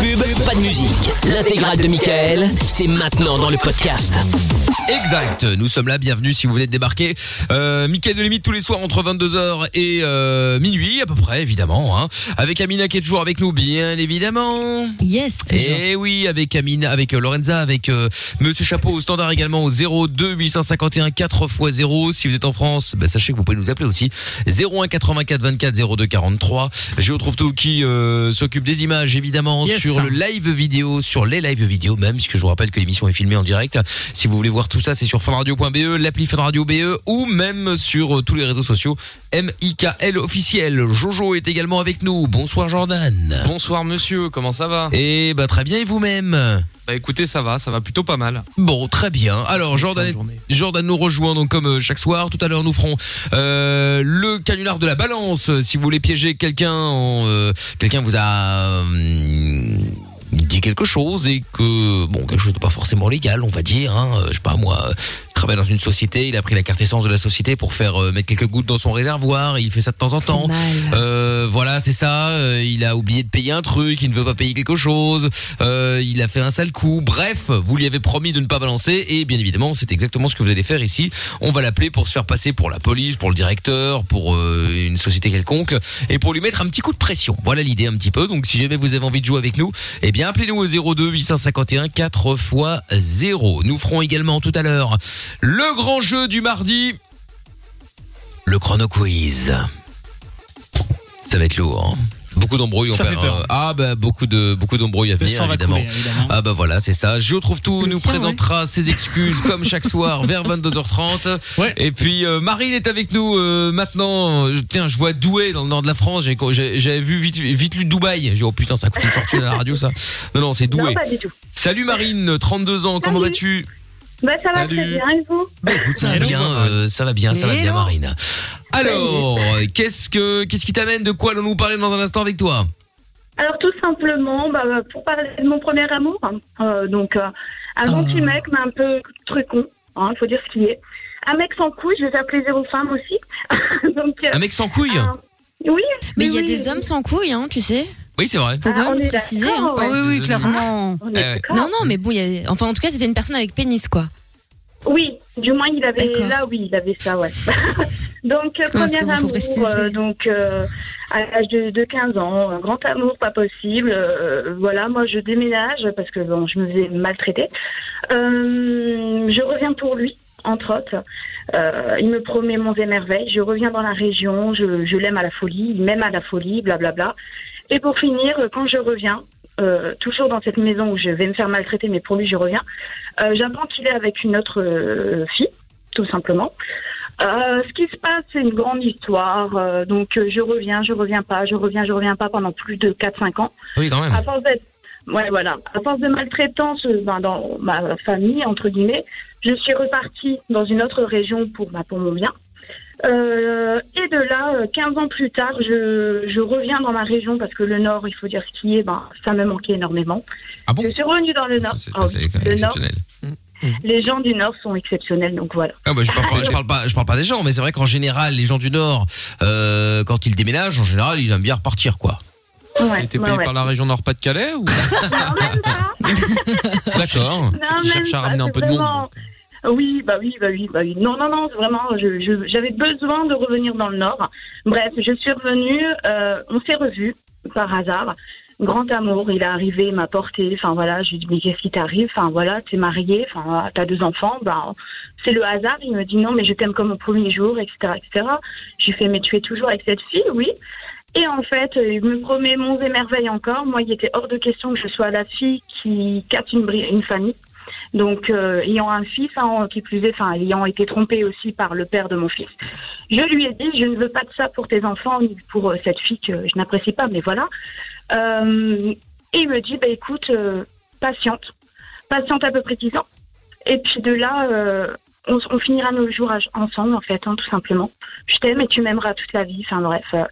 pub, pas de musique. L'intégrale de Michael, c'est maintenant dans le podcast. Exact, nous sommes là, bienvenue si vous venez de débarquer. Euh, Mickaël de Limite tous les soirs entre 22h et euh, minuit à peu près, évidemment. Hein. Avec Amina qui est toujours avec nous, bien évidemment. Yes, toujours. Et oui, avec Amina, avec euh, Lorenza, avec euh, Monsieur Chapeau au standard également au 02 851 4x0. Si vous êtes en France, bah, sachez que vous pouvez nous appeler aussi. 01 84 24 02 43. Géo trouve tout qui euh, s'occupe des images évidemment Yes. sur le live vidéo, sur les lives vidéo même, puisque je vous rappelle que l'émission est filmée en direct. Si vous voulez voir tout ça, c'est sur funradio.be, E, l'appli funradio.be ou même sur euh, tous les réseaux sociaux. M-I-K-L officiel. Jojo est également avec nous. Bonsoir Jordan. Bonsoir monsieur, comment ça va Et bah très bien et vous-même Bah écoutez, ça va, ça va plutôt pas mal. Bon, très bien. Alors, Jordan, est- Jordan nous rejoint donc comme euh, chaque soir. Tout à l'heure, nous ferons euh, le canular de la balance. Si vous voulez piéger quelqu'un, en, euh, quelqu'un vous a euh, dit quelque chose et que bon, quelque chose de pas forcément légal, on va dire. Hein, Euh, je sais pas moi. euh, il Travaille dans une société, il a pris la carte essence de la société pour faire euh, mettre quelques gouttes dans son réservoir. Il fait ça de temps en temps. Euh, voilà, c'est ça. euh, il a oublié de payer un truc, il ne veut pas payer quelque chose. euh, il a fait un sale coup. Bref, vous lui avez promis de ne pas balancer et bien évidemment, c'est exactement ce que vous allez faire ici. On va l'appeler pour se faire passer pour la police, pour le directeur, pour euh, une société quelconque et pour lui mettre un petit coup de pression. Voilà l'idée un petit peu. Donc si jamais vous avez envie de jouer avec nous, eh bien appelez-nous au 02 851 4 x 0. Nous ferons également tout à l'heure le grand jeu du mardi, le chrono quiz. Ça va être lourd. hein. Beaucoup d'embrouilles, on Ça perd, fait peur. hein. Ah bah beaucoup de beaucoup d'embrouilles à Le venir sang va évidemment. couler, évidemment. Ah bah voilà, c'est ça. Gio trouve tout, nous présentera ses excuses comme chaque soir vers 22h30. Et puis euh, Marine est avec nous euh, maintenant. Euh, Tiens, je vois Douai dans le nord de la France. J'ai- j'ai- J'avais vu vite, vite lu Dubaï. J'ai dit, oh putain, ça coûte une fortune à la radio ça. Non non, c'est Non, Douai. pas du tout. Salut Marine, 32 ans, comment vas-tu Bah, ça va Salut. très bien, et vous bah, écoute, ça va Hello, bien, Marine. euh, ça va bien, ça va bien Hello. Marine. Alors, euh, qu'est-ce que qu'est-ce qui t'amène De quoi allons-nous parler dans un instant avec toi Alors, tout simplement, bah, euh, pour parler de mon premier amour, hein, euh, donc, euh, un Ah. gentil mec, mais un peu trucon, il faut dire ce qu'il est. Un mec sans couilles, je vais appeler zéro femme aussi. donc, euh, Un mec sans couilles Ah. oui. Mais il y a oui. des hommes sans couilles, hein, tu sais. Oui, c'est vrai. Faut Ah, quand on même est le préciser. hein. d'accord, ouais. Ah oui, oui, Des clairement. hommes. On est Eh Euh, ouais. d'accord. Non, non, mais bon, il y a- enfin, en tout cas, c'était une personne avec pénis, quoi. Oui, du moins il avait là, oui, il avait ça, ouais. donc euh, Ah, parce premier que vous, faut amour, préciser. euh, donc euh, à l'âge de, de 15 ans, un grand amour, pas possible. euh, voilà, moi je déménage parce que bon, je me faisais maltraiter. Euh, je reviens pour lui, entre autres. Euh, il me promet mon émerveil. Je reviens dans la région, je, je l'aime à la folie, il m'aime à la folie, blablabla. Et pour finir, euh, quand je reviens, euh, toujours dans cette maison où je vais me faire maltraiter, mais pour lui, je reviens, euh, j'apprends qu'il est avec une autre euh, fille, tout simplement. Euh, ce qui se passe, c'est une grande histoire. euh, donc, euh, je reviens, je reviens pas, je reviens, je reviens pas pendant plus de 4-5 ans. Oui, quand même. À force d'être. Ouais, voilà. À force de maltraitance euh, ben, dans ma famille, entre guillemets, je suis repartie dans une autre région pour, bah, pour mon bien. Euh, et de là, euh, 15 ans plus tard, je, je reviens dans ma région parce que le Nord, il faut dire ce qui est, ben, ça me manquait énormément. Ah je suis revenue dans le Nord. Ah oui, le Nord. Les gens du Nord sont exceptionnels, donc voilà. Ah bah, je, parle pas, je parle pas, je parle pas des gens, mais c'est vrai qu'en général, les gens du Nord, euh, quand ils déménagent, en général, ils aiment bien repartir, quoi. Ouais, T'es ouais, payé ouais. par la région Nord-Pas-de-Calais ou Non, D'accord. même cherche à pas, ramener un c'est peu de monde. vraiment- Oui, bah oui, bah oui, bah oui. Non, non, non, c'est vraiment, je- je- j'avais besoin de revenir dans le Nord. Bref, je suis revenue, euh, on s'est revus par hasard. Grand amour, il est arrivé, il m'a porté. Enfin voilà, je lui dis mais qu'est-ce qui t'arrive Enfin voilà, t'es marié, enfin voilà, t'as deux enfants. Bah, c'est le hasard. Il me dit non, mais je t'aime comme au premier jour, etc., etc. Je lui fais mais tu es toujours avec cette fille, oui. Et en fait, euh, il me promet mon émerveil encore. Moi, il était hors de question que je sois la fille qui capte une, bri- une famille. Donc, euh, ayant un fils, hein, qui plus est, enfin, ayant été trompée aussi par le père de mon fils, je lui ai dit, je ne veux pas de ça pour tes enfants, ni pour euh, cette fille que je n'apprécie pas, mais voilà. Euh, et il me dit, bah, écoute, euh, patiente, patiente à peu près 10 ans. Et puis de là, euh, on, on finira nos jours ag- ensemble, en fait, hein, tout simplement. Je t'aime et tu m'aimeras toute la vie, enfin bref. euh.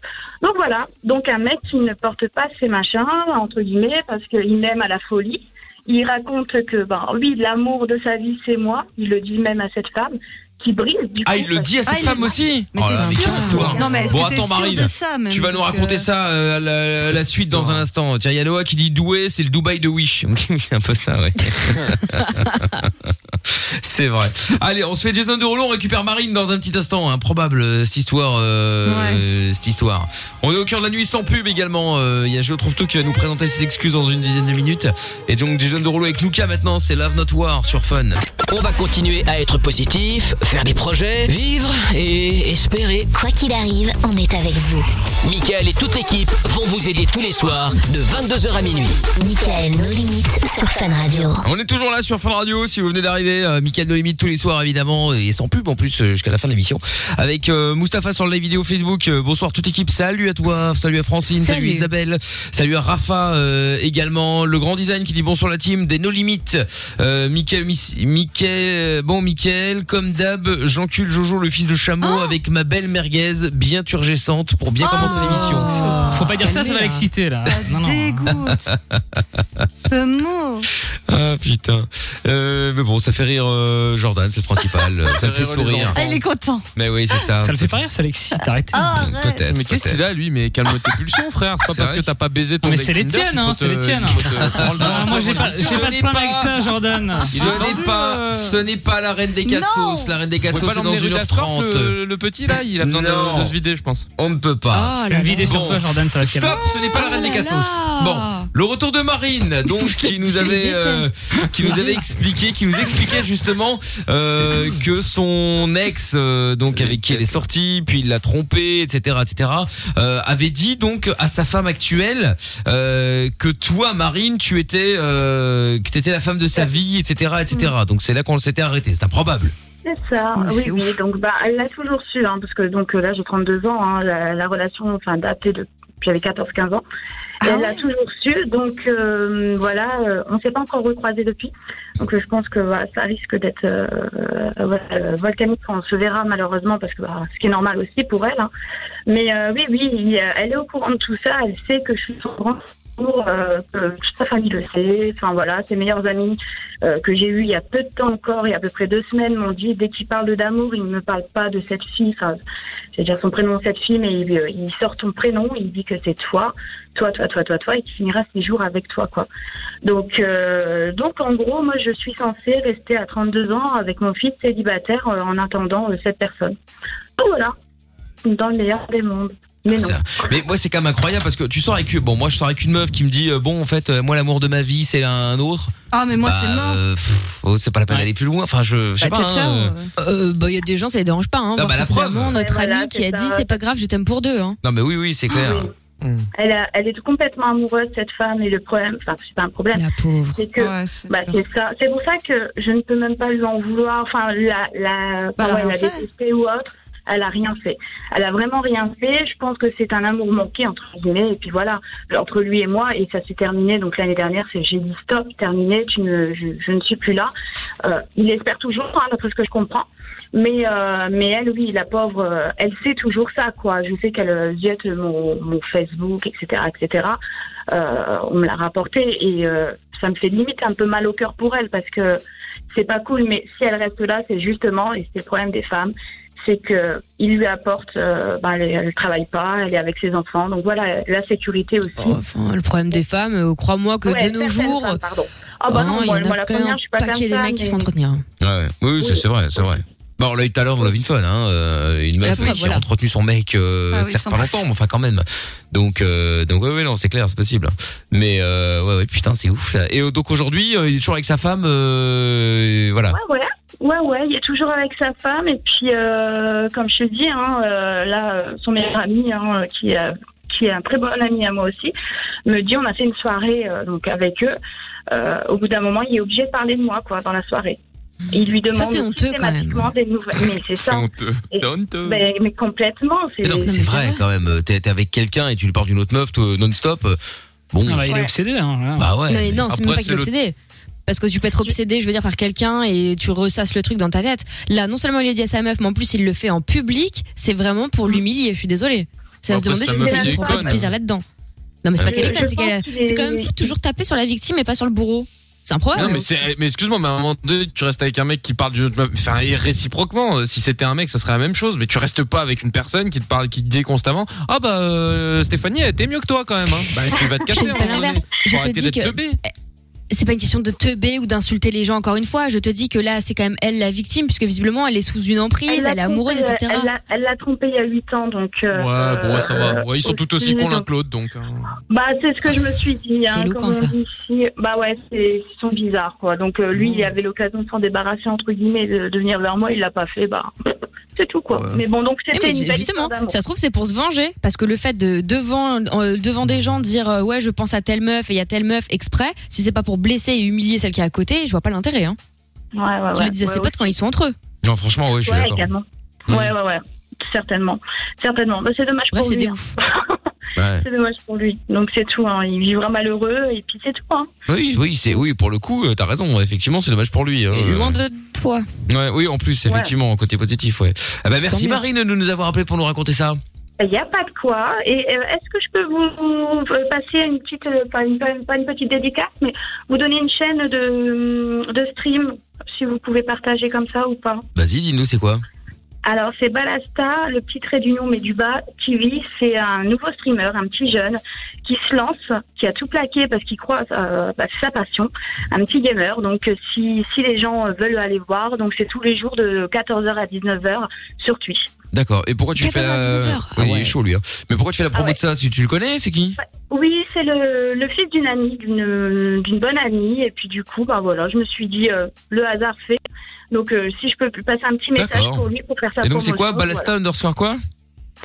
Donc voilà, donc un mec qui ne porte pas ses machins, entre guillemets, parce qu'il m'aime à la folie. Il raconte que, ben, oui, l'amour de sa vie, c'est moi. Il le dit même à cette femme. qui brise. du Ah, coup, il le parce- dit à cette Ah, il- femme aussi Mais Oh c'est là là, mais sûr. quelle histoire Non, mais est-ce Bon, que t'es attends, sûr Marine, de ça, même, tu vas nous parce raconter que- ça euh, à la, à la suite dans un instant. Tiens, il y a Noah qui dit doué, c'est le Dubaï de Wish. c'est un peu ça, ouais. c'est vrai. Allez, on se fait Jason Derulo, on récupère Marine dans un petit instant. Improbable euh, cette histoire, euh, euh, cette histoire. On est au cœur de la nuit sans pub également. Euh, Il y a Je trouve tout qui va nous présenter ses excuses dans une dizaine de minutes. Et donc Jason Derulo avec Nuka maintenant, c'est Love Not War sur Fun. On va continuer à être positif, faire des projets, vivre et espérer. Quoi qu'il arrive, on est avec vous. Michael et toute l'équipe vont vous aider tous les soirs de 22h à minuit. Michael, nos limites sur Fun Radio. On est toujours là sur Fun Radio si vous venez d'arriver. Euh, Mickaël No Limite tous les soirs évidemment et sans pub en plus euh, jusqu'à la fin de l'émission. Avec euh, Mustapha sur la vidéo Facebook. Euh, bonsoir toute équipe. Salut à toi. Salut à Francine. Salut, Salut. Isabelle. Salut à Rafa euh, également. Le grand design qui dit bonsoir la team des No Limites. Euh, Mickaël, Miss- Mickaël- euh, bon Mickaël, comme d'hab, j'encule Jojo le fils de chameau Ah. avec ma belle merguez bien turgescente pour bien commencer l'émission. Faut pas dire ça, ça va l'exciter là. Non, non. Dégoûte. Ce mot. Ah putain. Euh, mais bon, ça fait rire euh, Jordan, c'est le principal. ça le fait rire les sourire. Ah, il est content. Mais oui, c'est ça. Ça le fait pas rire, ça l'excite, arrêtez. Ah, arrête. Peut-être. Mais qu'est-ce peut-être. qu'il a, lui Mais calme tes pulsions, frère. C'est C'est pas parce vrai que t'as pas baisé ton Non, mais mec c'est les Tinder tiennes, qu'il hein, faut c'est te- les tiennes. qu'il faut te prendre le Ah, moi j'ai pas, j'ai Ce pas de n'est problème avec pas- ça, Jordan. Ah, Ce n'est tendu, pas, euh. ce n'est pas la reine des cassos. Non. La reine des Vous pouvez cassos, pas c'est dans l'emmener rue de la Sorte, 1h30. Le, le petit là, il a besoin Non. de, de se vider, je pense. On ne peut pas. Oh, Une là vidéo là. sur Bon. toi, Jordan, ça va te calmer. Stop, ce n'est pas la reine des Ah là cassos. Ah. là. Bon, le retour de Marine, donc qui nous avait, euh, qui nous avait expliqué, qui nous expliquait justement euh, que son ex, euh, donc avec qui elle est sortie, puis il l'a trompée, etc., etc., euh, avait dit donc à sa femme actuelle euh, que toi, Marine, tu étais, euh, que t'étais la femme de sa vie, etc., etc. Donc c'est là qu'on s'était arrêté. C'est improbable. C'est ça, Mais oui, c'est oui. Donc, bah, elle l'a toujours su, hein, parce que donc euh, là, j'ai 32 ans, hein, la, la relation, enfin, datait de. J'avais 14-15 ans. Et elle l'a toujours su, donc euh, voilà, euh, on ne s'est pas encore recroisé depuis. Donc euh, je pense que voilà, ça risque d'être euh, euh, voilà, euh, volcanique. On se verra malheureusement, parce que bah, ce qui est normal aussi pour elle. hein. Mais euh, oui, oui, il y a- elle est au courant de tout ça. Elle sait que je suis son grand amour, euh, que toute sa famille le sait. Enfin voilà, ses meilleurs amis euh, que j'ai eu il y a peu de temps encore, il y a à peu près deux semaines, m'ont dit dès qu'il parle d'amour, il ne me parle pas de cette fille. Enfin, c'est déjà son prénom, cette fille, mais il, euh, il sort ton prénom, il dit que c'est toi, toi, toi, toi, toi, toi, et qu'il finira ses jours avec toi, quoi. Donc, euh, donc en gros, moi, je suis censée rester à 32 ans avec mon fils célibataire euh, en attendant euh, cette personne. Donc voilà, dans le meilleur des mondes. Mais non. Ça- Mais moi, c'est quand même incroyable parce que tu sors avec bon, moi je sors avec une meuf qui me dit euh, bon, en fait, euh, moi l'amour de ma vie, c'est un autre. Ah, mais moi, Bah, c'est mort. euh, pff, oh, c'est pas la peine Ouais. d'aller plus loin. Enfin, je, je sais Bah, pas. ciao, ciao. hein, euh, Euh, bah, il y a des gens, ça les dérange pas. Hein, Ah, voir bah, la que c'est preuve. vraiment notre Ouais, ami voilà, qui a c'est dit ça. c'est pas grave, je t'aime pour deux. Hein. Non, mais oui, oui, c'est Ah, clair. Oui. Elle, a- elle est complètement amoureuse, cette femme, et le problème, enfin, c'est pas un problème, La pauvre. c'est que Ouais, c'est Bah, c'est ça. C'est pour ça que je ne peux même pas lui en vouloir. Enfin, la, la, Bah, elle a ouais, rien la fait. détester ou autre, elle a rien fait. Elle a vraiment rien fait. Je pense que c'est un amour manqué, entre guillemets. Et puis voilà, entre lui et moi, et ça s'est terminé. Donc l'année dernière, c'est- j'ai dit stop, terminé, tu ne, je, je ne suis plus là. Euh, il espère toujours, hein, d'après ce que je comprends. Mais, euh, mais elle, oui, la pauvre, euh, elle sait toujours ça, quoi. Je sais qu'elle euh, jette mon, mon Facebook, etc., etc. Euh, on me l'a rapporté et euh, ça me fait limite un peu mal au cœur pour elle parce que c'est pas cool. Mais si elle reste là, c'est justement et c'est le problème des femmes, c'est que il lui apporte, euh, bah, elle, elle travaille pas, elle est avec ses enfants, donc voilà la sécurité aussi. Oh, enfin, le problème des femmes, euh, crois-moi que Mm. Ouais, de nos certaines jours, femmes, pardon. Ah bah non, hein, il y moi, en a moi, la quand même première, je suis pas un comme paquet des ça, mecs qui se mais- font entretenir. Ouais, ouais. Oui, oui, c'est- c'est vrai, c'est vrai. Bah, on l'a eu tout à l'heure dans la Vin Fun, hein, euh, une meuf La preuve, qui voilà. a entretenu son mec, euh, Ah oui, certes sans pas longtemps, mais enfin quand même. Donc, euh, donc ouais, ouais, non, c'est clair, c'est possible. Mais euh, ouais, ouais, putain, c'est ouf. ça. Et euh, donc aujourd'hui, euh, il est toujours avec sa femme, euh, et voilà. Ouais, ouais. Ouais, ouais, il est toujours avec sa femme. Et puis, euh, comme je te dis, hein, euh, là, euh, son meilleur ami, hein, euh, qui, euh, qui est un très bon ami à moi aussi, me dit on a fait une soirée euh, donc avec eux. Euh, au bout d'un moment, il est obligé de parler de moi quoi, dans la soirée. Et il lui demande Ça, c'est honteux, quand même. systématiquement des nouvelles. Mais c'est C'est ça. honteux. Et- C'est honteux. Mais, Ben, mais complètement. c'est- Mais non, mais c'est mais vrai c'est quand même. euh, T'es t'es avec quelqu'un et tu lui parles d'une autre meuf toi, non-stop. euh, Bon, Ah bah, il est Ouais. obsédé. Hein, là. bah ouais. non, mais mais- non, c'est même après, pas qu'il est c'est obsédé. Parce que tu peux être obsédé, je veux dire, par quelqu'un et tu ressasses le truc dans ta tête. Là, non seulement il est dit à sa meuf, mais en plus il le fait en public, c'est vraiment pour Mmh. l'humilier, je suis désolée. C'est à Bon, se Bah demander après, sa si meuf, elle elle est ne prend pas de conne. hein. plaisir là-dedans. Non, mais c'est pas Je- qu'elle est je conne, c'est pense qu'elle- qu'il c'est quand est- même fou de toujours taper sur la victime et pas sur le bourreau. C'est improbable. hein. Non, mais, c'est- mais excuse-moi, mais à un moment donné, tu restes avec un mec qui parle d'une autre meuf. Enfin, et réciproquement, euh, si c'était un mec, ça serait la même chose. Mais tu restes pas avec une personne qui te parle, qui te dit constamment Ah bah, euh, Stéphanie, elle était mieux que toi quand même. Hein. Bah, tu vas te Je te cacher. dis à un pas moment l'inverse. donné. Je Faut te arrêter dis d'être que- eh, teubé. c'est pas une question de teuber ou d'insulter les gens encore une fois. Je te dis que là, c'est quand même elle la victime, puisque visiblement, elle est sous une emprise, elle, l'a est amoureuse, trompé, etc. elle l'a- Elle l'a trompé il y a 8 ans, donc. euh, Ouais, bon, ça va. euh, Ouais, ils sont tout aussi cons l'un donc- que l'autre, donc. hein. Bah, c'est ce que je me suis dit. C'est Hein, éloquent, comme on ça. dit ici. Bah ouais, c'est- ils sont bizarres, quoi. Donc euh, lui, il avait l'occasion de s'en débarrasser, entre guillemets, de, de venir vers moi, il l'a pas fait, bah. C'est tout, quoi. Mais bon, donc Eh, c'était mais une belle justement, histoire d'amour. ça se trouve c'est pour se venger parce que le fait de devant euh, devant des gens dire euh, ouais je pense à telle meuf et il y a telle meuf exprès, si c'est pas pour blesser et humilier celle qui est à côté, je vois pas l'intérêt. Hein. Ouais, ouais, ouais. je le dis à Ouais, ses potes quand ils sont entre eux. Non, franchement, ouais, je suis Ouais, d'accord. également. Hmm. Mm. Ouais, ouais, ouais. Certainement. Certainement. Bah, c'est dommage Bref pour c'est lui. des hein. ouf. Ouais. C'est dommage pour lui. Donc c'est tout. Hein. Il vivra malheureux et puis c'est tout. Hein. Oui, oui, c'est oui pour le coup, euh, t'as raison. Effectivement, c'est dommage pour lui. hein. Et loin de toi. Ouais, oui, en plus, effectivement, côté positif, ouais. Ah bah merci Tant mieux. Marine de nous avoir appelé pour nous raconter ça. Il n'y a pas de quoi. Et euh, est-ce que je peux vous vous passer une petite, euh, pas une, pas une- pas une petite dédicace, mais vous donner une chaîne de, de stream, si vous pouvez partager comme ça ou pas Vas-y, dis-nous, c'est quoi Alors, c'est Balasta, le petit trait du nom, mais du bas, TV. C'est un nouveau streamer, un petit jeune, qui se lance, qui a tout plaqué parce qu'il croit, euh, bah, c'est sa passion, un petit gamer. Donc, euh, si, si les gens euh, veulent aller voir, donc c'est tous les jours de 14h à 19h sur Twitch. D'accord. Et pourquoi tu fais 14 à la... 19. Oui, Ah ouais. il est chaud lui. hein. Mais pourquoi tu fais la promo ouais. de ça Si tu le connais, c'est qui Oui, c'est le, le fils d'une amie, d'une d'une bonne amie. Et puis du coup, bah voilà, je me suis dit, euh, le hasard fait. Donc euh, si je peux lui passer un petit message D'accord. pour lui, pour faire sa Et donc c'est promotion, quoi Balasta underscore quoi voilà.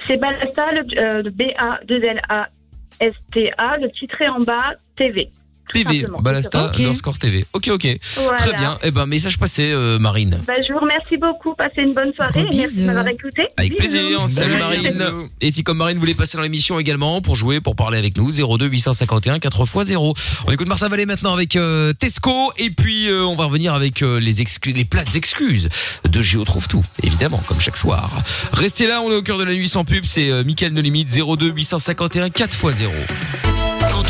C'est Balasta, le euh, le B-A-2-L-A-S-T-A, le petit trait en bas, TV. Tout TV. simplement. Balasta Ok. underscore TV. Ok, ok. Voilà. Très bien. Eh ben, message passé, euh, Marine. Bah, je vous remercie beaucoup, passez une bonne soirée Gros et merci bisous. de m'avoir écouté. Avec Bisous. plaisir. Salut Salut. Marine. Et si comme Marine voulait passer dans l'émission également pour jouer, pour parler avec nous, 02 851 4x0. On écoute Martin Vallée maintenant avec euh, Tesco et puis euh, on va revenir avec euh, les excuses, les plates excuses de Géo trouve tout, évidemment, comme chaque soir. Restez là, on est au cœur de la nuit sans pub, c'est euh, Mickaël No Limite 02 851 4x0. Quand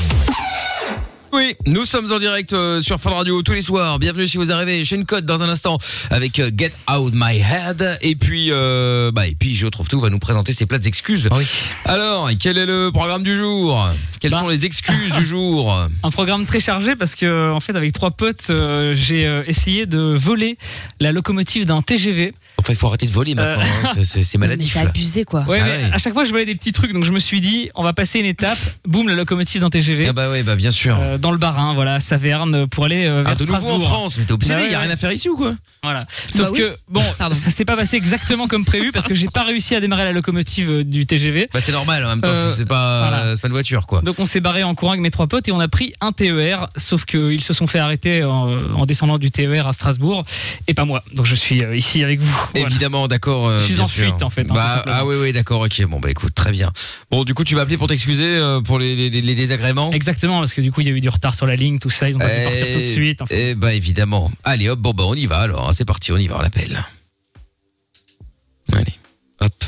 Oui, nous sommes en direct euh, sur Fun Radio tous les soirs. Bienvenue si vous arrivez chez une code dans un instant avec euh, Get Out My Head et puis euh, bah et puis Géo trouve tout va nous présenter ses plates excuses. Ah Alors, quel est le programme du jour Quelles Bah. sont les excuses du jour Un programme très chargé parce que, en fait, avec trois potes, euh, j'ai euh, essayé de voler la locomotive d'un TGV. Enfin, il faut arrêter de voler maintenant, hein, c'est- c'est c'est maladif. C'est là. abusé quoi. Euh, Ouais, Ah mais ouais. à chaque fois, je volais des petits trucs, donc je me suis dit, on va passer une étape, boum, la locomotive d'un TGV. Ah bah oui, bah bien sûr. euh, dans le Barin, voilà, Saverne, pour aller euh, vers Ah, de nouveau en Strasbourg. France, mais t'es obsédé, Bah il ouais, y a ouais. rien à faire ici ou quoi Voilà. Sauf Bah oui. que bon, Pardon. ça s'est pas passé exactement comme prévu parce que j'ai pas réussi à démarrer la locomotive euh, du TGV. Bah c'est normal en même temps, Euh, c'est- c'est pas voilà. c'est pas une voiture quoi. Donc on s'est barré en courant avec mes trois potes et on a pris un TER, sauf qu'ils se sont fait arrêter en, en descendant du TER à Strasbourg et pas moi. Donc je suis euh, ici avec vous. Voilà. Évidemment, d'accord. euh, Je suis bien en sûr. fuite, en fait, hein, tout bah, simplement. ah oui, oui, d'accord, ok. Bon, bah écoute, très bien. Bon, du coup, tu vas appeler pour t'excuser euh, pour les, les- les- les désagréments. Exactement, parce que du coup il y a eu du retard sur la ligne, tout ça, ils ont pas pu partir tout de suite. Enfin, Eh bah évidemment. Allez, hop, bon, bah on y va alors. hein, c'est parti, on y va, on l'appelle. Allez, hop.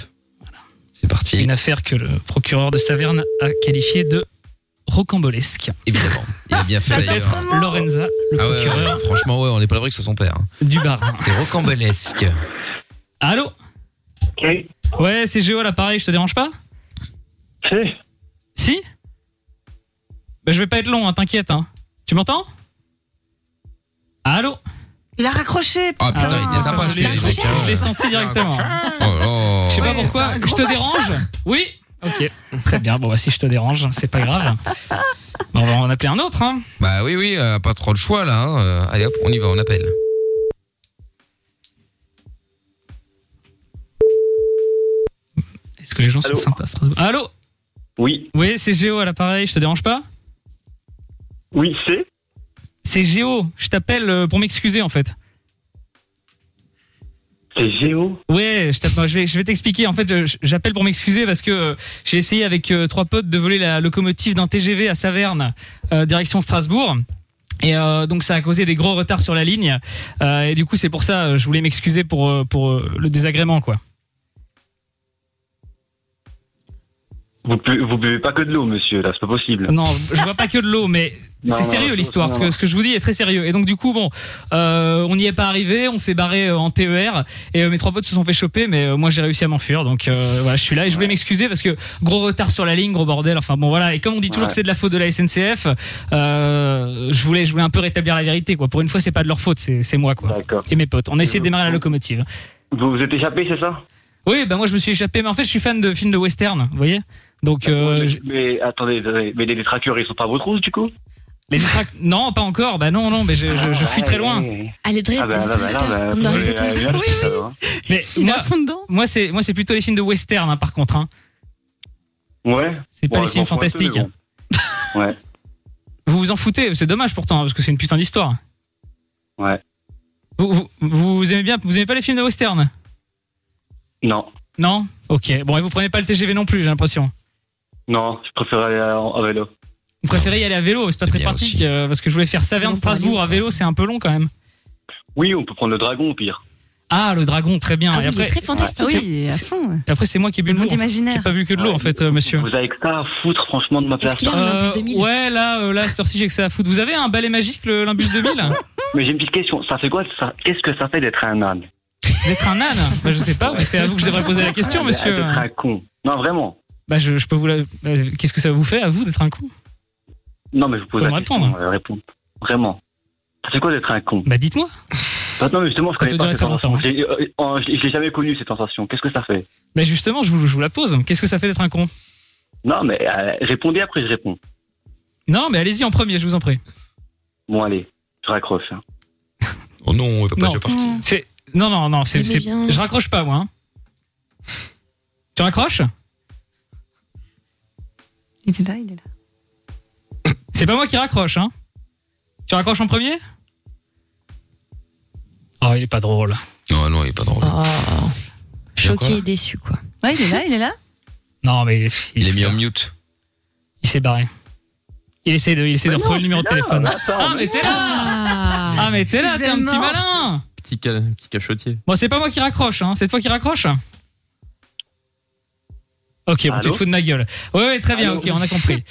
C'est parti. une affaire que le procureur de Saverne a qualifiée de rocambolesque. Évidemment. Il a bien fait d'ailleurs. Lorenza, le Ah ouais, ouais, procureur ouais, franchement, ouais, on est pas l'abri que ce soit son père. hein. du Barin. C'est rocambolesque. Allô Oui, Ouais, c'est Géo à l'appareil, je te dérange pas si, Si Bah je vais pas être long, hein, t'inquiète. Hein. Tu m'entends Allô Il a raccroché. Ah putain, il était Ah, sympa je l'ai- celui-là, les mecs, hein. Je l'ai senti directement. Oh, là. Je sais pas Ouais, pourquoi. c'est un Je gros te dérange Oui Ok. Très bien. Bon, bah, si je te dérange, c'est pas grave. Bon, bah, on va en appeler un autre. Hein. Bah oui, oui, euh, pas trop de choix là. hein. Euh, Allez hop, on y va, on appelle. Est-ce que les gens sont Allô sympas à Strasbourg Allô oui, Oui, c'est Géo à l'appareil. Je te dérange pas oui, c'est. C'est Géo. Je t'appelle euh, pour m'excuser en fait. C'est Géo. Ouais, je, t'appelle- je vais, je vais t'expliquer. En fait, je- j'appelle pour m'excuser parce que euh, j'ai essayé avec euh, trois potes de voler la locomotive d'un TGV à Saverne, euh, direction Strasbourg. Et euh, donc ça a causé des gros retards sur la ligne. Euh, et du coup, c'est pour ça, euh, je voulais m'excuser pour, euh, pour euh, le désagrément, quoi. Vous, pu- vous buvez pas que de l'eau, monsieur, là, c'est pas possible. Non, je vois pas que de l'eau, mais Non, c'est non, sérieux non, l'histoire. non, Ce que, non. ce que je vous dis est très sérieux. Et donc du coup, bon, euh, on n'y est pas arrivé, on s'est barré euh, en TER et euh, mes trois potes se sont fait choper, mais euh, moi j'ai réussi à m'enfuir. Donc euh, voilà, je suis là et je voulais m'excuser parce que gros retard sur la ligne, gros bordel. Enfin bon voilà. Et comme on dit toujours Ouais. que c'est de la faute de la SNCF, euh, je voulais je voulais un peu rétablir la vérité quoi. Pour une fois, c'est pas de leur faute, c'est c'est moi quoi. D'accord. Et mes potes. On a essayé de démarrer la locomotive. Vous vous êtes échappé, c'est ça Oui, bah moi je me suis échappé, mais en fait je suis fan de films de western, vous voyez. Donc euh, mais, je- mais attendez, attendez, mais les détraqueurs, ils sont pas à votre trousse, du coup les détract- non pas encore, bah non non, mais je, je, je fuis très loin. Allez, Dre, Ah bah là, bah là, bah, comme dans Harry vous Potter. avez- Oui, ça va, hein. Mais Il est moi, à fond dedans. moi c'est moi c'est plutôt les films de western hein, par contre. Hein. ben, Ouais. C'est pas Bon, les je films m'en fous un peu, fantastiques. hein. mais bon. Vous vous en foutez, c'est dommage pourtant hein, parce que c'est une putain d'histoire. Ouais. Vous, vous, vous aimez bien, vous aimez pas les films de western Non. Non. Ok. Bon et vous prenez pas le TGV non plus, j'ai l'impression. Non, je préfère aller à, en- à vélo. Vous préférez y aller à vélo, c'est pas C'est très bien pratique aussi. euh, parce que je voulais faire Saverne C'est bon pour Strasbourg aller, à vélo, c'est un peu long quand même. Oui, on peut prendre le dragon au pire. Ah le dragon, très bien. et Ah oui, il est après, très Ah fantastique. oui, il est à fond. ouais. et après c'est moi qui ai bu Le le monde lourd. J'ai imaginaire. pas vu que de l'eau en fait, euh, monsieur. Ah, Vous avez que ça à foutre, franchement, de ma place. Est-ce qu'il a un Euh, Olympus 2000 ouais, là, euh, là, cette heure-ci, j'ai que ça à foutre. Vous avez un balai magique, bah, le- l'imbus 2000 Mais j'ai une petite question. Ça fait quoi ça Qu'est-ce que ça fait d'être un âne D'être un âne Bah, je sais pas, mais c'est à vous que je devrais poser la question, Ah, monsieur. D'être un con. Non, vraiment. Bah, je, je peux vous la. bah, Qu'est-ce que ça vous fait à vous d'être un con Non, mais je vous pose Faut la me question. répondre. euh, réponds. Vraiment. Ça fait quoi d'être un con Bah, dites-moi. Bah, Non, mais justement, je Ça connais peut pas durer cette très longtemps. hein. sensation. J'ai- euh, euh, Je je l'ai jamais connu, cette sensation. Qu'est-ce que ça fait Bah, justement, je vous, je vous la pose. Qu'est-ce que ça fait d'être un con Non, mais euh, répondez après, je réponds. Non, mais allez-y en premier, je vous en prie. Bon, allez, je raccroche. hein. Oh non, on Non. va pas déjà partir. C'est. Non, non, non, c'est. Aimez c'est- bien. Je raccroche pas, moi. hein. Tu raccroches Il est là, il est là. C'est pas moi qui raccroche, hein Tu raccroches en premier Oh, il est pas drôle. Non, non, il est pas drôle. Oh, Il y a quoi, choqué là et déçu, quoi. Ouais, il est là, il est là. Non, mais il est. Il est mis en mute. Il s'est barré. Il essaie de, il essaie de retrouver le numéro de téléphone. Ah, mais t'es là Ah, Ah, mais t'es là, t'es un petit Évidemment. malin Petit, ca- petit cachotier. Bon, c'est pas moi qui raccroche, hein. c'est toi qui raccroche Ok, bon, tu Allô te fous de ma gueule. Ouais, ouais, très bien, Allô ok, on a compris.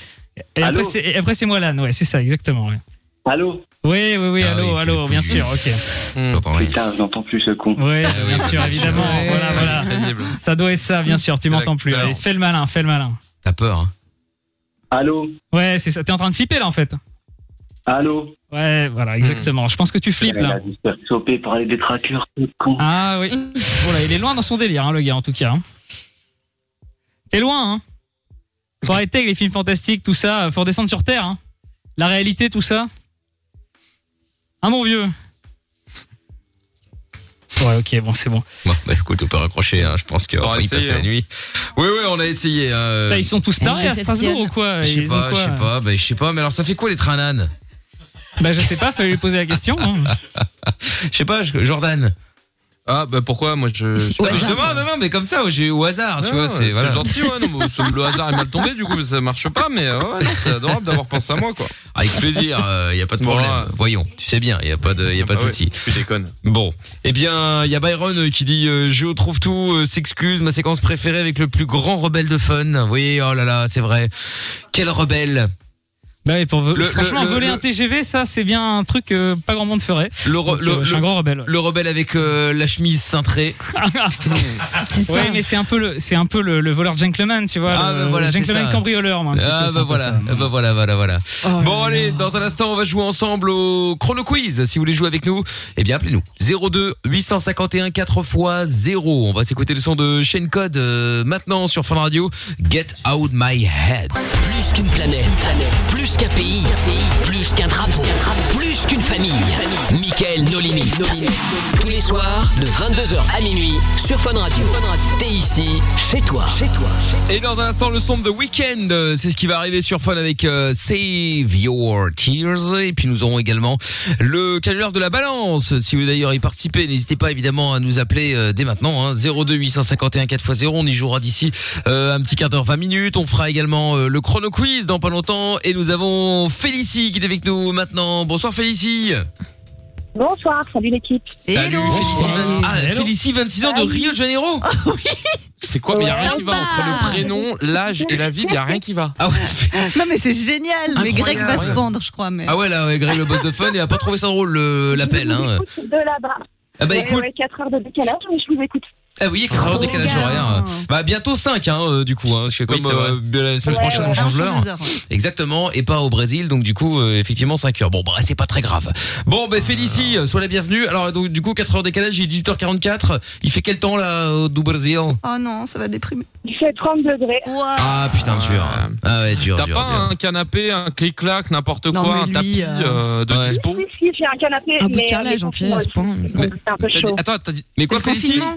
Et après, Allô c'est et après, c'est moi, Lan, ouais, c'est ça, exactement. Ouais. Allô Oui, oui, oui, Ah allô, oui, c'est le allô, coup bien du- sûr, ok. J'entends rien. Putain, je n'entends plus ce con. Oui, bien oui, sûr, bien évidemment, sûr. voilà, Ouais, voilà. crédible. Ça doit être ça, bien sûr, tu C'est m'entends plus. l'acteur. Allez, fais le malin, fais le malin. T'as peur, hein Allô Ouais, c'est ça, t'es en train de flipper là, en fait. Allô Ouais, voilà, exactement. Je pense que tu flippes Elle là. a dû se faire choper par les détraqueurs, ce con. Ah oui. Voilà, il est loin dans son délire, hein, le gars, en tout cas. hein. T'es loin, hein. Faut arrêter avec les films fantastiques, tout ça. Faut redescendre sur Terre, hein. La réalité, tout ça. Hein, mon vieux Ouais, ok, bon, c'est bon. Bon, bah écoute, on peut raccrocher, hein. je pense qu'on On va va y passer essayer, la hein. nuit. Oui, oui, on a essayé. euh, Là, ils sont tous tarés à déceptionne. Strasbourg ou quoi Je sais Ils ont pas, je quoi sais pas, bah, je sais pas, mais alors ça fait quoi les trains d'âne Bah, je sais pas, fallait lui poser la question. hein. Je sais pas, je- Jordan. Ah, bah pourquoi Moi, je. je- Au Mais je hasard. demande, non, non, mais comme ça, j'ai au hasard, Ah, tu vois, c'est. c'est Voilà. gentil, ouais. Non, mais c'est- le hasard est mal tombé, du coup, ça marche pas, mais euh, ouais, non, c'est adorable d'avoir pensé à moi, quoi. Avec plaisir, il n'y a pas de Bon, problème. ouais. Voyons, tu sais bien, il n'y a pas de, y a pas de Ah ouais, souci. Tu déconnes. Bon, eh bien, il y a Byron euh, qui dit euh, Géo trouve tout, euh, s'excuse, ma séquence préférée avec le plus grand rebelle de fun. Oui, oh là là, c'est vrai. Quel rebelle Bah, oui, pour vo- Le- franchement, le- le- voler un le- TGV, ça, c'est bien un truc que pas grand monde ferait. Le, re- Donc, le, euh, je suis un le- grand rebelle. le rebelle avec euh, la chemise cintrée. c'est ça. Ouais, mais c'est un peu le, c'est un peu le, le voleur gentleman, tu vois. Ah, le, bah voilà, le c'est gentleman ça. cambrioleur. moi, un petit peu, Ah c'est un bah peu voilà, ça. ah bah voilà, voilà, voilà. Oh Bon là allez, là. dans un instant, on va jouer ensemble au chrono quiz. Si vous voulez jouer avec nous, eh bien appelez-nous 02 851 4 x 0. On va s'écouter le son de Shane Code euh, maintenant sur Fun Radio. Get out my head. Plus qu'une planète, plus qu'un pays, plus qu'un drapeau, plus qu'une famille. Michael Michael, nos limites. Tous les soirs, de 22h à minuit, sur Fun Radio. T'es ici, chez toi. Chez toi. Et dans un instant, le son de Weekend, euh, c'est ce qui va arriver sur Fun avec euh, Save Your Tears. Et puis nous aurons également le canular de la balance. Si vous d'ailleurs y participez, n'hésitez pas évidemment à nous appeler euh, dès maintenant. Hein, 02 851 4x0, on y jouera d'ici euh, un petit quart d'heure, 20 minutes. On fera également euh, le chrono quiz dans pas longtemps. Et nous avons Félicie qui est avec nous maintenant. Bonsoir Félicie. Bonsoir, salut l'équipe. Salut Félicie, vingt- ah, Hello. Félicie, 26 ans de Rio de Janeiro. C'est quoi Mais il a rien qui va Sympa. entre le prénom, l'âge et la ville, il a rien qui va. Ah ouais, Non, mais c'est génial. Mais Greg va se Incroyable. pendre, je crois. Mais... ah ouais là, ouais, Greg le boss de Fun, il a pas trouvé ça drôle le- l'appel. Hein. De là-bas. Ah bah Ouais, écoute, ouais, 4 heures de décalage, mais je vous écoute. Ah oui, extra Oh, décalage regarde. horaire. Bah bientôt 5 hein, euh, du coup hein, parce que comme Oui, c'est vrai. euh, la semaine Ouais, prochaine on ouais. change Alors, l'heure. change les heures, ouais. Exactement et pas au Brésil donc du coup euh, effectivement 5 heures. Bon bah c'est pas très grave. Bon bah Félicie, Ah. euh, sois la bienvenue. Alors donc du coup 4 heures décalage, il est 18h44. Il fait quel temps là au du Brésil Oh non, ça va déprimer. Il fait 30 degrés. Ouah. Ah putain dur. Ah. Ah ouais dur T'as dur. pas dur. un canapé, un clic-clac, n'importe Non, quoi, un mais lui, tapis euh, euh, de Ouais. dispo Oui, si, j'ai un canapé. Un bout de mais, euh, carrelage mais entier à ce point. confinement aussi, donc C'est un peu T'as dit- chaud. Attends, t'as dit. Mais quoi Le Félicie confinement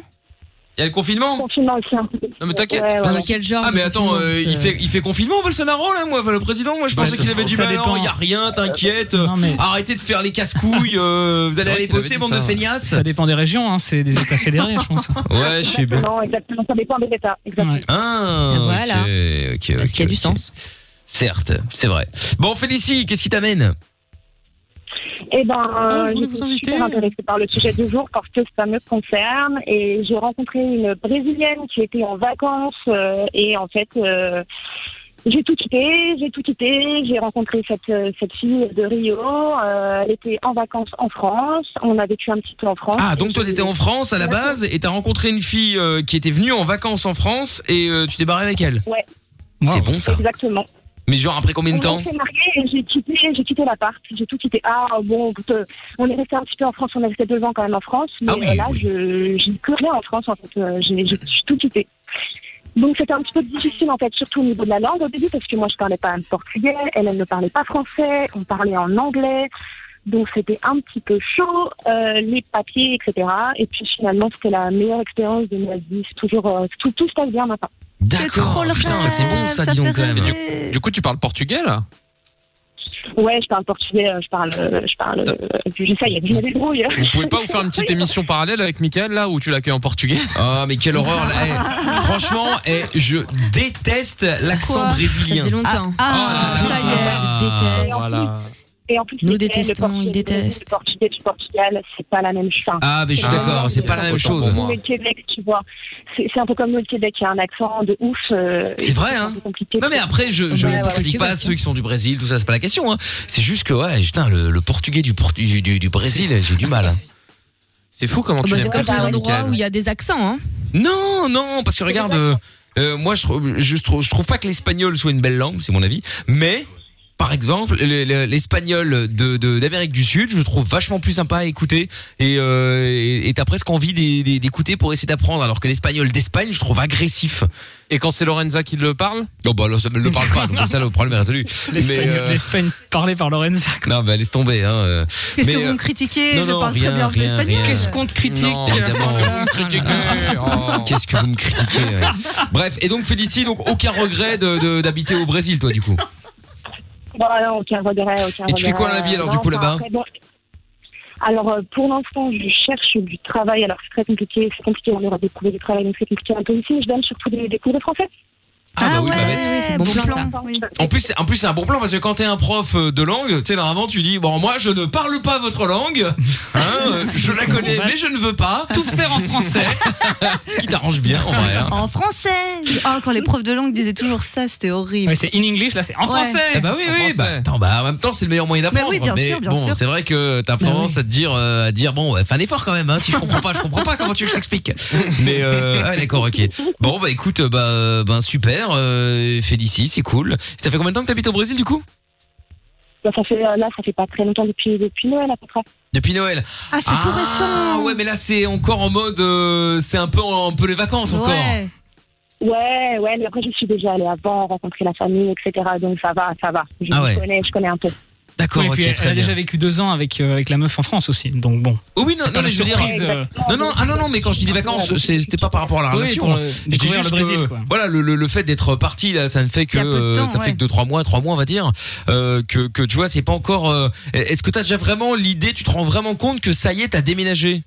Il y a le confinement Confinement aussi un peu. Non, mais t'inquiète. Ouais, ouais, Bah, ouais. quel genre ah mais de attends, confinement, euh, parce que- il fait il fait confinement Bolsonaro là moi le président moi je Bah, pensais ça- qu'il avait ça du mal dépend. il y a rien t'inquiète Non, mais- arrêtez de faire les casse-couilles euh, vous allez vrai aller qu'il avait bosser dit bande ça, de ouais. feignasses Ça dépend des régions, hein, c'est des États fédérés, je pense. Ouais, je suis bien. Non, exactement, ça dépend des états. Exactement. Ouais. Ah, Voilà. ok, ok, Parce ok, qu'il y a du ok. sens. Certes, c'est vrai. Bon, Félicie, qu'est-ce qui t'amène Eh ben, Oh, je voulais je vous suis inviter. super intéressée par le sujet du jour parce que ça me concerne et j'ai rencontré une brésilienne qui était en vacances euh, et en fait euh, j'ai tout quitté, j'ai tout quitté, j'ai rencontré cette euh, cette fille de Rio, euh, elle était en vacances en France, on a vécu un petit peu en France. Ah, donc toi, Et t'étais en France à la base et t'as rencontré une fille euh, qui était venue en vacances en France et euh, tu t'es barré avec elle Ouais. C'est bon ça. Exactement. Mais genre après combien de on temps s'est mariés et j'ai quitté, j'ai quitté l'appart, j'ai tout quitté. Ah bon, écoute, euh, on est resté un petit peu en France, on est resté deux ans quand même en France, mais Ah oui, euh, là oui. je j'ai plus rien en France en fait, euh, j'ai j'ai- j'ai tout quitté. Donc c'était un petit peu difficile en fait, surtout au niveau de la langue au début, parce que moi je parlais pas un portugais, elle, elle ne parlait pas français, on parlait en anglais. Donc c'était un petit peu chaud, euh, les papiers, etc. Et puis finalement c'était la meilleure expérience de ma vie. C'est toujours euh, tout, tout se passe bien maintenant. C'est trop D'accord. le Putain, rêve, c'est bon ça, dis fait donc quand même. rêver. Du coup, tu parles portugais là Ouais, je parle portugais, euh, je parle, euh, je parle, euh, j'essaye, je me débrouille. Vous pouvez pas vous faire une petite émission parallèle avec Michael là où tu l'accueilles en portugais Ah, mais quelle horreur là. Eh, Franchement, eh, je déteste l'accent Quoi Ça brésilien. Ah, faisait longtemps. Ah, Oh là ça y est. là. Je déteste. Voilà. Et en plus, Nous c'est- détestons, le ils portugais du Brésil, détestent. Le portugais du Portugal, c'est pas la même chose. Ah, mais je suis Ah, d'accord, c'est pas la autant même pour chose. moi. Le Québec, tu vois, c'est c'est un peu comme nous, le Québec, il y a un accent de ouf. euh, C'est et vrai, un hein. peu compliqué. Non mais après je je Ouais, ouais, critique ouais, pas Québec, ceux qui sont du Brésil tout ça c'est pas la question hein. C'est juste que ouais putain le, le portugais du, Portu- du, du- du Brésil j'ai du mal. hein. C'est fou comment Ah tu bah, n'aimes c'est pas comme le ces accent de endroits Michael. où il y a des accents. Hein. Non non parce que regarde euh, euh, moi je trouve je trouve je trouve pas que l'espagnol soit une belle langue c'est mon avis mais par exemple le- le- l'espagnol de de- d'Amérique du Sud je trouve vachement plus sympa à écouter et euh, et- et t'as presque envie d'é- d'é- d'écouter pour essayer d'apprendre alors que l'espagnol d'Espagne je trouve agressif. Et quand c'est Lorenza qui le parle Non bah là, ça ne le parle pas donc comme ça le problème est résolu. L'Espagne Mais, euh, l'Espagne parlée par Lorenza. Non bah laisse tomber hein. euh. Qu'est-ce Mais, que euh, vous me critiquez non, Je non, parle rien, très bien rien, rien. l'espagnol. Qu'est-ce qu'on te critique Non, évidemment. critiquer. Oh. Qu'est-ce que vous me critiquez ouais. Bref, et donc Félicie, donc aucun regret de- de- d'habiter au Brésil, toi, du coup. Bon, alors, aucun regret, aucun Et tu fais regret. quoi dans la vie, alors, Non, du coup, enfin, là-bas après, bon, Alors, euh, pour l'instant, je cherche du travail. Alors, c'est très compliqué. C'est compliqué. On aura découvert du travail, donc c'est compliqué un peu ici. Mais je donne surtout des, des cours de français. bah Ah oui, bah bête. oui, ouais, c'est bon plan, ça. oui. En plus, c'est- en plus, c'est un bon plan parce que quand t'es un prof euh, de langue, tu sais, normalement, tu dis bon, moi, je ne parle pas votre langue, hein, euh, je la connais, mais je ne veux pas. Tout faire en français. Ce qui t'arrange bien, en vrai. hein. En français Ah, quand les profs de langue disaient toujours ça, c'était horrible. Ouais, c'est in English, là c'est en Ouais. français. Ah bah oui, En oui, français. bah, attends, bah, en même temps, c'est le meilleur moyen d'apprendre. Bah oui, bien sûr, bien bon, sûr. Bah c'est vrai que t'as tendance oui. à te dire, euh, à dire, bon, ouais, fais un effort quand même, hein, si je comprends pas, je comprends pas, comment tu veux que je t'explique Mais, euh, ah, d'accord, ok. Bon, bah, écoute, bah, euh, ben, super, euh, Félicie, c'est cool. Ça fait combien de temps que t'habites au Brésil, du coup? Bah, ça fait, euh, là, ça fait pas très longtemps depuis, depuis Noël, à peu près. Depuis Noël. Ah, c'est tout Ah, récent. ouais, mais là, c'est encore en mode, euh, c'est un peu, un peu les vacances encore. Ouais. Ouais, ouais, mais après, je suis déjà allée avant, rencontrer la famille, etc. Donc, ça va, ça va. Je Ah me ouais. connais, je connais un peu. D'accord, Oui, et ok, puis elle, très elle a bien. déjà vécu deux ans avec, euh, avec la meuf en France aussi, donc bon. Oh oui, C'est non, non, pas mais la je veux dire. surprise, euh, Non, non, ah non, non, mais quand je dis des vacances, c'est- c'était pas par rapport à la Oui, relation. pour, hein. euh, je dis découvrir juste le Brésil, que, quoi. voilà, le, le, le fait d'être parti, là, ça ne fait Il que, y a peu de euh, temps, ça fait ouais. que deux, trois mois, trois mois, on va dire, euh, que, que tu vois, c'est pas encore, euh, est-ce que t'as déjà vraiment l'idée, tu te rends vraiment compte que ça y est, t'as déménagé?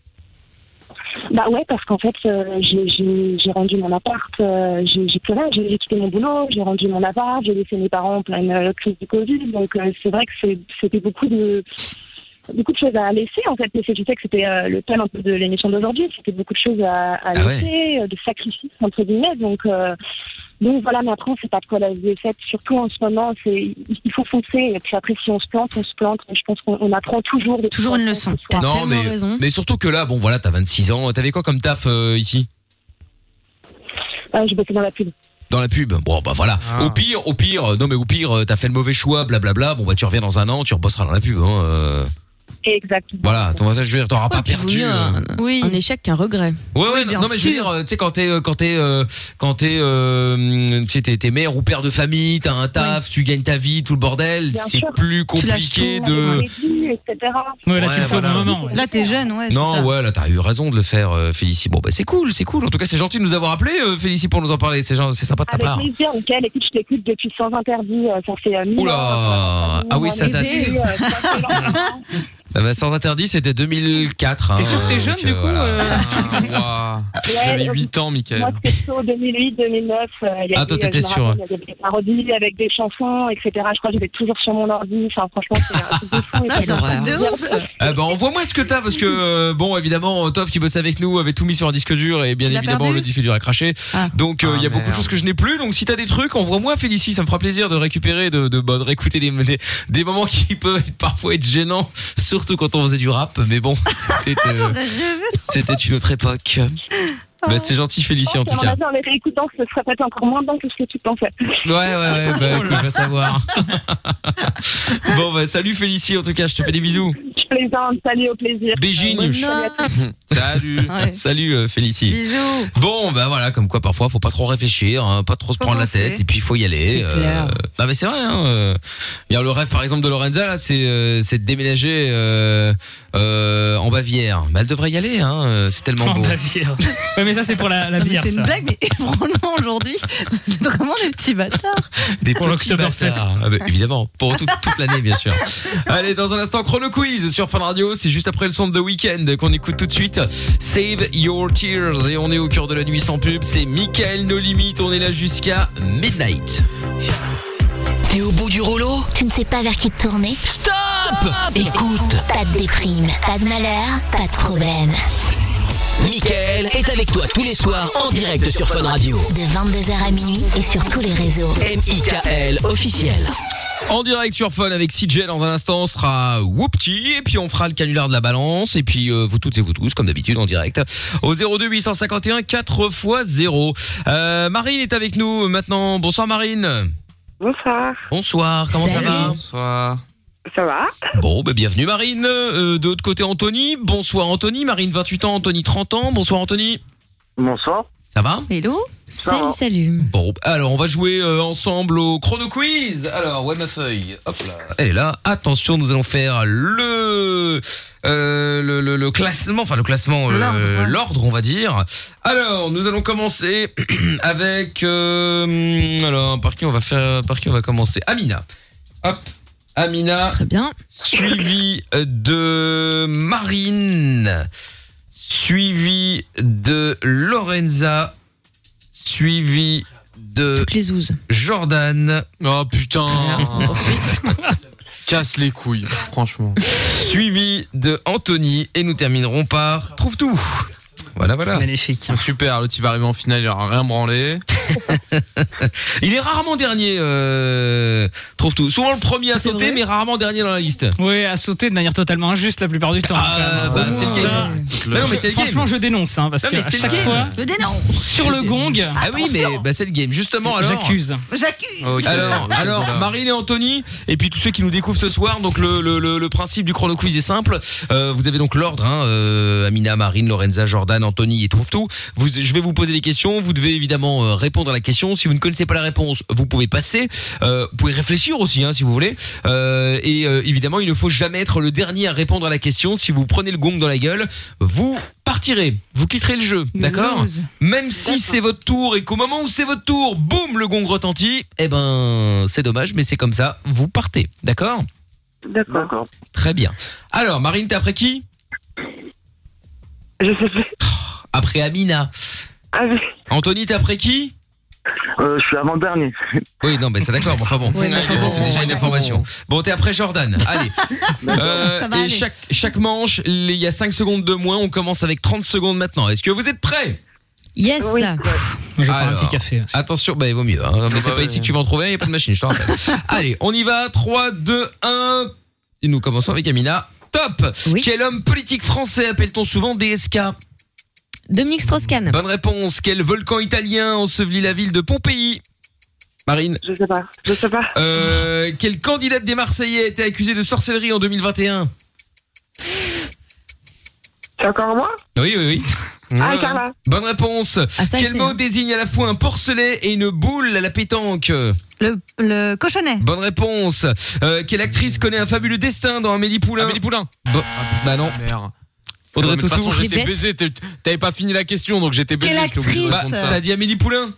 Bah ouais, parce qu'en fait, euh, j'ai- j'ai j'ai rendu mon appart, euh, j'ai j'ai plus rien, j'ai j'ai quitté mon boulot, j'ai rendu mon appart, j'ai laissé mes parents en pleine euh, crise du Covid. Donc euh, c'est vrai que c'est- c'était beaucoup de beaucoup de choses à laisser en fait. Mais c'est- je sais que c'était euh, le thème un peu de l'émission d'aujourd'hui. C'était beaucoup de choses à, Ah à laisser, euh, de sacrifices entre guillemets. Donc euh, donc voilà, mais après on sait pas de quoi la vie est faite. Surtout en ce moment, c'est il faut foncer. Et puis après, si on se plante, on se plante. Mais je pense qu'on on apprend toujours de toujours une leçon. non, mais, mais surtout que là, bon, voilà, t'as 26 ans, t'avais quoi comme taf, euh, ici? je bossais dans la pub. Dans la pub. Bon, bah voilà. Au pire, au pire, euh, non, mais au pire, euh, t'as fait le mauvais choix, blablabla. Bon, bah, tu reviens dans un an, tu rebosseras dans la pub, hein, euh, Exactement. Voilà, ton message, je veux dire, t'auras pas perdu. euh, un échec qu'un regret. Ouais, ouais, non, hein. bien non, mais je veux sûr. dire, euh, tu sais, quand t'es, euh, quand t'es, euh, quand t'es, euh, tu sais, t'es, t'es mère ou père de famille, t'as un taf, tu gagnes ta vie, tout le bordel, Bien c'est sûr. plus compliqué de. etc. Ouais, là, tu le fais au bon moment, Là, t'es jeune, ouais. c'est Non, ça. ouais, là, t'as eu raison de le faire, euh, Félicie. Bon, bah, c'est cool, c'est cool. En tout cas, c'est gentil de nous avoir appelé, euh, Félicie, pour nous en parler. C'est, gen- c'est sympa de ta Avec part. plaisir, Mickaël. Écoute, je t'écoute depuis sans interdit. euh, Ça fait euh, mille ans. Oula Ah oui, ça date. Depuis, euh, Ah bah, sans interdit, c'était 2004. T'es sûr que t'es jeune, euh du coup J'avais 8 ans, Michael. Moi, c'était plutôt 2008, 2009. euh, il y Ah, avait, toi, t'étais euh, je me sûr, rappelle, Il y avait des parodies avec des chansons, etc. Je crois que j'étais toujours sur mon ordi. Enfin, franchement, c'est un truc de fou. Et puis, c'est un truc de ouf. Eh ben, envoie-moi ce que t'as parce que euh, bon, évidemment, euh, Toff qui bossait avec nous avait tout mis sur un disque dur et bien Tu l'as évidemment perdu le disque dur a craché. Ah. Donc euh, il y a beaucoup de choses que je n'ai plus. Donc si t'as des trucs, envoie-moi Félicie, ça me fera plaisir de récupérer, de de, bah, de réécouter des, des des moments qui peuvent être, parfois être gênants, surtout quand on faisait du rap. Mais bon, c'était euh, c'était une autre époque. Bah, c'est gentil Félicie en Et à tout mon cas. avis, en les réécoutant, ce serait peut-être encore moins bon que ce que tu pensais. Ouais ouais ouais, bah, écoute, on va savoir. bon bah salut Félicie en tout cas, je te fais des bisous. Je plaisante. Salut, au plaisir. Euh, Bégigne. Salut à tous. Salut. Salut euh, Félicie. Bisous. Bon bah voilà comme quoi parfois faut pas trop réfléchir, hein, pas trop se prendre la tête et puis il faut y aller. euh, C'est clair. Non mais c'est vrai. Hein, euh, il y a le rêve par exemple de Lorenza là, c'est euh, c'est de déménager euh, euh, en Bavière. Bah, elle devrait y aller. Hein, euh, c'est tellement En beau. Bavière. Ouais, mais ça, c'est pour la, la Non, mais bière. C'est une ça. blague, mais franchement, aujourd'hui, c'est vraiment des petits bâtards. Des Pour petits l'Oktoberfest. bâtards. Ah bah, évidemment, pour toute, toute l'année, bien sûr. Allez, dans un instant, chrono quiz sur Fun Radio. C'est juste après le son de The Weeknd qu'on écoute tout de suite. Save Your Tears. Et on est au cœur de la nuit sans pub. C'est Michael No Limit. On est là jusqu'à midnight. T'es au bout du rouleau Tu ne sais pas vers qui te tourner Stop, Écoute Pas de déprime, pas de malheur, pas de problème. Michael est avec toi tous les soirs en direct sur Fun Radio. De 22h à minuit et sur tous les réseaux. M.I.K.L. officiel. En direct sur Fun avec CJ dans un instant on sera Whoopty et puis on fera le canular de la balance et puis euh, vous toutes et vous tous comme d'habitude en direct au 02 851 4 x 0. Euh, Marine est avec nous maintenant. Bonsoir Marine. Bonsoir. Bonsoir, comment Salut. ça va Bonsoir. Ça va Bon, bah, bienvenue Marine. Euh, de l'autre côté Anthony. Bonsoir Anthony. Marine 28 ans, Anthony 30 ans. Bonsoir Anthony. Bonsoir. Ça va Hello Salut, salut. Bon, alors on va jouer euh, ensemble au chrono quiz. Alors, ouais ma feuille. Hop là. Elle est là. Attention, nous allons faire le euh, le, le- le classement, enfin le classement, euh, l'ordre, on va dire. Alors, nous allons commencer avec euh, alors par qui on va faire, par qui on va commencer Amina. Hop, Amina. Très bien. Suivi de Marine, suivi de Lorenza, suivi de Jordan. Oh putain. Casse les couilles, franchement. suivi de Anthony et nous terminerons par Trouve tout. Voilà, voilà. Magnifique. Super, l'autre il va arriver en finale, il aura rien branlé. Il est rarement dernier, euh, Trouve tout. Souvent le premier à sauter, mais rarement dernier dans la liste. Oui, à sauter de manière totalement injuste la plupart du temps. hein, Ah, bah, c'est le game. Mais non, mais c'est le game. Franchement, je dénonce, hein, parce Non, que mais à c'est le chaque game. fois, Je dénonce. sur le gong. Ah oui, mais bah, c'est le game. Justement, alors. J'accuse. J'accuse. Ok, alors, ok, alors voilà. Marine et Anthony, et puis tous ceux qui nous découvrent ce soir, donc le, le, le, le principe du chrono quiz est simple. Euh, vous avez donc l'ordre, hein, euh, Amina, Marine, Lorenza, Jordan, Anthony et trouve tout. Vous, je vais vous poser des questions. Vous devez évidemment euh, répondre à la question. Si vous ne connaissez pas la réponse, vous pouvez passer. Euh, vous pouvez réfléchir aussi, hein, si vous voulez. Euh, et euh, évidemment, il ne faut jamais être le dernier à répondre à la question. Si vous prenez le gong dans la gueule, vous partirez. Vous quitterez le jeu, d'accord loose. Même si c'est votre tour et qu'au moment où c'est votre tour, boum, le gong retentit. Eh ben, c'est dommage, mais c'est comme ça. Vous partez, d'accord D'accord. Très bien. Alors, Marine, t'es après qui Je sais plus. Après Amina. Anthony, t'es après qui Euh, Je suis avant-dernier. Oui, non, mais c'est d'accord, mais enfin bon. Ouais, mais enfin Bon, bon. c'est déjà une information. Bon, t'es après Jordan. Allez. Euh, Ça va et aller. chaque, chaque manche, il y a 5 secondes de moins. On commence avec 30 secondes maintenant. Est-ce que vous êtes prêts Yes. je vais prendre un petit café. Attention, bah, il vaut mieux. hein. mais c'est bah, pas ouais. ici que tu vas en trouver, il n'y a pas de machine, je te rappelle. Allez, on y va. 3, 2, 1. Et nous commençons avec Amina. Top Quel homme politique français appelle-t-on souvent DSK Dominique Strauss-Kahn. Bonne réponse. Quel volcan italien ensevelit la ville de Pompéi Marine Je sais pas. Je sais pas. Euh, quelle candidate des Marseillais a été accusée de sorcellerie en 2021 C'est encore moi Oui, oui, oui. Ah, Carla. Bonne réponse. ça, Quel c'est- mot désigne à la fois un porcelet et une boule à la pétanque Le, le cochonnet. Bonne réponse. Euh, quelle actrice connaît un fabuleux destin dans Amélie Poulain Amélie Poulain. bah non. Audrey Ouais, mais de toute Tautou. façon, Les j'étais bêtes. baisé. t'es- T'avais pas fini la question, donc j'étais baisé. Quelle j'étais obligé de actrice répondre ça. Bah, t'as dit Amélie Poulain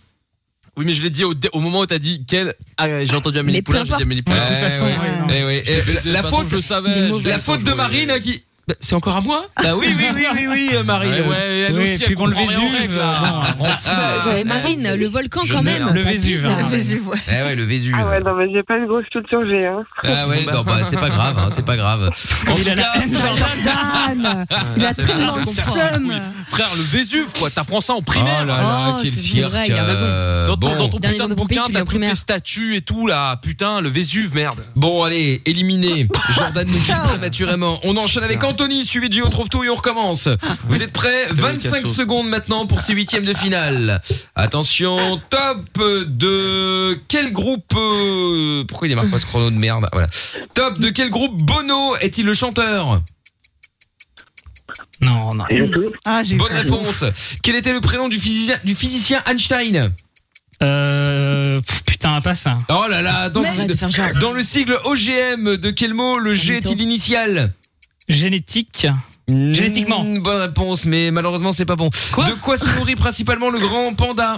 Oui, mais je l'ai dit au, dé- au moment où t'as dit quelle. Ah, ouais, j'ai entendu Amélie Mais Poulain, peu importe. j'ai dit Amélie Poulain. Ouais, de toute façon, ouais, ouais, non. Eh oui, eh, Je- la- de toute la façon, faute- je le savais. La je l'ai faute entendu. de Marine hein, qui. Bah, C'est encore à moi Bah oui, oui, oui, oui, oui, euh, Marine. Ouais, ouais, elle aussi, elle comprend rien aux règles, là. Ouais, Marine, le volcan Ah, je quand mets même. là. Le pas plus, Vésuve, là. hein. Le Vésuve, Eh ouais, le Vésuve. Ah ouais, non, mais j'ai pas une grosse culture G, hein. Ah ouais, non, bah, c'est pas grave, hein, c'est pas grave. En tout cas, Jordan Il a très Ah, mal comme ça, somme. Frère, le Vésuve, quoi. T'apprends ça en primaire. Oh là là, Oh, quel c'est cirque, vrai, il a raison. euh, Dans ton, bon. dans ton Dernier putain de bouquin, t'as toutes tes statues et tout, là. Putain, le Vésuve, merde. Bon, allez, éliminé. Jordan nous quitte prématurément. On enchaîne Ah. avec Anthony, suivi de Gio trouve tout et on recommence. Ah. Vous êtes prêts 25 secondes maintenant pour ces huitièmes de finale. Attention, top de quel groupe euh, Pourquoi il démarre pas ce chrono de merde Voilà. Top de quel groupe Bono est-il le chanteur Non, non. Ah, j'ai eu Bonne peur. réponse. Quel était le prénom du physicien, du physicien Einstein Euh, pff, putain, passe. Oh là là, dans, Arrête de faire genre. dans le sigle OGM, de quel mot le G est-il initial Génétique. Génétiquement. Mm, Bonne réponse, mais malheureusement c'est pas bon. de quoi se nourrit principalement le grand panda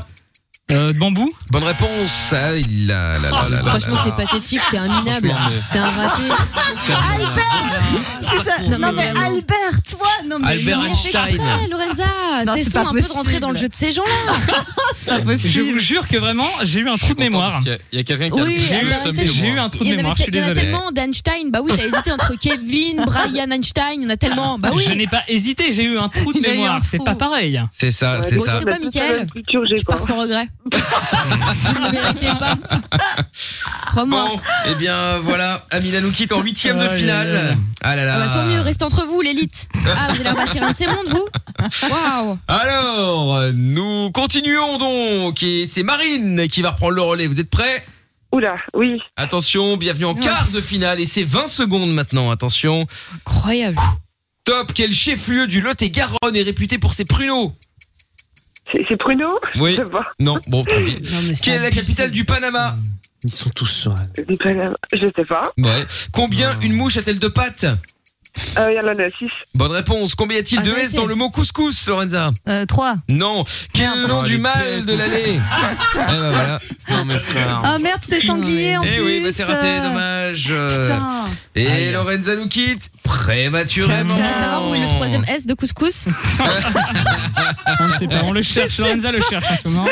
euh, Bambou. Bonne réponse. Ah, il a- là, là, là, là, là, Oh, Franchement, là. c'est pathétique, t'es un minable, Franchement, mais- t'es un raté. C'est ça. Non, mais Albert, toi Non, mais Ah, Albert non. Einstein. Ouais, Eh, Lorenza, Non, c'est c'est son pas un peu de rentrer possible. dans le jeu de ces Ah, gens-là. Je vous jure que vraiment, j'ai eu un trou de mémoire. Il y a- il y a quelqu'un qui a le Oui, plus j'ai de eu, somme j'ai que moi. eu un trou de Il y en avait mémoire, je suis te- il y en a désolé. tellement d'Einstein. Bah oui, t'as hésité entre Kevin, Brian Einstein, il y en a tellement. Bah oui. Je n'ai pas hésité, j'ai eu un trou de Il a eu un mémoire, c'est trou. pas pareil. C'est ça, Bon, tu sais quoi, Mickaël Je pars sans regret. Vous ne le méritez pas. Crois-moi. Bon, eh bien voilà, Amina nous quitte en huitième de Aïe, aïe, finale. aïe. Ah là Ah bah, tant là. mieux, restez entre vous, l'élite. Ah, vous allez repartir un de ces mondes, vous Waouh Alors, euh, nous continuons donc et c'est Marine qui va reprendre le relais. Vous êtes prêts Oula, oui. Attention, bienvenue en quart de finale et c'est 20 secondes maintenant. Attention. Incroyable. Top, quel chef-lieu du Lot-et-Garonne est réputé pour ses pruneaux C'est c'est Pruno Oui. Je sais pas. Non, bon, tant pis. c'est Quelle est la capitale du Panama Ils sont tous sur Du Panama. Je sais pas. Ouais. Combien une mouche a-t-elle de pattes Euh, Il y en a 6. Bonne réponse. Combien y a-t-il Ah, de ça, S c'est- dans le mot couscous, Lorenza Euh, Trois. Non. Quel est le nom Oh, du les mâle têtes, de l'allée Eh ben voilà. Non, mais frère. Ah merde, c'était sanglier en Eh oui, plus. bah c'est raté, euh. dommage. Euh, Putain. Et Aïe. Lorenza nous quitte prématurément. Je voudrais savoir où est le troisième S de couscous. On ne sait pas, on le cherche, Lorenza le cherche en ce moment.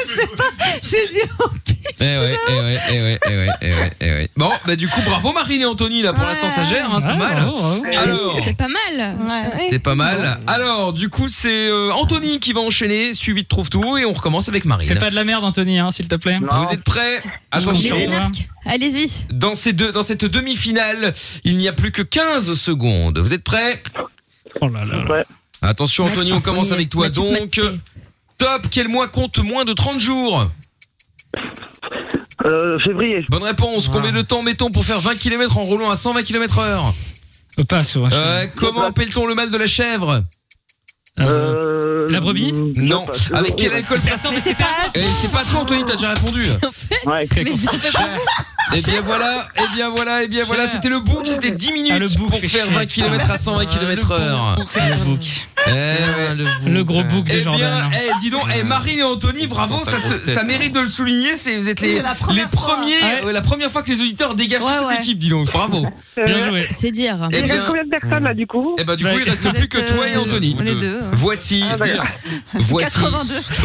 J'ai dit Eh ouais, eh ouais, eh ouais, eh ouais, eh ouais, eh ouais. Bon, bah du coup, bravo Marine et Anthony, là, pour l'instant ça gère, hein, c'est pas mal. Oh. Alors, C'est pas mal. Ouais. c'est pas mal. Alors, du coup, c'est euh, Anthony qui va enchaîner, suivi de Trouve-Tout, et on recommence avec Marine. Fais pas de la merde, Anthony, hein, s'il te plaît. Vous êtes prêts Attention. Les énarques, allez-y. Dans, ces deux, dans cette demi-finale, il n'y a plus que 15 secondes. Vous êtes prêts Oh là là. là. Attention Anthony, on commence avec toi. Donc, top, quel mois compte moins de 30 jours février. Bonne réponse. Combien de temps mettons pour faire 20 km en roulant à 120 km heure Passe, ouais. Euh, Comment appelle-t-on le mal de la chèvre Euh, La brebis Non. Avec quel alcool ça Attends, mais c'est pas Eh, c'est pas toi, Anthony, t'as déjà répondu. Ouais. Mais vous en faites pas Eh bien voilà, eh bien voilà, eh bien voilà, c'était le book, c'était Ah, 10 minutes pour faire 20 km à 120 km heure. Le book. Ah, Le gros book de Eh bien, Jordan. hein. eh, dis donc, eh, Marie et Anthony, bravo, ça, se- ça mérite de le souligner. C'est, vous êtes les, les premiers, euh, la première fois que les auditeurs dégagent toute cette équipe, dis donc, bravo. Euh, C'est dire. Eh bien- combien de personnes là du coup Ah, Eh ben du coup, il reste plus que toi et Anthony. Voici, Ah, voici,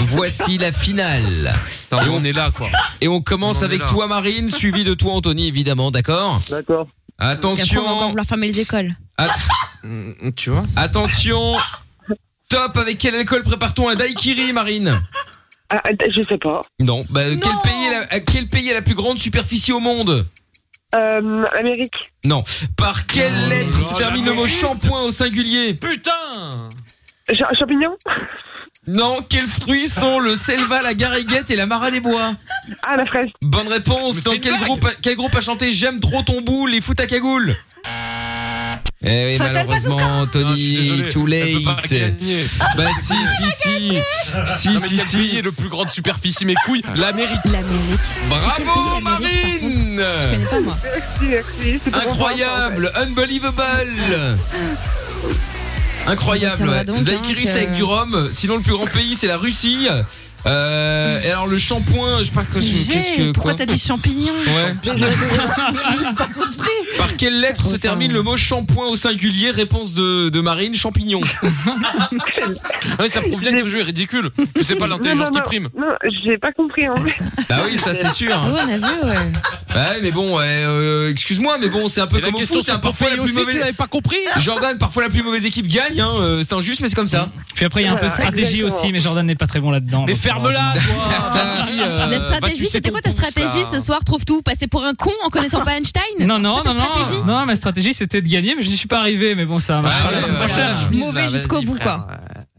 voici la finale. Attends, on est là, quoi. Et on commence On en est avec là. toi, Marine, suivi de toi, Anthony, évidemment, d'accord D'accord. Et après, on va encore Attention, vouloir fermer les écoles. Mm, tu vois attention. Top, avec quel alcool prépare-t-on un daiquiri, Marine Ah, Je sais pas. Non, bah, Quel, pays est la, à quel pays a la plus grande superficie au monde Euh, Amérique. Non. Par quelle lettre se termine le mot shampoing au singulier Putain Cha- champignon Non, quels fruits sont le selva, la gariguette et la mara des bois Ah, la fraise. Bonne réponse. Dans c'est une quel blague. groupe, a- quel groupe a chanté J'aime trop ton bout, les foutes à cagoule Eh oui, Fatal malheureusement, Anthony, Ah, désolé, too elle peut pas late. gagner. Bah si, si, si. Si, Non, mais si, quel si. pays est le plus grande superficie, mes couilles L'Amérique. L'Amérique. Bravo, Marine Je connais pas moi. Merci, merci. C'est pour Incroyable, unbelievable On retiendra Incroyable. donc, hein, Daiquiri, que- avec du rhum. Sinon, le plus grand pays, c'est la Russie. Euh, et alors le shampoing, je sais pas que- qu'est-ce que Pourquoi quoi. t'as dit champignons Ouais. Par quelle lettre se termine le mot shampoing au singulier Réponse de, de Marine, champignon. Ah oui, ça prouve bien que ce jeu est ridicule. Que c'est pas l'intelligence qui prime. Non, j'ai pas compris. Hein. Ah, Bah oui, ça c'est sûr. Ah ouais, on a vu, ouais. Bah oui, mais bon, ouais, euh, excuse-moi, mais bon, c'est un peu Et la comme au question, foot, c'est hein, parfois la pourquoi plus aussi, tu mauvaise. n'avais pas compris Jordan, parfois la plus mauvaise équipe gagne, hein, euh, c'est injuste, mais c'est comme ça. Puis après, il y a un peu de Voilà, stratégie exactement. aussi, mais Jordan n'est pas très bon là-dedans. Mais donc, euh, ferme-la, euh, toi bah, La stratégie, c'était quoi ta stratégie ce soir Trouve tout, passer pour un con en connaissant pas Einstein Non, non, C'est non, ta stratégie non. Non, ma stratégie c'était de gagner, mais je n'y suis pas arrivé. Mais bon, ça a marché. ouais, C'est pas ouais, ça. ouais. Mauvais jusqu'au bout, quoi.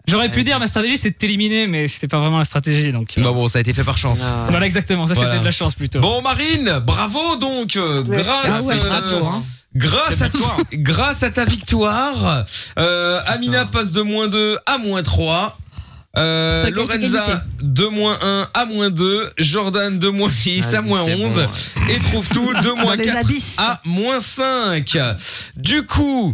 J'aurais pu dire ma stratégie c'est de t'éliminer, mais c'était pas vraiment la stratégie donc. euh, Bah bon, ça a été fait par chance. Voilà, exactement. Ça c'était Ah. Voilà. de la chance plutôt. Bon Marine, bravo donc euh, Ouais. grâce Ah ouais, euh, c'est chaud, hein. grâce à toi, grâce à ta victoire, euh, Amina passe de moins 2 à moins 3. C'est Euh, ta qualité qualité. Lorenza de moins 1 à moins 2, Jordan de moins 10 à moins 11 et trouve tout de Dans moins les 4 abysses. à moins 5. Du coup,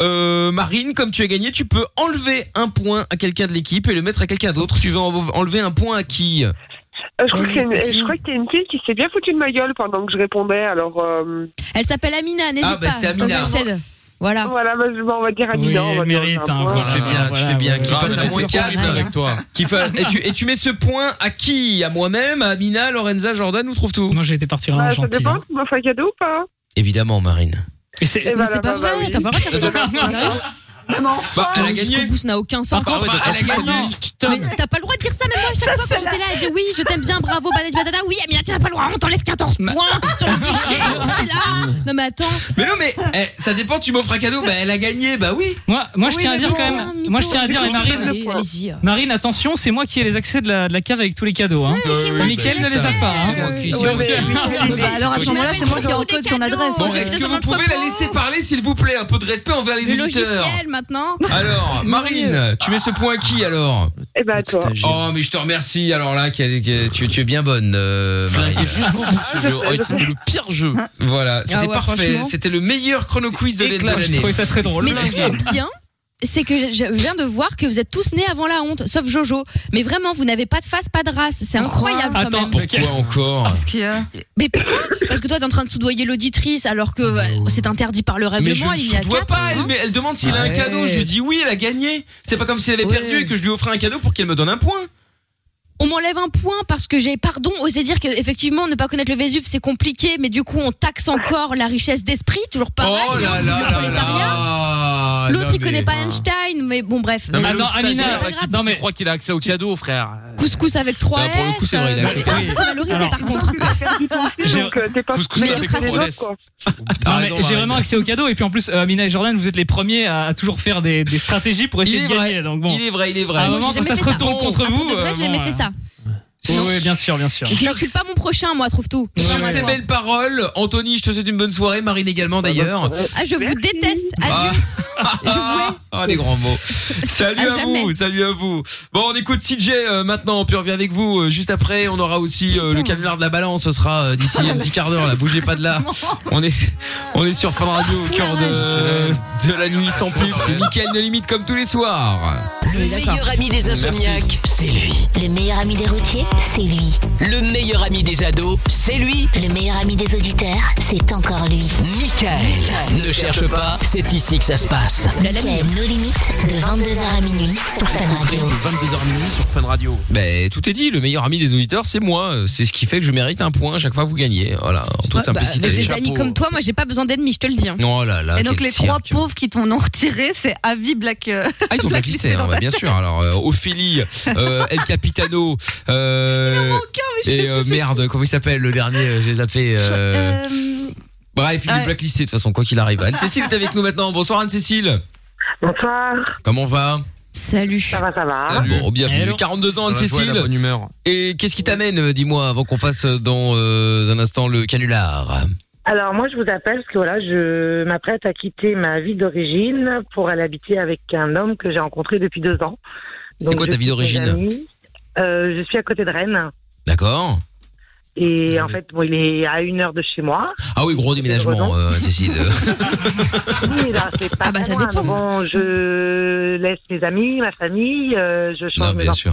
euh, Marine, comme tu as gagné, tu peux enlever un point à quelqu'un de l'équipe et le mettre à quelqu'un d'autre. Tu veux en- enlever un point à qui Euh, je, crois Vas-y, qu'il y a une- continue. je crois qu'il y a une fille qui s'est bien foutue de ma gueule pendant que je répondais. Alors euh, Elle s'appelle Amina, n'hésite Ah, bah, pas. c'est Amina. Comme hashtag. Voilà. voilà, bah, je- bah, on va dire Oui, Amina. on va elle dire mérite, un hein, point. voilà. Tu fais bien, tu fais bien. ouais, Qui ouais, passe ouais, à ouais, moins ouais, 4 ouais, avec ouais. toi. Qui fa- et, tu, et tu mets ce point à qui À moi-même, à Amina, Lorenza, Jordan ou trouve tout Moi j'ai été particulièrement Bah, ça gentil. dépend, hein. tu m'offres un cadeau ou pas Évidemment, Marine. Et c'est- Eh Mais ben, c'est là, pas bah, bah, vrai, oui. t'as pas le droit de faire ça. Ah, Sérieux Bah, elle a Jusqu'au gagné. bout, ça n'a aucun sens. Bah ouais, Ah donc, elle a gagné. Mais t'as pas le droit de dire ça, même moi, chaque fois quand j'étais là, elle dit oui, je t'aime bien, bravo, badade, badada, oui, Amina, tu n'as pas le droit, on t'enlève 14 points sur le budget, t'es là. Non, mais attends, Mais non, mais eh, ça dépend, tu m'offres un cadeau. Bah, elle a gagné, bah oui. Moi, moi je Oui, tiens à mais dire bon, quand un même. Oh, mytho. Moi je tiens à dire et Marine. allez, allez-y. Marine, attention, c'est moi qui ai les accès de la, de la cave avec tous les cadeaux. Hein. Euh, Mickaël bah, ne les a ça, pas, hein. C'est moi qui. c'est Ouais, moi qui- mais- Bah alors à ce Je moment-là, c'est moi qui m'appelle encode des son cadeaux. adresse. Bon, Je est-ce cherche que vous un pouvez la propos. laisser parler, s'il vous plaît Un peu de respect envers les Le auditeurs. logiciel maintenant. Alors, Marine, tu mets ce point à qui alors Eh ben, à toi. Oh, mais je te remercie. Alors là, quelle- quelle- tu, tu es bien bonne, euh, Marine. Flingué jusqu'au bout Ah, ce jeu. Oh, C'était le pire jeu. Voilà, c'était ouais, parfait. franchement. C'était le meilleur chrono quiz de Éclat, J'ai l'année. trouvé ça très drôle. Mais ce qui est bien, c'est que je, je viens de voir que vous êtes tous nés avant la honte, sauf Jojo. Mais vraiment, vous n'avez pas de face, pas de race. C'est incroyable quand Attends, même. Pourquoi encore Parce qu'il y a- Mais pourquoi Parce que toi, t'es en train de soudoyer l'auditrice alors que euh, c'est interdit par le Ah, bah Mais je règlement. ne il y a soudois quatre, pas, elle, hein. mais elle demande s'il a un Ouais. cadeau. Je lui dis oui, elle a gagné. C'est pas comme si elle avait Ouais. perdu et que je lui offrais un cadeau pour qu'elle me donne un point. On m'enlève un point parce que j'ai, pardon, osé dire qu'effectivement, ne pas connaître le Vésuve, c'est compliqué, mais du coup, on taxe encore la richesse d'esprit, toujours pas oh là là là là L'autre, il Ah, Non, connaît mais- pas Einstein, mais bon, bref. Ah, Non, mais Vas-y. Attends, l'autre, Amina, c'est-à-dire c'est pas qui- grave. qui croit qu'il a accès au cadeau, frère. Couscous avec 3 Bah, pour le coup, c'est vrai, il a S, fait- euh, Oui. ça, ça, c'est valorisé Alors- par contre. J'ai- Donc, euh, t'es pas Couscous t'es avec pas des contente, fraises. quoi. T'as Non, mais raison, j'ai Marine. vraiment accès aux cadeaux et puis en plus euh, Amina et Jordan vous êtes les premiers à, à toujours faire des, des stratégies pour essayer Il est de gagner vrai. donc bon Il est vrai, il est à vrai. un Ah, moi, moment j'ai quand ça jamais se fait ça. retourne contre Ah, vous pour de vrai, euh, j'ai jamais bon, fait ça. euh, oui bien sûr bien sûr Je n'occupe pas mon prochain, moi, trouve tout. Ouais, Sur ouais, ces ouais. belles paroles, Anthony, je te souhaite une bonne soirée. Marine également d'ailleurs. Ah, je vous déteste. Adieu. Ah, Ah, les grands mots. Salut À à, jamais. vous, salut à vous. Bon, on écoute CJ euh, maintenant, puis on revient avec vous. Euh, juste après, on aura aussi euh, le canular de la balance. Ce sera euh, d'ici un petit quart d'heure. Là, bougez pas de là. On est, on est sur Fun Radio au cœur de, de la nuit sans pub. C'est Mickaël Ne Limite comme tous les soirs. Le meilleur ami des insomniaques, c'est lui. Le meilleur ami des routiers, c'est lui. Le meilleur ami des ados, c'est lui. Le meilleur ami des auditeurs, c'est encore lui. Michael. Ne cherche pas, c'est ici que ça se passe. Mickaël, nos limites, de 22h à minuit sur Fun Radio. 22h sur Fun Radio. Ben, tout est dit. Le meilleur ami des auditeurs, c'est moi. Euh, C'est ce qui fait que je mérite un point. à Chaque fois, que vous gagnez. Voilà, en toute Ouais, bah, simplicité. avec des Chapeau. amis comme toi, moi j'ai pas besoin d'ennemis, je te le dis. hein. Oh là là. Et donc quel les cirque. trois pauvres qui t'en ont retiré, c'est avis black. euh, Ah, ils ont blacklisté, hein, dans ta bah, bien tête. sûr. Alors, euh, Ophélie, euh, El Capitano, euh, mais je et euh, merde, comment il s'appelle le dernier euh, J'ai zappé. Euh... Bref, il est ouais. blacklisté de toute façon, quoi qu'il arrive. Anne-Cécile est avec nous maintenant. Bonsoir Anne-Cécile. Bonsoir. Comment on va Salut. Ça va, ça va. Ah. Bon, bienvenue. Hello. 42 ans Dans la joie et Anne-Cécile. la bonne humeur. Et qu'est-ce qui t'amène, euh, dis-moi, avant qu'on fasse euh, dans euh, un instant le canular Alors moi je vous appelle parce que voilà, je m'apprête à quitter ma ville d'origine pour aller habiter avec un homme que j'ai rencontré depuis deux ans. C'est Donc, quoi je ta ville suis d'origine très amie. Euh, Je suis à côté de Rennes D'accord et en fait bon, il est à une heure de chez moi. Ah oui, gros déménagement, euh, Anne-Cécile. Oui, là, c'est pas bah, très ça loin. dépend. Bon, je laisse mes amis, ma famille, euh, je Non, change mes bien enfants sûr.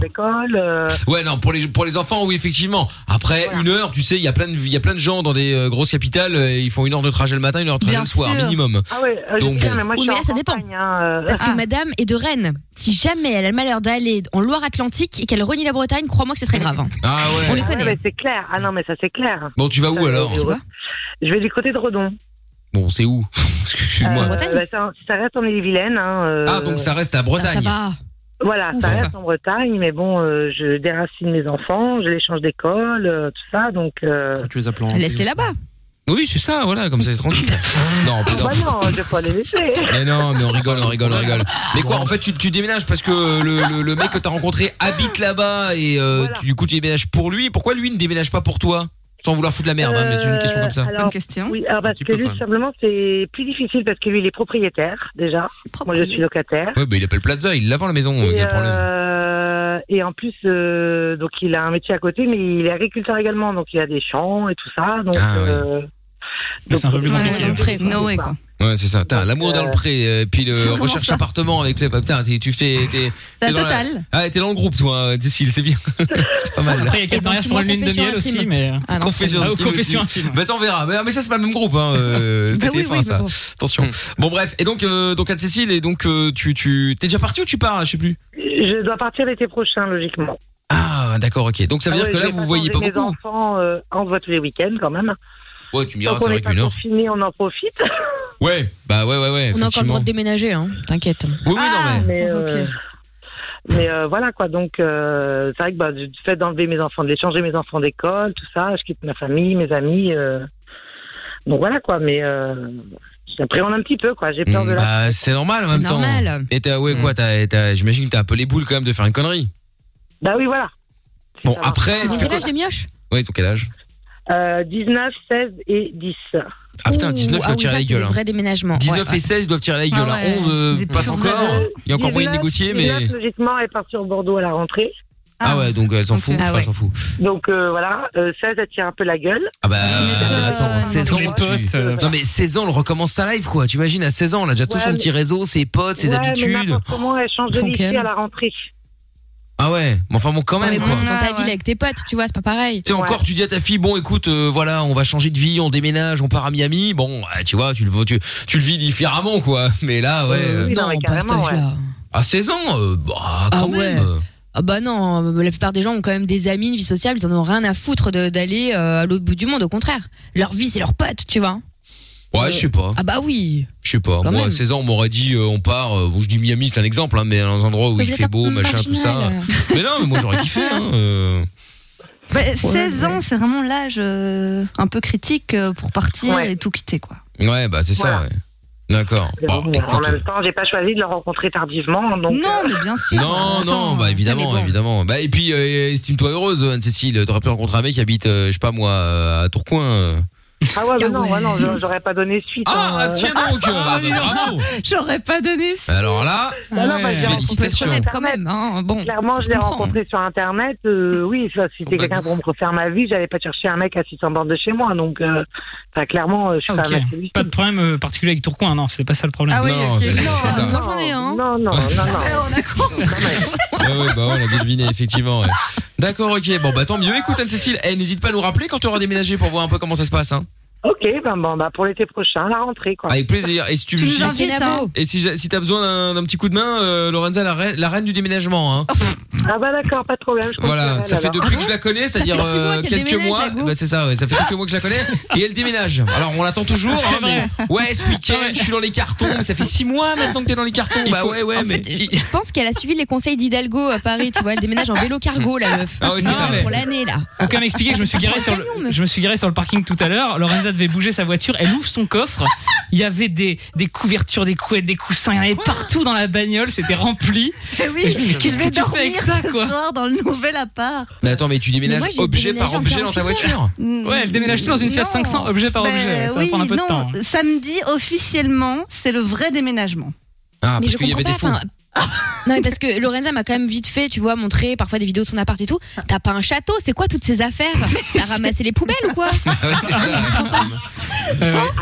d'école. euh, Ouais, non, pour les, pour les enfants, oui, effectivement. Après, une heure, tu sais, il y a plein de, il y a plein de gens dans des euh, grosses capitales, euh, ils font une heure de trajet le matin, une heure de trajet Bien le soir, sûr. minimum. Ah ouais, euh, je Donc, sais, bon. Ah. mais moi je Oui, suis mais là, en ça dépend. campagne, hein, euh, Parce que madame est de Rennes. Si jamais elle a le malheur d'aller en Loire-Atlantique et qu'elle renie la Bretagne, crois-moi que c'est très grave. hein. Ah On les ouais. Ah ouais, connaît. mais c'est clair. Ah non, mais ça c'est clair. Bon, tu vas où alors Euh, Tu vois Je vais du côté de Redon. Bon, Ah, c'est où Excuse-moi. Euh, bah, ça, ça reste en Ille-et-Vilaine. hein, euh, Ah, donc Ah, ça reste à Bretagne. Voilà, Ouf. ça reste en Bretagne, mais bon, euh, je déracine mes enfants, je les change d'école, euh, tout ça, donc. euh, Tu les appelles en- Ah, Laisse-les là-bas. Oui, c'est ça, voilà, comme ça, c'est tranquille. non, Ah plaisante. bah non, je vais pas les laisser. Mais non, mais on rigole, on rigole, on rigole. Mais quoi, en fait, tu, tu déménages parce que le, le, le mec que t'as rencontré habite là-bas et euh, tu- du coup, tu déménages pour lui. Pourquoi lui ne déménage pas pour toi Sans vouloir foutre la merde, hein, mais c'est une question comme ça. Euh, alors, Oui, alors parce que peu, lui, quand même. tout simplement, c'est plus difficile parce que lui, il est propriétaire, déjà. Moi, je suis locataire. Ouais, bah, il appelle Plaza, il l'a vend la maison, euh, Et, quel problème euh, et en plus, euh, donc il a un métier à côté, mais il est agriculteur également, donc il a des champs et tout ça. Donc, Ah, ouais. euh, C'est un peu plus compliqué. Ouais, après, quoi. No way, quoi. Ouais, c'est ça. T'as l'amour dans le pré, euh, puis le Comment recherche ça appartement avec les. Putain, t'es- tu fais. T'es La t'es dans la- totale. Ah, t'es dans le groupe, toi, Cécile, c'est bien. c'est pas mal. Après, il y a quatre mariages pour une lune de miel aussi, mais. confession, Ah, ou confession aussi. Bah, ça, on verra. Mais, mais ça, c'est pas le même groupe, hein. euh, Bah C'était oui, fin, oui, ça. mais bon. Attention. Hmm. Bon, bref. Et donc, euh, donc Anne-Cécile, et donc, euh, tu, tu, t'es déjà parti ou tu pars, hein, je sais plus. je dois partir l'été prochain, logiquement. Ah, d'accord, ok. Donc, ça veut Ah dire ouais, que là, j'ai vous voyez pas changé beaucoup. Mes enfants, euh, on se voit tous les week-ends quand même. Ouais, tu me diras, Donc, c'est on vrai est pas qu'une heure. confinés, on en profite. Ouais, bah, ouais, ouais, ouais. On a encore le droit effectivement. de déménager, hein. t'inquiète. Oui, oui, non, mais. Mais, Oh, euh, mais euh, voilà quoi, donc euh, c'est vrai que bah, du fait d'enlever mes enfants, de les changer mes enfants d'école, tout ça, je quitte ma famille, mes amis. euh, donc voilà quoi, mais euh, j'appréhende un petit peu quoi, j'ai peur de la. Bah, c'est normal en même C'est normal. temps. Et t'as, ouais, Hmm. quoi, t'as, t'as- j'imagine que t'as un peu les boules quand même de faire une connerie. Bah oui, voilà. Bon, après, Ils ont tu fais quel quoi âge les mioches Ouais, ils ont quel âge Euh, 19, 16 et 10. Ah putain, 19 Ouh, doivent ah oui, tirer ça, la c'est gueule. des hein. vrais déménagements. 19 Ouais, et ouais. 16 doivent tirer la gueule. Ah hein. ouais. 11 euh, Des passe purs encore. zadeux. Il y a encore moyen de 19, négocier, mais. 19, logiquement, elle part sur Bordeaux à la rentrée. Ah ouais, donc elle s'en fout. Ah enfin, ouais. Elle s'en fout. Donc euh, voilà, euh, 16, elle tire un peu la gueule. Ah bah, attends, 16 ans, les tu- Non mais 16 ans, on recommence sa live quoi. T'imagines à 16 ans, on a déjà tout Ouais, son mais- petit réseau, ses potes, ses Ouais, mais habitudes. n'importe Comment elle change de Son lycée calme. à la rentrée Ah ouais, mais enfin bon, quand Ouais, même mais quoi. bon, t'es dans ta ville avec tes potes, tu vois, c'est pas pareil. Tu sais, encore, tu dis à ta fille, bon, écoute, euh, voilà, on va changer de vie, on déménage, on part à Miami. Bon, ouais, tu vois, tu le, tu, tu le vis différemment, quoi. Mais là, ouais. euh, non, non, pas à cet âge-là. À 16 ans, euh, bah, quand Ah ouais. même. euh, Ah bah non, euh, la plupart des gens ont quand même des amis, une vie sociable, ils en ont rien à foutre de- d'aller euh, à l'autre bout du monde, au contraire. Leur vie, c'est leurs potes, tu vois. Ouais, je sais Oh. pas. Ah bah oui. Je sais pas. Quand Moi, même. à 16 ans, on m'aurait dit, euh, on part. euh, bon, je dis Miami, c'est un exemple, hein, mais dans un endroit où Mais il vous fait êtes beau, un machin, tout ça. marginal. Mais non, mais moi, j'aurais kiffé. Hein, euh. Bah, 16 ans, c'est vraiment l'âge euh, un peu critique euh, pour partir et tout quitter quoi. Ouais, bah, c'est ça. Voilà. Ouais. D'accord. Bon, Mais en écoute. même temps, j'ai pas choisi de le rencontrer tardivement. Donc, euh, non, mais bien Non, non, bah évidemment, évidemment. Bah et puis euh, estime-toi heureuse, Anne-Cécile. T'aurais pu rencontrer un mec qui habite, euh, je sais pas moi, euh, à Tourcoing. euh. Ah ouais, bah non, ouais, non, j'a- j'aurais pas donné suite. Ah, hein. tiens donc, euh, bah, bravo. J'aurais pas donné ça. Alors là, Ah non, bah, je l'ai rencontré sur félicitations. Internet. quand même. Bon, Clairement, ça je se l'ai comprend. rencontré sur Internet. euh, oui, ça, Oh, si c'était bah, quelqu'un pour me refaire ma vie, j'allais pas chercher un mec à 600 bornes de chez moi. Donc, euh, enfin, clairement, euh, je suis pas un mec Ah, Ok. Pas de problème euh, particulier avec Tourcoing, non, c'est pas ça le problème. Ah oui, Non, ok. c'est- c'est ça. Moi j'en ai un. Non, non, non, non. Ouais, ouais, bah ouais, on a bien deviné, effectivement. ouais. D'accord, ok. Bon, bah tant mieux. Écoute, Anne-Cécile, eh, n'hésite pas à nous rappeler quand tu auras déménagé pour voir un peu comment ça se passe. Hein. Ok, ben bon, bah pour l'été prochain, la rentrée quoi. Avec plaisir. Ah, Et si tu, Tu nous si- invites, hein. et si, j'ai- si t'as besoin d'un- d'un petit coup de main, euh, Lorenza, la, reine- la reine du déménagement. Hein. Ah bah d'accord, pas de problème. Je Voilà, comprends, ça fait alors. depuis que je la connais, Oh Ça fait c'est-à-dire six mois euh, qu'elle quelques déménage, mois. la Bah, c'est ça, ouais, ça fait quelques mois que je la connais. Et elle déménage. Alors on l'attend toujours. hein, mais ouais, ce week-end, je suis dans les cartons. Mais ça fait six mois maintenant que t'es dans les cartons. Il Bah faut- ouais, ouais, en mais. Je pense qu'elle a suivi les conseils d'Hidalgo à Paris, tu vois, elle déménage en vélo cargo la meuf. Ah oui, c'est Non, ça, ouais. Pour l'année là. Faut quand même expliquer que je me suis garé sur le, je me suis garé sur le parking tout à l'heure. Lorenza devait bouger sa voiture. Elle ouvre son coffre. Il y avait des, des couvertures, des couettes, des coussins. Il y en avait partout dans la bagnole. C'était rempli. Eh oui, Et je me dis, mais qu'est-ce je que vais tu fais avec dormir ça, ce quoi soir dans le nouvel appart. Mais attends, mais tu Mais déménages moi, j'ai objet déménagé par en Mm. objet dans ta 48 voiture. Ouais, elle déménage tout dans une Fiat 500, objet par Ben objet. Ça va oui, prendre un peu de non, temps. hein. hein. Samedi, officiellement, c'est le vrai déménagement. Ah, mais je comprends pas. enfin, ah. non mais parce que Lorenza m'a quand même vite fait, tu vois, montrer parfois des vidéos de son appart et tout. T'as pas un château, c'est quoi toutes ces affaires T'as ramassé les poubelles ou quoi Ah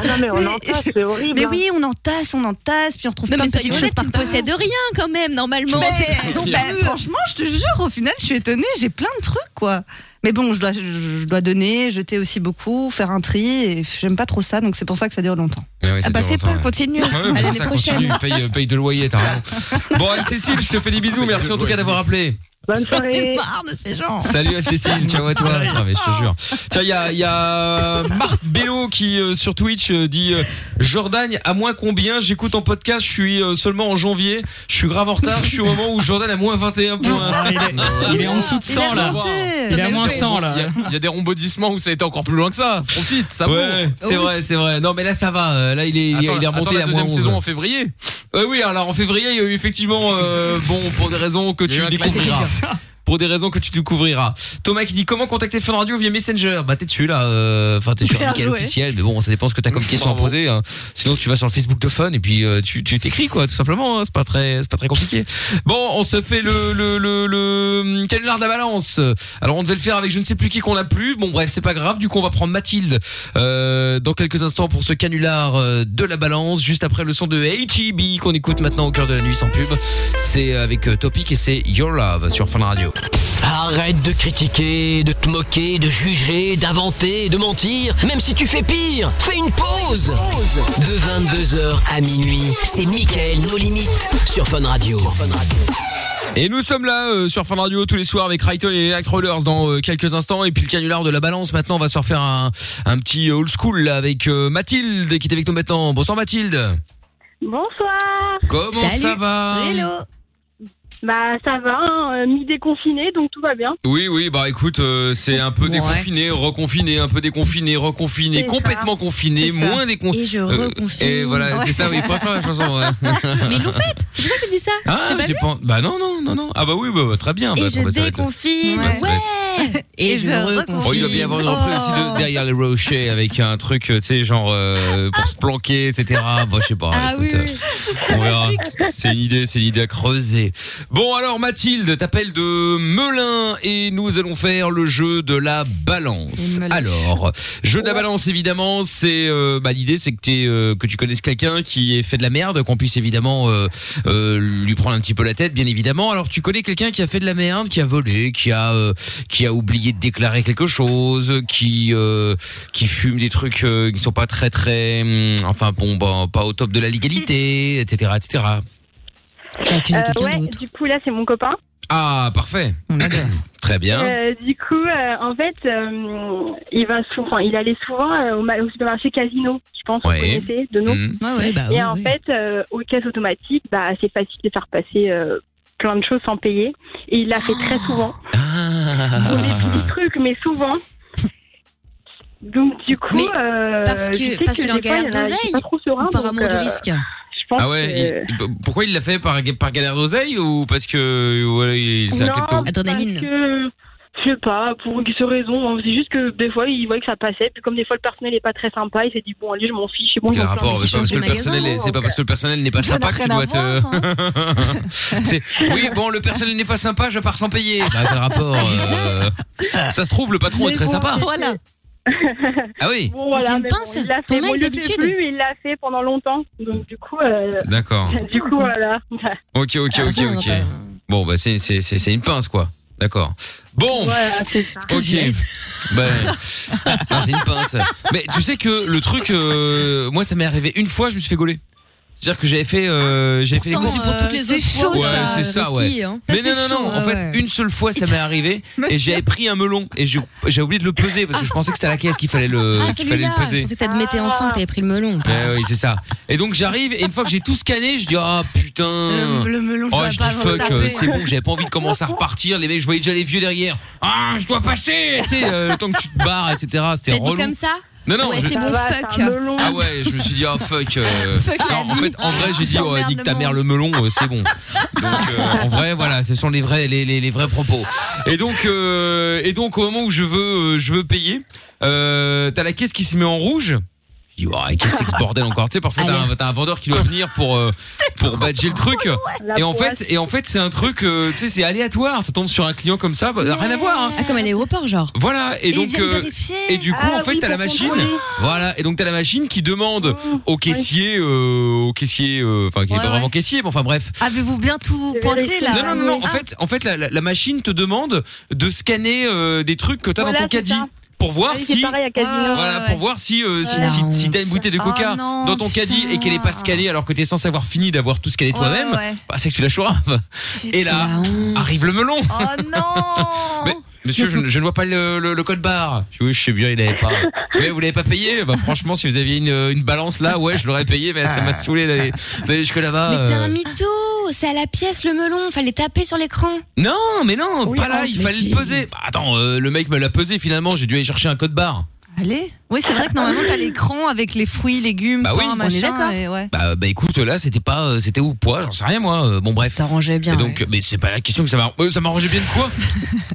non, mais on entasse, c'est horrible. Mais hein. oui, on entasse, on entasse, puis on retrouve Non plein mais de soyons petites choses honnêtes, tu par ne possèdes rien quand même normalement. Mais- C'est- donc, bah, franchement, je te jure, au final, je suis étonnée, j'ai plein de trucs, quoi. Mais bon, je dois, je, je dois donner, jeter aussi beaucoup, faire un tri, et j'aime pas trop ça, donc c'est pour ça que ça dure longtemps. Ouais, ouais, Ah ça bah, dure fais longtemps, pas, ouais. continue. Ouais, ouais, À bah, l'année c'est ça, continue, prochaine. paye, euh, paye de loyer, t'as raison. Bon, Anne-Cécile, je te fais des bisous. Merci en tout cas d'avoir appelé. Bonne soirée. marre de ces gens. Salut Anne-Cécile, ciao à toi. Non mais je te jure. Tiens, il y a, il y a Marthe Bello qui euh, sur Twitch euh, dit euh, Jordan à moins combien J'écoute en podcast, je suis euh, seulement en janvier, je suis grave en retard, je suis au moment où Jordan a moins 21 points. il est- il est en dessous de Il a 100, là. remonté. Il est à moins 100, là. Il y a- Il y a des rebondissements où ça a été encore plus loin que ça. Profite, ça Ouais, c'est vrai, c'est vrai. Non mais là ça va, euh, là il est, il est- Attends, il est remonté attends la à moins deuxième 11. saison en février. Euh, oui, alors en février, il y a eu effectivement, euh, bon, pour des raisons que Il y a eu tu un découvriras. classique. Pour des raisons que tu découvriras. Thomas qui dit comment contacter Fun Radio via Messenger Bah t'es dessus là, euh, enfin t'es sur Bien Mickaël joué. officiel, mais bon ça dépend ce que t'as comme question à Bravo. poser. hein. Sinon tu vas sur le Facebook de Fun et puis euh, tu tu t'écris quoi, tout simplement. hein. C'est pas très c'est pas très compliqué. Bon, on se fait le le le, le hum, canular de la balance. Alors on devait le faire avec je ne sais plus qui qu'on a plus. Bon bref c'est pas grave. Du coup on va prendre Mathilde euh, dans quelques instants pour ce canular euh, de la balance juste après le son de H.E.B. qu'on écoute maintenant au cœur de la nuit sans pub. C'est avec euh, Topic et c'est Your Love sur Fun Radio. Arrête de critiquer, de te moquer, de juger, d'inventer, de mentir, même si tu fais pire. Fais une pause. De 22h à minuit, c'est Mickaël nos limites sur Fun Radio. Et nous sommes là euh, sur Fun Radio tous les soirs avec Rayton et Act Rollers dans euh, quelques instants et puis le canular de la balance maintenant on va se refaire un, un petit old school là, avec euh, Mathilde qui est avec nous maintenant. Bonsoir Mathilde. Bonsoir. Comment ça va Bah ça va, hein, euh, mi-déconfiné, donc tout va bien. Oui oui bah écoute euh, c'est un peu Ouais. déconfiné, reconfiné, un peu déconfiné, reconfiné, C'est ça. complètement confiné, C'est ça. moins déconfiné. Euh, Et je reconfine. et voilà, Ouais. c'est ça oui, il faut faire la chanson. ouais. Mais Loufette, c'est pour ça que tu dis ça. Ah, C'est pas j'ai vu pas- bah non non non non. Ah bah oui bah, bah, très bien. bah, Et on je va s'arrêter là. déconfine. Ouais, c'est vrai. Ouais. Et, je, Oh. reconfine. Oh, il doit bien y avoir une reprise aussi de derrière les rochers avec un truc, euh, tu sais, genre euh, pour se planquer, etc. Bon, je sais pas. Ah oui, écoute, euh, on verra. C'est une idée, c'est une idée à creuser. Bon, alors Mathilde, t'appelles de Melun et nous allons faire le jeu de la balance. Alors, jeu de la balance évidemment, c'est euh, bah, l'idée, c'est que t'es, euh, que tu connaisses quelqu'un qui est fait de la merde, qu'on puisse évidemment euh, euh, lui prendre un petit peu la tête, bien évidemment. Alors, tu connais quelqu'un qui a fait de la merde, qui a volé, qui a euh, qui a oublié de déclarer quelque chose, qui euh, qui fume des trucs euh, qui sont pas très très, hum, enfin bon, bah, pas au top de la légalité, etc., etc. Euh, ouais, du coup là c'est mon copain. Ah, parfait. Très bien. Euh, du coup, euh, en fait, euh, il va souvent, il allait souvent euh, au, ma- au supermarché Casino, je pense, Ouais. vous connaissez, de nom. Mhm. Ouais, ouais, bah Et ouais, en ouais. fait, euh, aux caisses automatiques, bah, c'est facile de faire passer euh, plein de choses sans payer. Et il l'a fait Ah. très souvent. Pour des petits trucs, mais souvent. Donc, du coup, euh, parce que- je sais parce qu'il des en fois, galère il y en a qui d'oseille sont pas trop sereins, ou par donc, amour du euh, risque Je pense ah ouais, que- il- il- pourquoi il l'a fait par, par galère d'oseille ou parce que ouais, il s'est Non, capté au- parce que Je sais pas, pour X raison. C'est juste que des fois, il voyait que ça passait. Puis comme des fois, le personnel est pas très sympa, il s'est dit bon, allez, je m'en fiche. C'est bon, ils Quel ont plein rapport de C'est pas parce que le magasin, personnel, est- c'est pas parce que le personnel n'est pas Ça n'a sympa que tu rien à dois te. C'est- oui, bon, le personnel n'est pas sympa, je pars sans payer. hein. Bah, quel rapport euh, Ça se trouve, le patron est Mais très bon, sympa. Voilà. Ah oui. Bon, voilà, C'est une mais bon, pince, il l'a ton fait. mec Moi, il le fait d'habitude. plus, mais il l'a fait pendant longtemps. Donc, du coup, euh, D'accord. du coup, voilà. Ok, ok, ok, ok. Bon, bah, c'est c'est- c'est- c'est une pince, quoi. D'accord. Bon. Voilà, c'est ça. Ah. Ok. Ben, non, Ah, c'est une pince. Mais tu sais que le truc, euh, moi, ça m'est arrivé une fois, je me suis fait gauler. C'est-à-dire que j'avais fait, euh, j'avais fait les Pourtant, gosses. c'est pour toutes les c'est autres fois, Ouais, ça, c'est le ça, ski, ouais. hein. Mais Ça, non, non, c'est non. chaud, En fait, ouais. une seule fois, ça m'est arrivé et j'avais pris un melon et j'ai j'ai oublié de le peser parce que je pensais que c'était à la caisse qu'il fallait le, Ah, Euh, qu'il fallait celui-là, le je peser. pensais que t'admettais enfin que t'avais pris le melon. Eh oui, c'est ça. Et donc j'arrive et une fois que j'ai tout scanné, je dis ah putain. Le- le melon, je oh, dois je pas dis fuck, retaper. euh, c'est bon, j'avais pas envie de commencer à repartir. Les mecs, je voyais déjà les vieux derrière. Ah, je dois passer. Tu sais, euh, le temps que tu te barres, etc. T'as C'était dit relou. comme ça Non, non, Ouais, je- c'est bon, Ah, fuck. Ah ouais, je me suis dit ah fuck. euh, Fuck la non, en vie. fait, en vrai, j'ai dit oh, nique ta mère le melon, euh, c'est bon. Donc euh, en vrai, voilà, ce sont les vrais, les, les, les vrais propos. Et donc, euh, et donc au moment où je veux, euh, je veux payer, euh, t'as la caisse qui se met en rouge. Je dis ouais, qu'est-ce que c'est que ce bordel encore Tu sais, parfois t'as un, t'as un vendeur qui doit venir pour euh, pour badger le truc. Et en fait, et en fait, c'est un truc, euh, tu sais, c'est aléatoire. Ça tombe sur un client comme ça, bah, rien à voir. hein. Ah, comme à l'aéroport, genre. Voilà et Et ils donc viennent euh, vérifier. et du coup Ah en fait oui, t'as la pour machine contrôler. Oh, voilà et donc t'as la machine qui demande au caissier euh, au caissier euh, enfin qui est Ouais, pas ouais. vraiment caissier mais enfin bref Avez-vous bien tout pointé là non non non, non, Ah. en fait en fait la, la- la machine te demande de scanner euh, des trucs que t'as Voilà, dans ton c'est caddie ça. pour voir Oui, c'est si pareil à Casino. Ouais, voilà ouais, pour ouais. voir si euh, si, si- si t'as une bouteille de coca Oh non, dans ton caddie et qu'elle est pas scannée alors que t'es censé avoir fini d'avoir tout scanné Ouais, toi-même ouais. bah, c'est que tu la chourave et là arrive le melon Oh Mais, monsieur, je, ne- je ne vois pas le, le- le code barre. Je, dis, oui, je sais bien, il n'avait pas. Mais vous l'avez pas payé Bah franchement, si vous aviez une, euh, une balance là, ouais, je l'aurais payé, mais Ah. ça m'a saoulé d'aller d'aller jusque là-bas. Mais t'es euh. un mytho, c'est à la pièce le melon, fallait taper sur l'écran. Non, mais non, Oui, pas là, oh, il mais fallait si. le peser. Bah, attends, euh, le mec me l'a pesé finalement, j'ai dû aller chercher un code barre. Allez. Oui, c'est vrai que normalement t'as l'écran avec les fruits, légumes, Bah oui. pain, On est machin, d'accord. et ouais. Bah, bah écoute, là, c'était pas, euh, c'était au poids, j'en sais rien moi. euh, Bon bref. T'arrangeais bien. Et donc, mais c'est pas la question que ça m'a, euh, ça m'arrangeait bien de quoi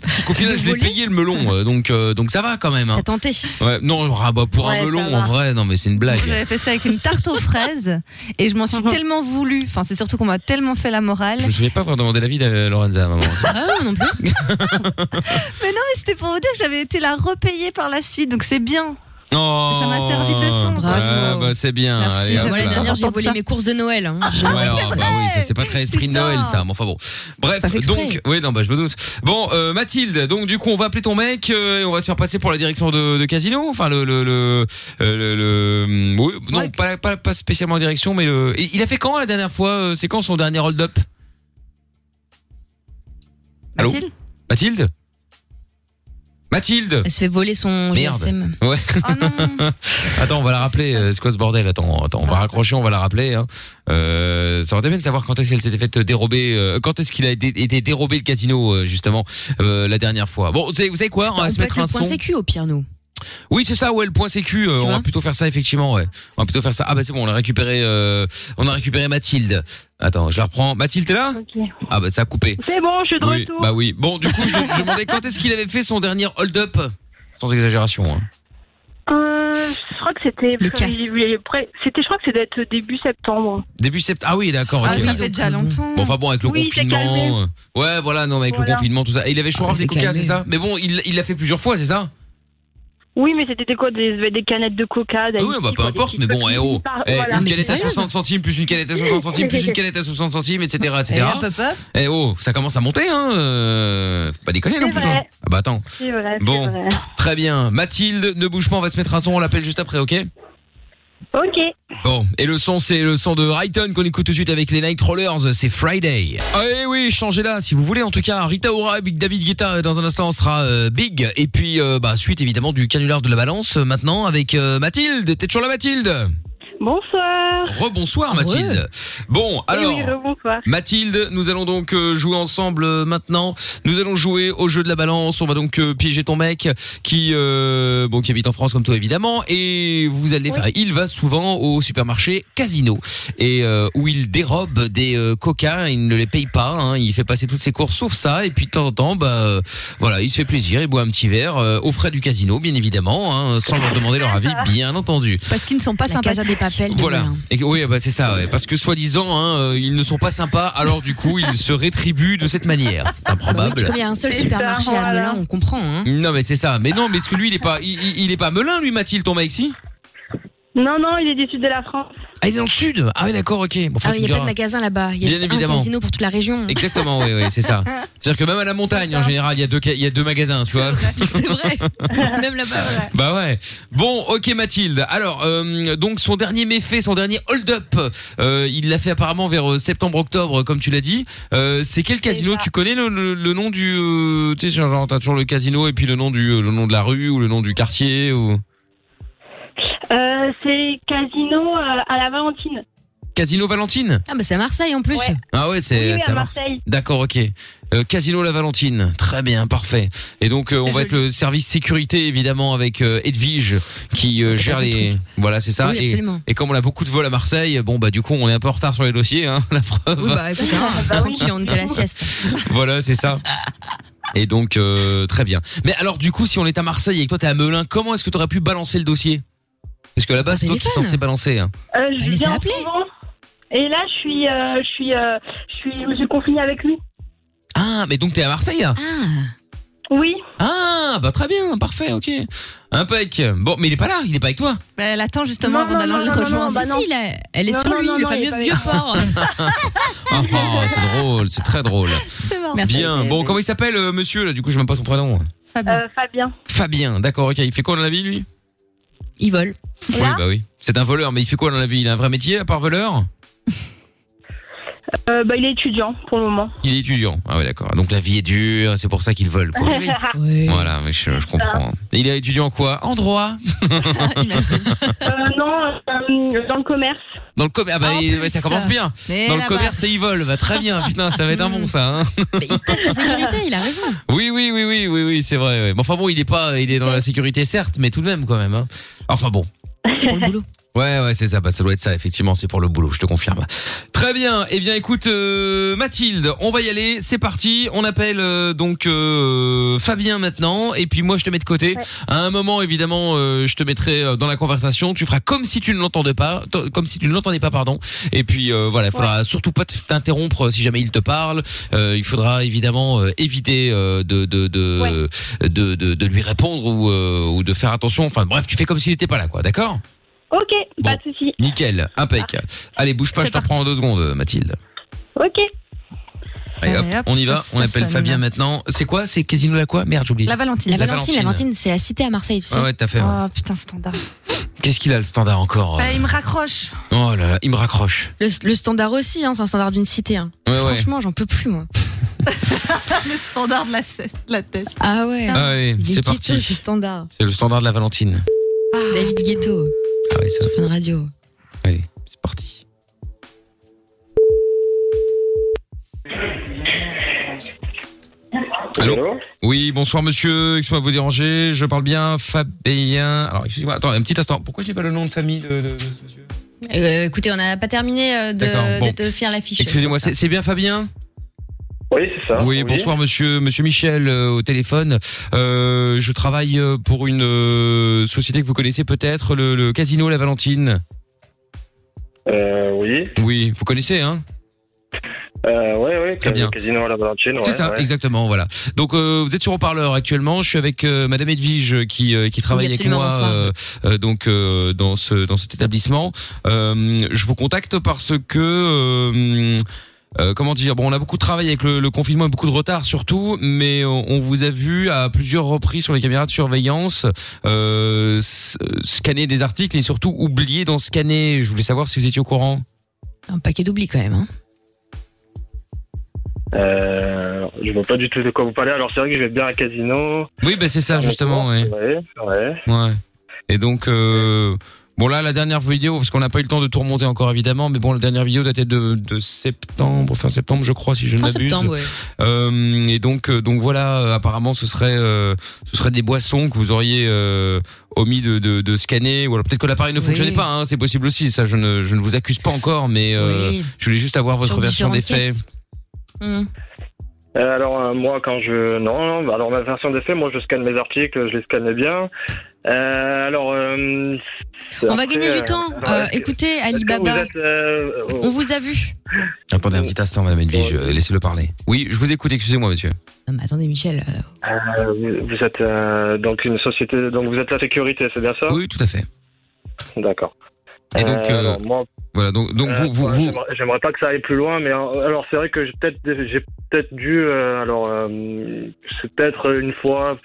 Parce qu'au final, je l'ai payé le melon, euh, donc euh, donc ça va quand même. hein. T'as tenté. Ouais, non, ah, bah, pour Ouais, un ça melon va. en vrai, non mais c'est une blague. J'avais fait ça avec une tarte aux fraises et je m'en suis tellement voulu. Enfin, c'est surtout qu'on m'a tellement fait la morale. Je me souviens pas avoir demandé l'avis de Lorenza à un moment. Ah non, non plus. Mais non, mais c'était pour vous dire que j'avais été la repayer par la suite, donc c'est bien. Oh, Ça m'a servi de leçon. Ah, Bravo. bah, c'est bien. Allez, hop Moi, là. l'année dernière, j'ai volé mes courses de Noël. hein. Je- Ouais, alors, bah oui, ça, c'est pas très esprit de Noël ça, mais enfin bon. Bref, Pas fait exprès. donc, oui, non, bah je me doute. Bon, euh, Mathilde, donc du coup, on va appeler ton mec euh, et on va se faire passer pour la direction de, de casino. Enfin, le, le, le, euh, le, le- oui, non, pas, pas, pas spécialement la direction, mais le. et il a fait quand la dernière fois euh, C'est quand son dernier hold-up Allô Mathilde Mathilde Euh, Elle se fait voler son GSM. Ouais. Ah attends, on va la rappeler. euh, C'est quoi ce bordel Attends, attends, on Ah. va raccrocher, on va la rappeler. Hein. Euh, ça aurait été bien de savoir quand est-ce qu'elle s'était faite dérober. euh, quand est-ce qu'il a été, été dérobé le casino euh, justement euh, la dernière fois. Bon, vous savez, vous savez quoi On va se Bah, peut être mettre le un point son. sécu au pire, nous. Oui, c'est ça. Ouais, le point sécu. euh, on va plutôt faire ça effectivement. Ouais. On va plutôt faire ça. Ah bah c'est bon, on a récupéré. euh, on a récupéré Mathilde. Attends, je la reprends. Mathilde, t'es là Ah bah ça a coupé. C'est bon, je suis de Oui, retour. bah oui. Bon, du coup, je, je demandais quand est-ce qu'il avait fait son dernier hold-up. Sans exagération. Hein. Euh, je crois que c'était. Le C'était, je crois que c'était d'être début septembre. Début septembre. Ah oui, d'accord. Ah ok. oui, ça fait déjà longtemps. Bon, enfin bon, avec le Oui, c'est confinement. calmé. euh, Ouais, voilà, non, mais avec le Voilà. Ah, confinement, tout ça. Et il avait choisi des c'est coca, calmé. c'est ça Mais bon, il il l'a fait plusieurs fois, c'est ça Oui, mais c'était des quoi des, des canettes de coca. Ah ouais, bah peu importe, mais bon, eh oh. par- Eh, voilà. Une Mais canette c'est à sérieux. 60 centimes, plus une canette à 60 centimes, plus une canette à 60 centimes, etc. Et etc. là, papa, Eh oh, ça commence à monter, hein euh, Faut pas déconner non C'est plus. vrai. hein. Ah bah attends. C'est vrai, c'est Bon, vrai. très bien. Mathilde, ne bouge pas, on va se mettre un son, on l'appelle juste après, ok Ok. Bon, et le son, c'est le son de Rayton qu'on écoute tout de suite avec les Night Rollers, c'est Friday. Ah eh oui, changez-la si vous voulez. En tout cas, Rita Ora et Big David Guetta, dans un instant, sera euh, Big. Et puis, euh, bah, suite évidemment du canular de la balance, euh, maintenant avec euh, Mathilde. T'es toujours là, Mathilde Bonsoir. Rebonsoir Mathilde. Bon, alors Oui, oui, rebonsoir. Mathilde, nous allons donc euh, jouer ensemble euh, maintenant. Nous allons jouer au jeu de la balance. On va donc euh, piéger ton mec qui euh, bon qui habite en France comme toi évidemment et vous allez enfin, il va souvent au supermarché Casino et euh, où il dérobe des euh, coca, il ne les paye pas, hein. il fait passer toutes ses courses sauf ça et puis de temps en temps bah euh, voilà, il se fait plaisir, il boit un petit verre euh, aux frais du casino bien évidemment hein, sans leur demander leur avis bien entendu. Parce qu'ils ne sont pas sympas. Casa des Papels. de Voilà. Melun. Et, que- oui, bah, c'est ça, ouais. parce que soi-disant, hein, euh, ils ne sont pas sympas, alors du coup, ils se rétribuent de cette manière. C'est improbable. Comme il y a un seul supermarché à Melun, on comprend. Hein. Non, mais c'est ça. Mais non, mais est-ce que lui, il est pas, il, il- il est pas Melun, lui, Mathilde, ton mec, si Non, non, il est du sud de la France. Ah, il est dans le sud. Ah, oui, d'accord, ok. Bon, enfin, Ah oui, il tu n'y a pas de me diras. magasin là-bas. Il y a Bien juste évidemment. un casino pour toute la région. Exactement, oui, oui, c'est ça. C'est-à-dire que même à la montagne, en général, il y a deux, ca- il y a deux magasins, tu vois. Même là-bas. Bah ouais. Bon, ok Mathilde. Alors, euh, donc son dernier méfait, son dernier hold-up, euh, il l'a fait apparemment vers euh, septembre-octobre, comme tu l'as dit. Euh, c'est quel casino Tu connais le, le- le nom du... euh, tu sais, genre, t'as toujours le casino et puis le nom, du, euh, le nom de la rue ou le nom du quartier ou... Euh, c'est casino euh, à la Valentine. Casino Valentine Ah bah c'est à Marseille en plus. Ah ouais, Oui, c'est oui, c'est à Marse- Marseille. D'accord, ok. Euh, Casino La Valentine, très bien, parfait. Et donc euh, on va être le service sécurité évidemment avec euh, Edwige qui euh, gère vu le les. truc. Voilà, c'est ça. Oui, et, absolument. et comme on a beaucoup de vols à Marseille, bon bah du coup on est un peu en retard sur les dossiers, hein, la preuve. Oui, bah écoute, hein, tranquille, on était à la sieste. voilà, c'est ça. Et donc euh, très bien. Mais alors du coup, si on est à Marseille et que toi t'es à Melun, comment est-ce que t'aurais pu balancer le dossier Parce que Ah, là-bas c'est toi qui es téléphone. censé balancer. hein. Euh, je viens en Provence. Et là, je suis, euh, je suis, euh, je suis, je suis confinée avec lui. Ah, mais donc t'es à Marseille là Oui. Ah, bah très bien, parfait, ok. Impec. Bon, mais il est pas là, il est pas avec toi. Bah, elle attend justement Non, avant d'aller non, le non, non, rejoindre. non, bah non. Si, là, elle est Non, sur non, lui, non, le non, il est fameux pas vieux là. port. Ah, ah, c'est drôle, c'est très drôle. Bien. Bon, comment il s'appelle, euh, monsieur, là Du coup, je sais même pas son prénom. Fabien. Euh, Fabien. Fabien, d'accord, ok. Il fait quoi dans la vie, lui Il vole. Oui, bah oui. C'est un voleur, mais il fait quoi dans la vie Il a un vrai métier, à part voleur Euh, bah, il est étudiant pour le moment. Il est étudiant. Ah oui, d'accord. Donc la vie est dure, c'est pour ça qu'il vole, quoi. Voilà, mais je, je comprends. Et il est étudiant en quoi En droit Euh, non, euh, dans le commerce. Dans le commerce. Ah bah, il- ouais, ça commence bien. Mais dans le là-bas. commerce, et il vole. Bah, très bien. Putain, ça va être un bon, ça. hein. Il teste la sécurité, il a raison. Oui, oui, oui, oui, oui, oui, c'est vrai. ouais. Mais enfin bon, il est pas, il est dans la sécurité certes, mais tout de même quand même. hein. Enfin bon. Pour le boulot. Ouais, ouais, c'est ça. Bah, ça doit être ça. Effectivement, c'est pour le boulot. Je te confirme. Très bien. Eh bien, écoute, euh, Mathilde, on va y aller. C'est parti. On appelle euh, donc euh, Fabien maintenant. Et puis moi, je te mets de côté. À un moment, évidemment, euh, je te mettrai euh, dans la conversation. Tu feras comme si tu ne l'entendais pas, t- comme si tu ne l'entendais pas, pardon. Et puis euh, voilà, il faudra surtout pas t- t'interrompre euh, si jamais il te parle. Euh, il faudra évidemment euh, éviter euh, de de de, de de de lui répondre ou euh, ou de faire attention. Enfin bref, tu fais comme s'il n'était pas là, quoi. D'accord. Ok, pas de souci. Nickel, impec. Allez, bouge pas, je te reprends en deux secondes, Mathilde. Ok. Allez, hop, Allez, hop, on y va, ça on appelle sonne Fabien bien. maintenant. C'est quoi C'est Casino la quoi Merde, j'oublie. La Valentine. La Valentine, c'est la cité à Marseille, tu sais. Ah ouais, t'as fait, ouais. Ah Oh, putain, standard. Qu'est-ce qu'il a le standard encore euh Bah, Il me raccroche. Oh là là, il me raccroche. Le, le standard aussi, hein, c'est un standard d'une cité. hein. Ouais, ouais. Franchement, j'en peux plus, moi. le standard de la, cesse- la tête. Ah ouais. Ah ouais, Il est c'est ghetto, parti. ce standard. C'est le standard de la Valentine. David Ghetto. Ah ouais, ça. Sur Fun Radio. Allez, c'est parti. Allô Oui, bonsoir monsieur, excusez-moi de vous déranger, je parle bien Fabien. Alors, excusez-moi, attends, un petit instant, pourquoi j'ai pas le nom de famille de, de- de ce monsieur Euh, écoutez, on n'a pas terminé euh, de, D'accord, bon. de- de faire la fiche. Excusez-moi, c'est c'est bien Fabien Oui, c'est ça. Oui, bonsoir monsieur, monsieur Michel euh, au téléphone. Euh, je travaille euh, pour une euh, société que vous connaissez peut-être, le, le Casino La Valentine. Euh, oui. Oui, vous connaissez, hein Euh, ouais, ouais. Très bien. Casino à la Valentine. ouais, C'est ça, ouais. exactement, voilà. Donc euh, vous êtes sur haut-parleur actuellement, je suis avec euh, madame Edwige qui euh, qui travaille avec absolument, moi bonsoir. euh, euh, donc euh, dans ce dans cet établissement. Euh, je vous contacte parce que euh, euh, comment dire Bon, on a beaucoup de travail avec le, le confinement et beaucoup de retard surtout, mais on, on vous a vu à plusieurs reprises sur les caméras de surveillance euh, s- euh, scanner des articles et surtout oublier d'en scanner. Je voulais savoir si vous étiez au courant. Un paquet d'oubli quand même. Hein. Euh, je vois pas du tout de quoi vous parlez. Alors, c'est vrai que je vais bien à Casino. Ah, Oui, ben c'est ça justement. Ouais. Ouais, ouais. Ouais. Et donc, euh, Bon là, la dernière vidéo, parce qu'on n'a pas eu le temps de tout remonter encore évidemment, mais bon, la dernière vidéo datait de, de septembre, fin septembre, je crois, si je ne Fin m'abuse. septembre, ouais. Euh, et donc, euh, donc voilà, euh, apparemment, ce serait, euh, ce serait des boissons que vous auriez euh, omis de, de, de scanner, ou alors peut-être que l'appareil ne Oui. fonctionnait pas, hein, c'est possible aussi. Ça, je ne, je ne vous accuse pas encore, mais euh, Oui. je voulais juste avoir votre Sur version des différentes faits. caisses. Euh, alors euh, moi quand je non, non, alors ma version des faits moi je scanne mes articles je les scanne bien Euh, alors euh, On va après, gagner euh, du temps. alors, Euh, est-ce que- écoutez, est-ce que vous Alibaba, êtes, euh, on vous a vu. Attendez un petit instant, Madame Edwige, euh, laissez-le parler. Oui, je vous écoute, excusez-moi, monsieur. Non, mais attendez, Michel. euh, euh, vous- vous êtes euh, donc une société donc vous êtes la sécurité c'est bien ça Oui tout à fait d'accord Et donc, euh, alors, moi, Voilà, donc, donc Euh, vous, vous, ouais, vous, j'aimerais- J'aimerais pas que ça aille plus loin, mais euh, alors c'est vrai que j'ai peut-être, j'ai peut-être dû, euh, alors euh, c'est peut-être une fois euh,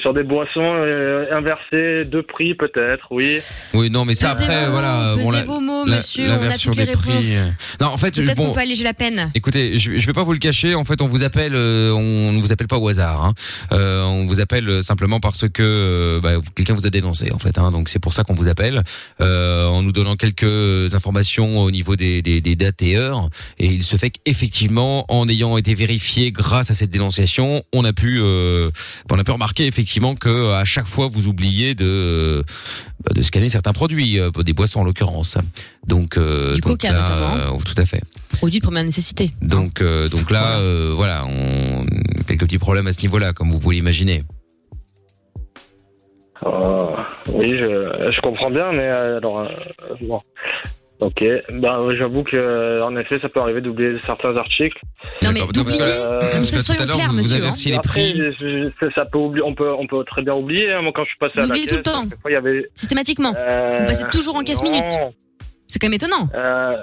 sur des boissons euh, inverser deux prix peut-être, oui. Oui, non, mais ça après, voilà. pesez la- vos mots, la- monsieur, la on a version toutes les des prix, réponses. euh, Non, en fait, Peut-être qu'on bon. peut alléger la peine. Écoutez, je, je vais pas vous le cacher. En fait, on vous appelle, euh, on ne vous appelle pas au hasard. hein. Euh, on vous appelle simplement parce que euh, bah, quelqu'un vous a dénoncé, en fait. hein. donc c'est pour ça qu'on vous appelle, euh, en nous donnant quelques informations au niveau des, des, des dates et heures. Et il se fait qu'effectivement, en ayant été vérifié grâce à cette dénonciation, on a pu, euh, on a pu remarquer effectivement que à chaque fois vous oubliez de euh, bah, de scanner certains produits, euh, des boissons en l'occurrence. Donc, euh, donc coca, là, notamment. euh, tout à fait. Produit de première nécessité. Donc, euh, donc là, euh, voilà, on... quelques petits problèmes à ce niveau-là, comme vous pouvez l'imaginer. Euh, oui, je, je comprends bien, mais euh, alors euh, bon. Ok, bah j'avoue que euh, en effet, ça peut arriver d'oublier certains articles. Non mais Ah, bah, parce que là- Euh, parce que tout à l'heure, vous, hein. vous inversiez les prix. Après, je- je- ça peut oublier, on peut, on peut très bien oublier. hein. Moi, quand je suis passé à la Oubliez tout le caisse, temps. des fois, il y avait. Systématiquement. Euh, On passait toujours en caisse non. minute. C'est quand même étonnant. Euh,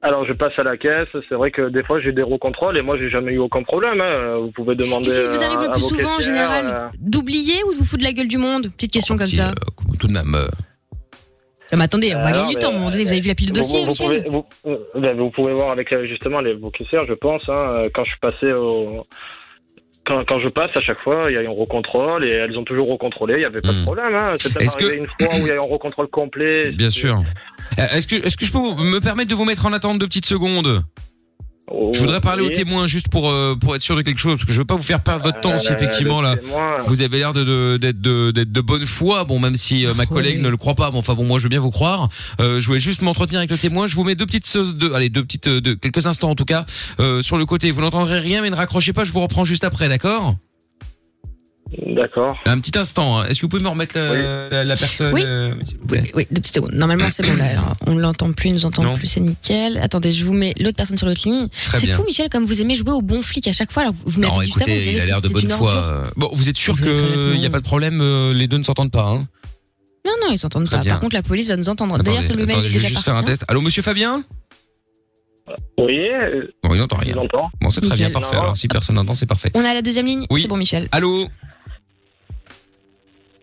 alors, je passe à la caisse. C'est vrai que des fois, j'ai des recontrôles et moi, j'ai jamais eu aucun problème. hein. Vous pouvez demander. Qu'est-ce qui vous euh, arrive le à plus vos souvent en caissières, général euh, D'oublier ou de vous foutre de la gueule du monde Petite Oh, question comme ça. Tout de même. euh, Non, mais attendez, on va Euh, gagner non, du temps. À un mais, moment donné, vous avez vu la pile de vous- dossiers, vous, Michel pouvez, vous, euh, ben, vous pouvez voir avec euh, justement les vos caissières, je pense. hein, euh, quand je suis passé au. Quand, quand je passe, à chaque fois, il y a eu un recontrôle et elles ont toujours recontrôlé, il n'y avait pas de problème. Hein. C'est peut-être Hmm. Est-ce arrivé une fois où il y a eu un recontrôle complet. Bien sûr. Euh, Est-ce que, est-ce que je peux vous- me permettre de vous mettre en attente deux petites secondes je voudrais parler aux Oh, oui. témoins juste pour euh, pour être sûr de quelque chose parce que je veux pas vous faire perdre votre temps si Euh, effectivement le là témoin. vous avez l'air de de- d'être de d'être de bonne foi bon même si euh, ma collègue ne le croit pas mais enfin bon moi je veux bien vous croire euh, je voulais juste m'entretenir avec le témoin je vous mets deux petites se- deux allez deux petites euh, deux- quelques instants en tout cas euh, sur le côté vous n'entendrez rien mais ne raccrochez pas je vous reprends juste après d'accord D'accord. un petit instant hein. est-ce que vous pouvez me remettre la, la- la personne Oui. euh, Oui, deux petites secondes. Normalement, c'est bon, là, on ne l'entend plus, il nous entend Non. plus, c'est nickel. Attendez, je vous mets l'autre personne sur l'autre ligne. Très C'est bien. fou, Michel, comme vous aimez jouer au bon flic à chaque fois. Alors, vous me non l'avez dit juste avant, vous écoutez avez il a dit, l'air c'est- de c'est bonne une foi ordure. euh, bon vous êtes sûr que il y a pas de problème euh, les deux ne s'entendent pas hein Non, non, ils s'entendent Très pas. bien. Par contre, la police va nous entendre. D'ailleurs, c'est Attendez, lui-même qui attendez, est je vais déjà juste parti. faire un test allô monsieur Fabien Oui. Bon, il n'entend rien. Bon, c'est très Nickel. bien, parfait. Alors, si personne n'entend, c'est parfait. On a la deuxième ligne. Oui. C'est bon, Michel. Allô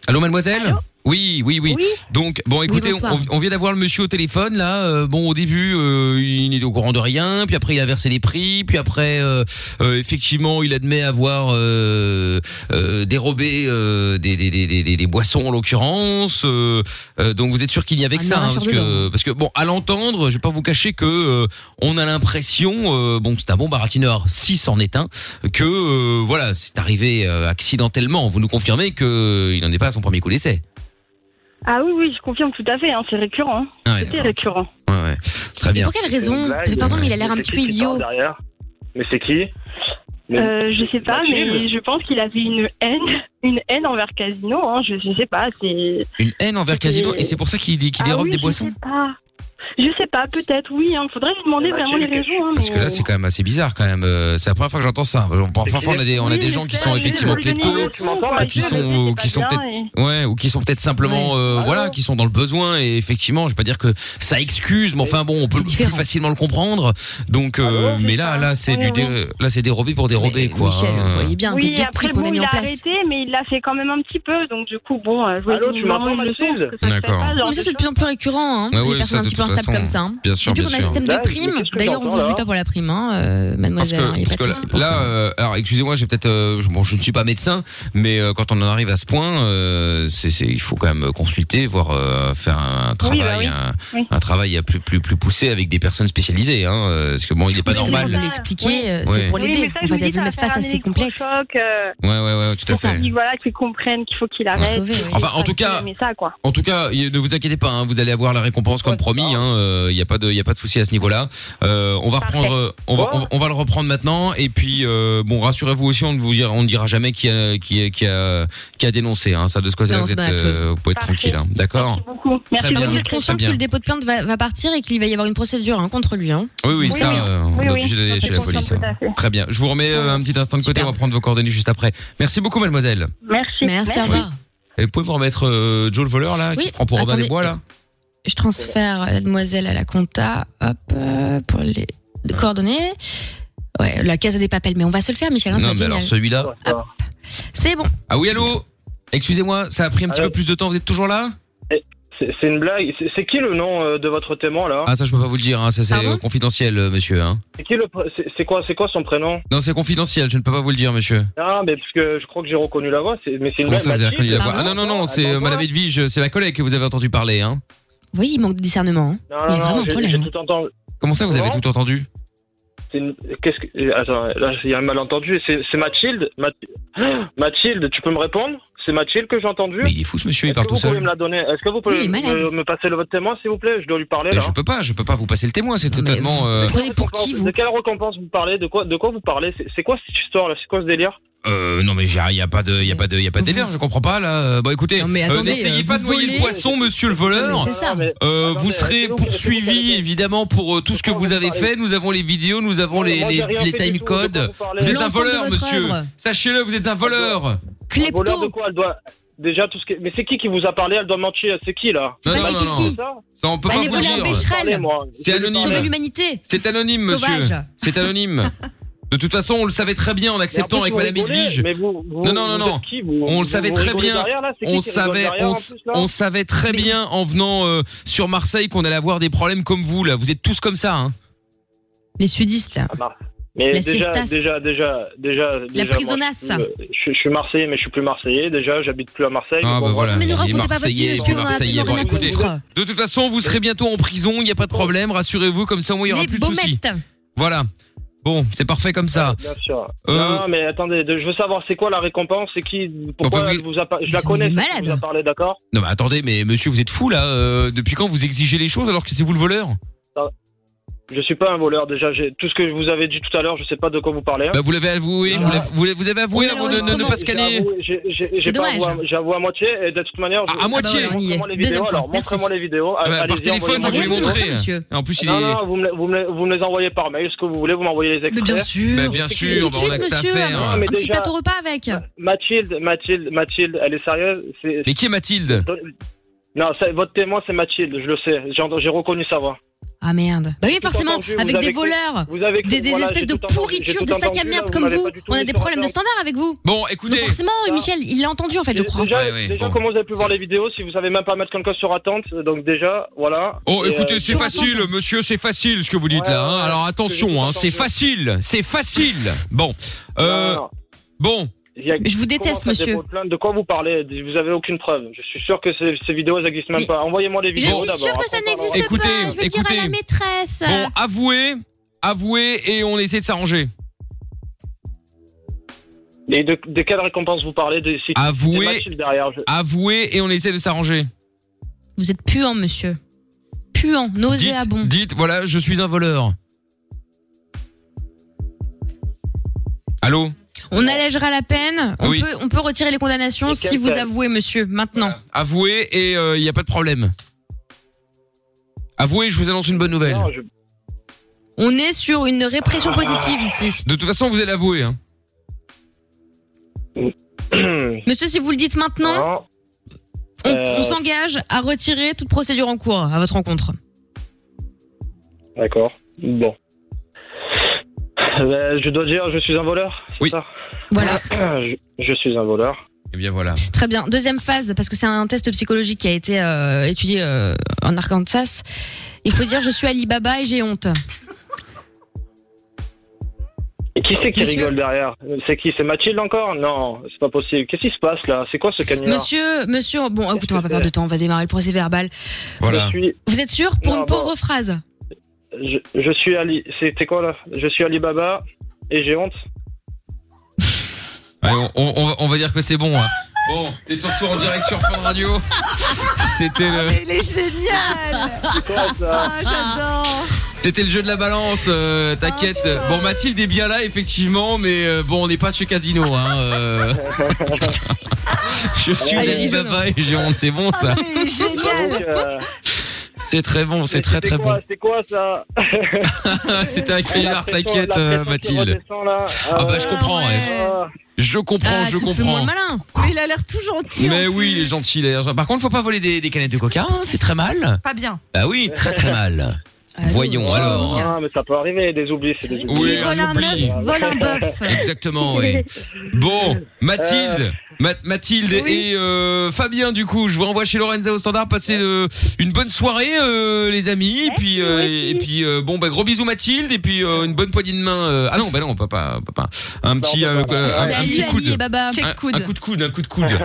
Allô, mademoiselle oui, oui, oui, Donc, bon, écoutez, bonsoir. on, on vient d'avoir le monsieur au téléphone, là. Euh, bon, au début, euh, il n'était au courant de rien, puis après, il a versé les prix, puis après, euh, euh, effectivement, il admet avoir euh, euh, dérobé euh, des, des, des, des, des- des boissons, en l'occurrence. Euh, euh, donc, vous êtes sûr qu'il n'y Ah, avait que Un ça, hein, orage parce dedans. que, parce que, bon, à l'entendre, je vais pas vous cacher que euh, on a l'impression, euh, bon, c'est un bon baratineur, si c'en est un, que, euh, voilà, c'est arrivé euh, accidentellement. Vous nous confirmez que euh, il n'en est pas à son premier coup d'essai. Ah oui, oui, je confirme tout à fait, hein, c'est récurrent. Ah ouais, C'était récurrent. Ouais, ouais. Très Mais bien. pour quelle raison Parce que, pardon, mais il a l'air un petit peu idiot. Derrière. Mais c'est qui Mais- Euh, je sais pas, mais Mathilde je pense qu'il avait une haine, une haine envers Casino, hein, je, je sais pas, c'est... Une haine envers Casino, Et- et c'est pour ça qu'il qu'il Ah dérobe oui, des je boissons. sais pas. Je sais pas, peut-être, oui, hein, faudrait lui demander vraiment les raisons. hein, Parce mais- que là, c'est quand même assez bizarre, quand même. Euh, C'est la première fois que j'entends ça. Genre, Parfois, on a des, on a Oui, des mais gens qui ça, sont oui, effectivement mais kleptos, oui, mais bon, ou qui bah, sont, je sais, ou c'est qui sont pas bien, Ah peut-être, ouais, ou qui sont peut-être simplement, euh, voilà, qui sont dans le besoin. Et effectivement, je vais pas dire que ça excuse, mais enfin bon, on peut plus facilement le comprendre. Ah Donc, euh, mais là, là, c'est du, dé- là, c'est dérobé pour dérober, quoi. hein. bien oui, que deux prix après, qu'on a bon, mis il en a place. arrêté, mais il l'a fait quand même un petit peu, donc du coup, bon, euh, je voulais Allô, lui tu m'entends, vraiment une leçon, parce que ça se fait D'accord. pas, genre, Mais ça, c'est de plus en plus récurrent. Hein. Ouais, ouais, les personnes ça, un de petit peu toute instables façon. comme ça. hein. Bien sûr, Et puis bien on a un sûr. système de Là, primes. mais qu'est-ce que D'ailleurs, on j'entends, vous là plutôt pour la prime, hein, euh, Parce mademoiselle. que, Il n'y a parce pas de que souci pour là, ça. euh, alors excusez-moi, j'ai peut-être, euh, je- bon, je ne suis pas médecin, mais euh, quand on en arrive à ce point, euh, c'est, c'est- il faut quand même consulter, voir euh, faire un travail, bah oui. un, Oui. un travail à plus plus plus poussé avec des personnes spécialisées, hein, euh, parce que bon, il est pas Oui, normal. mais on peut l'expliquer, euh, Ouais. c'est pour Oui, l'aider. mais ça, En fait, je vous dis, elle veut ça le va mettre faire face à un ses complexes. Ouais, ouais, ouais, tout à fait. Qui, voilà, qu'ils comprennent qu'il faut qu'il arrête. sauver, oui. Enfin, en tout cas- Mais ça, quoi. En tout cas, y- ne vous inquiétez pas, hein, vous allez avoir la récompense comme promis. Il hein, euh, y a pas de, y a pas de souci à ce niveau-là. Euh, on va reprendre, euh, on va, on, va- on va le reprendre maintenant. Et puis, euh, bon, rassurez-vous aussi, on ne vous dira, on ne dira jamais qui a, qui a, qui a, qui a dénoncé. Hein, ça de ce côté-là, Non, vous, c'est êtes, dans la euh, clause. vous pouvez être tranquille. hein, D'accord. Très bien, Vous êtes très consciente que bien. le dépôt de plainte va, va partir et qu'il va y avoir une procédure hein, contre lui. hein. Oui, oui, ça, euh, on Oui, oui, est obligé on d'aller est chez la conscient, police. tout hein. à fait. Très bien. Je vous remets euh, un petit instant de côté. On va prendre vos coordonnées juste après. Merci beaucoup, mademoiselle. Merci. Merci, au revoir. Et vous pouvez me remettre euh, Joe le voleur là, Oui, qui se prend pour Robin des attendez. Bois là. Je transfère la demoiselle à la compta. Hop, euh, pour les coordonnées. Ouais, la case des papels. Mais on va se le faire, Michel. hein, ça va non, être mais alors génial. celui-là. C'est bon. Ah oui, allô Excusez-moi, ça a pris un petit peu plus de temps, vous êtes toujours là C'est c'est une blague. C'est- C'est qui le nom euh, de votre témoin là Ah ça je peux pas vous le dire, hein, ça c'est Pardon euh, confidentiel euh, monsieur. Hein. C'est qui le pr- c'est- C'est quoi C'est quoi son prénom Non c'est confidentiel, je ne peux pas vous le dire monsieur. Ah mais parce que je crois que j'ai reconnu la voix. c'est- Mais c'est une Comment blague. ça vous avez Mathilde reconnu la voix Ah non non non, c'est euh, Madame Edwige, c'est ma collègue que vous avez entendu parler. Hein. Oui, il manque de discernement. hein. Non, il y a non, vraiment non, un j'ai- problème. hein. j'ai tout entendu. Comment ça vous avez Comment tout entendu C'est une- Qu'est-ce que euh, Attends, là il y a un malentendu. C'est c'est Mathilde. Math- Mathilde, tu peux me répondre C'est Mathilde que j'ai entendu. Mais il est fou ce monsieur, il Est-ce parle que tout vous pouvez seul. me la donner Est-ce que vous pouvez Oui, il est malade. me, me passer le votre témoin s'il vous plaît Je dois lui parler Mais là. je peux pas, je peux pas vous passer le témoin, c'est totalement... euh, pour qui vous De quelle récompense vous parlez De quoi De quoi vous parlez C'est- C'est quoi cette histoire là C'est quoi ce délire euh, non mais il y a pas de y a pas de y a pas de délire, je comprends pas là. Euh, Bon écoutez, mais euh, attendez, n'essayez euh, pas vous de noyer le volez- poisson monsieur le voleur. C'est ça. Ah, Euh, vous serez poursuivi évidemment pour euh, tout ce que vous avez fait. Nous avons les vidéos, nous avons les moi, j'ai les, rien fait les du time tout, de quoi codes. vous parlez Vous êtes un L'ensemble voleur de votre monsieur. œuvre. Sachez-le, vous êtes un voleur. Un voleur de quoi Elle doit déjà tout ce qui. Mais c'est qui qui vous a parlé Elle doit mentir. C'est qui là Ah, Non, non, non, non. Ça, on peut pas Allez vous voler un dire. bécherel. C'est anonyme. Sauver l'humanité. C'est anonyme, monsieur. Sauvage. C'est anonyme. De toute façon, on le savait très bien en acceptant Mais en plus, avec Madame vous rigolez, Edwige. mais vous- vous- non, non, non, vous non. êtes qui, vous on Vous- le savait vous très rigolez bien. derrière, là C'est qui On qui rigole savait, derrière, on, en s- plus, là on savait très bien en venant euh, sur Marseille qu'on allait avoir des problèmes comme vous là. Vous êtes tous comme ça. Hein. Les sudistes, Ah, là. bah. Mais La déjà, siestasse. déjà, déjà, déjà, déjà, moi, prisonnasse. je suis plus- Je, je suis marseillais, mais je suis plus marseillais. Déjà, j'habite plus à Marseille. Ah, bah voilà. ne il est Marseillais, il est Marseillais. Bon, écoutez, de toute façon, vous serez bientôt en prison. Il n'y a pas de problème. Rassurez-vous, comme ça, au moins, il n'y aura plus de soucis. Voilà. Bon, c'est parfait comme ça. Bien sûr. Euh, Non, mais attendez, de- je veux savoir c'est quoi la récompense, c'est qui, pourquoi elle vous a par- je la connais, celle qui vous a parlé, d'accord Non mais attendez, mais monsieur, vous êtes fou là. euh, depuis quand vous exigez les choses alors que c'est vous le voleur Je suis pas un voleur déjà, j'ai- tout ce que je vous avais dit tout à l'heure, je sais pas de quoi vous parlez. hein. Bah vous l'avez avoué, vous l'avez- vous l'avez- vous avez avoué Oui, avant de- de ne justement. pas scanner. J'ai avoué- j'ai- j'ai- C'est j'ai pas dommage. avoué à- J'ai avoué à moitié et de toute manière. Ah bah à moitié. voilà, on y est. Montrez-moi les Deuxième vidéos fois. alors, Merci. montrez-moi les vidéos. Ah bah, par Allez-y, téléphone, envoyez-moi vous les pouvez les vidéos. montrer. Monsieur. En plus, il non, est- non, vous me, les- vous, me, les- vous me les envoyez par mail, ce que vous voulez, vous m'envoyez les extraits. Bah, bien sûr, bah, on a que ça à faire. Non, mais Un petit déjà, plateau repas avec. Mathilde, Mathilde, Mathilde, elle est sérieuse c'est- Mais qui est Mathilde Non, ça- votre témoin c'est Mathilde, je le sais, j'ai j'ai reconnu sa voix. Ah merde. Bah oui, forcément, entendu, vous avec avez des cru- voleurs, vous avez cru- des, des voilà, espèces j'ai de tout entendu, pourriture, j'ai des tout sacs à entendu, merde là, comme vous m'avez vous. pas du tout On a mis des sur la problèmes de corde. standard avec vous. Bon, Donc forcément, euh, Michel, il l'a entendu en fait, je crois. Déjà, déjà, comment vous avez pu voir les vidéos si vous savez même pas mettre quelqu'un sur attente Donc déjà, voilà. Oh, Et, écoutez, euh, c'est facile, monsieur, c'est facile ce que vous dites là. hein. Alors attention, hein, c'est facile, c'est facile. Bon, euh, bon. il y a- Mais je vous comment déteste, ça, des monsieur. pots de plainte De quoi vous parlez Vous avez aucune preuve. Je suis sûr que ces, ces vidéos, elles n'existent même pas. Envoyez-moi les Je suis vidéos d'abord. sûre que ça après, on n'existe parlera. pas. Écoutez, Je vais le dire à écoutez. la maîtresse. Bon, avouez, avouez et on essaie de s'arranger. Et de, de quelle récompense vous parlez de, si, Avouez. c'est Mathilde derrière. je- Avouez et on essaie de s'arranger. Vous êtes puant, monsieur. Puant, nauséabond. Dites, voilà, je suis un voleur. Allô On allégera la peine. On, Oui. peut, on peut retirer les condamnations Et si quelle vous peine avouez, monsieur, maintenant. Avouez et euh, il n'y a pas de problème. Avouez, je vous annonce une bonne nouvelle. On est sur une répression positive ici. De toute façon, vous allez avouer. Hein. Monsieur, si vous le dites maintenant, on, on s'engage à retirer toute procédure en cours à votre rencontre. D'accord. Bon. Euh, je dois dire, je suis un voleur. Oui. Voilà. Je, je suis un voleur. Eh bien voilà. Très bien. Deuxième phase, parce que c'est un test psychologique qui a été euh, étudié euh, en Arkansas. Il faut dire je suis Alibaba et j'ai honte. Et qui c'est qui rigole derrière C'est qui C'est Mathilde encore Non, c'est pas possible. Qu'est-ce qui se passe là C'est quoi ce canular Monsieur, monsieur, bon, écoutez, on va pas perdre de temps, on va démarrer le procès verbal. Voilà. Je suis, Vous êtes sûr pour Non, une bon. pauvre phrase je, je suis Ali. C'était quoi là Je suis Alibaba et j'ai honte. Allez, on, on- on va- on va dire que c'est bon. hein. Bon, t'es surtout en direct sur Fun Radio. C'était le, Ah, est génial Ah, J'adore c'était le jeu de la balance. euh, T'inquiète. bon, Mathilde est bien là effectivement, mais euh, bon, on n'est pas de chez Casino. Hein, euh. Je suis Ah, il est Alibaba et j'ai honte. C'est bon ça. J'avoue que, euh, C'est très bon. C'est très très c'est quoi- bon. C'est quoi ça C'était un La canular. pression- T'inquiète, la pression euh, qui Mathilde. redescend, Ah. là. Ah bah je comprends. ouais. Je Ah, Ah, comprends. Je comprends. malin. Mais il a l'air tout gentil. Mais oui, il est gentil. il a l'air gentil. Par contre, faut pas voler des, des canettes de coca, hein, c'est très mal. Pas bien. Bah oui, très très mal. Voyons alors. Ah, mais ça peut arriver, des oublis, c'est des oublis. Oui, un oubli. Exactement, oui. Bon, Mathilde, Ma- Mathilde et euh, Fabien, du coup, je vous renvoie chez Lorenza au standard. Passez euh, une bonne soirée, euh, les amis. Et puis, euh, et puis, euh, bon, bah, gros bisous, Mathilde. Et puis, euh, une bonne poignée de main. euh, Ah non, bah non, papa, papa. Un petit, euh, euh, un, un Salut petit Ali coude. et Baba. Un, un coup de coude, un coup de coude.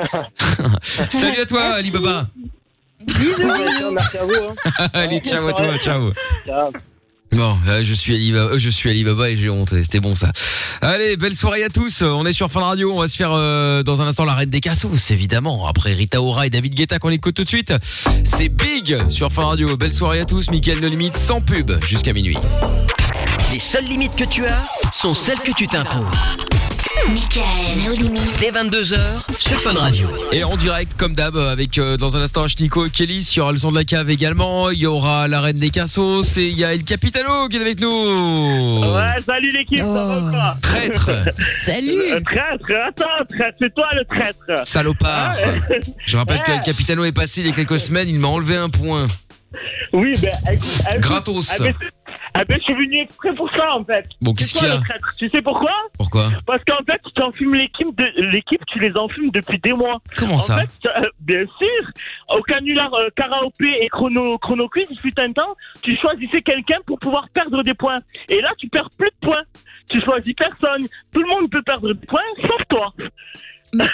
Salut à toi, Ali Baba. Merci à vous. hein. Allez, ciao à toi, ciao. Ciao. Bon, euh, je suis Alibaba, euh, je suis Alibaba et j'ai honte. C'était bon ça. Allez, belle soirée à tous. On est sur Fun Radio. On va se faire euh, dans un instant la reine des cassos, évidemment. Après Rita Ora et David Guetta qu'on écoute tout de suite. C'est Big sur Fun Radio. Belle soirée à tous. Mickaël No Limite sans pub jusqu'à minuit. Les seules limites que tu as sont celles que tu t'imposes. Michael, nos limites. Dès 22h sur Fun Radio. Et en direct, comme d'hab, avec euh, dans un instant Nico et Kelly, il y aura le son de la cave également, il y aura la reine des cassos et il y a El Capitano qui est avec nous. Ouais, salut l'équipe, ça va ou Oh. quoi Traître Salut Traître, attends, traître, c'est toi le traître Salopard Ouais. Je rappelle que Ouais. El Capitano est passé il y a quelques semaines, il m'a enlevé un point. Oui, ben écoute, écoute, Gratos. Ah ben, c'est- ah ben, je suis venu exprès pour ça en fait Bon, qu'est-ce C'est toi, qu'il y a le traître. Tu sais pourquoi Pourquoi Parce qu'en fait, tu t'enfumes l'équipe, de- l'équipe, tu les enfumes depuis des mois. Comment En ça fait, tu- euh, Bien sûr Au canular euh, karaopé et chrono, chrono quiz, il fut un temps, tu choisissais quelqu'un pour pouvoir perdre des points. Et là, tu perds plus de points. Tu choisis personne. Tout le monde peut perdre des points, sauf toi. Euh,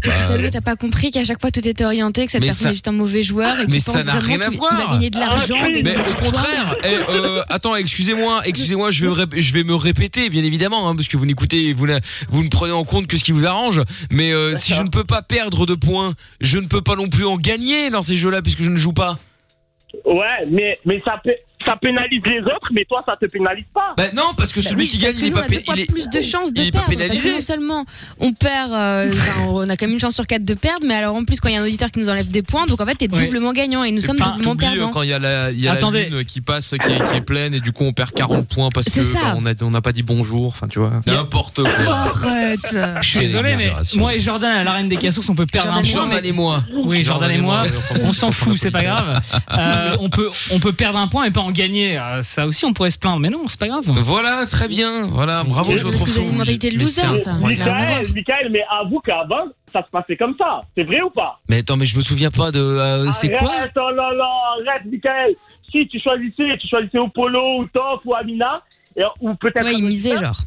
Capitano, t'as pas compris qu'à chaque fois tout était orienté, que cette Mais personne ça- est juste un mauvais joueur et que Mais tu penses ça n'a vraiment rien que à tu voir. Ah, vas gagner de l'argent. gagner Mais de au la gloire. contraire, eh, euh, attends, excusez-moi, excusez-moi, je vais, me rép- je vais me répéter, bien évidemment, hein, parce que vous n'écoutez, vous, ne- vous ne prenez en compte que ce qui vous arrange. Mais euh, si je ne peux pas perdre de points, je ne peux pas non plus en gagner dans ces jeux-là, puisque je ne joue pas. Ouais, mais, mais ça, pé- ça pénalise les autres, mais toi, ça te pénalise pas. Bah non, parce que Bah celui oui, qui parce gagne, que il est nous, pas on a deux pé- fois il est- plus de chances de il est pas perdre. Parce que pénalisé. non seulement on perd, euh, enfin, on a quand même une chance sur quatre de perdre, mais alors en plus quand il y a un auditeur qui nous enlève des points, donc en fait t'es doublement gagnant et nous sommes doublement Ah, T'oublies, euh, perdants. quand il y a la, il y a la Attendez. lune qui passe, qui est, qui est pleine, et du coup on perd 40 points parce que C'est ça. bah, on a- on n'a pas dit bonjour, enfin tu vois. N'importe quoi. Arrête Je suis Quelle désolé, mais exagération. moi et Jordan, à la reine des cassos, on peut perdre un point. Jordan mais- et moi. Oui, Jordan et moi, on s'en fout, c'est pas grave. Euh, on, peut, on peut perdre un point et pas en gagner. Euh, Ça aussi, on pourrait se plaindre, mais non, c'est pas grave. Voilà, très bien. Voilà, bravo, je retrouve vous avez son- une mentalité de Mais loser, c'est ça. incroyable. hein, Michael, Michael, mais avoue qu'avant, ça se passait comme ça. C'est vrai ou pas Mais attends, mais je me souviens pas de. euh, c'est quoi Arrête, oh là là, arrête, Michael. Si tu choisissais, tu choisissais au Polo, ou Top, ou Amina, et- ou peut-être. Ouais, il misait genre.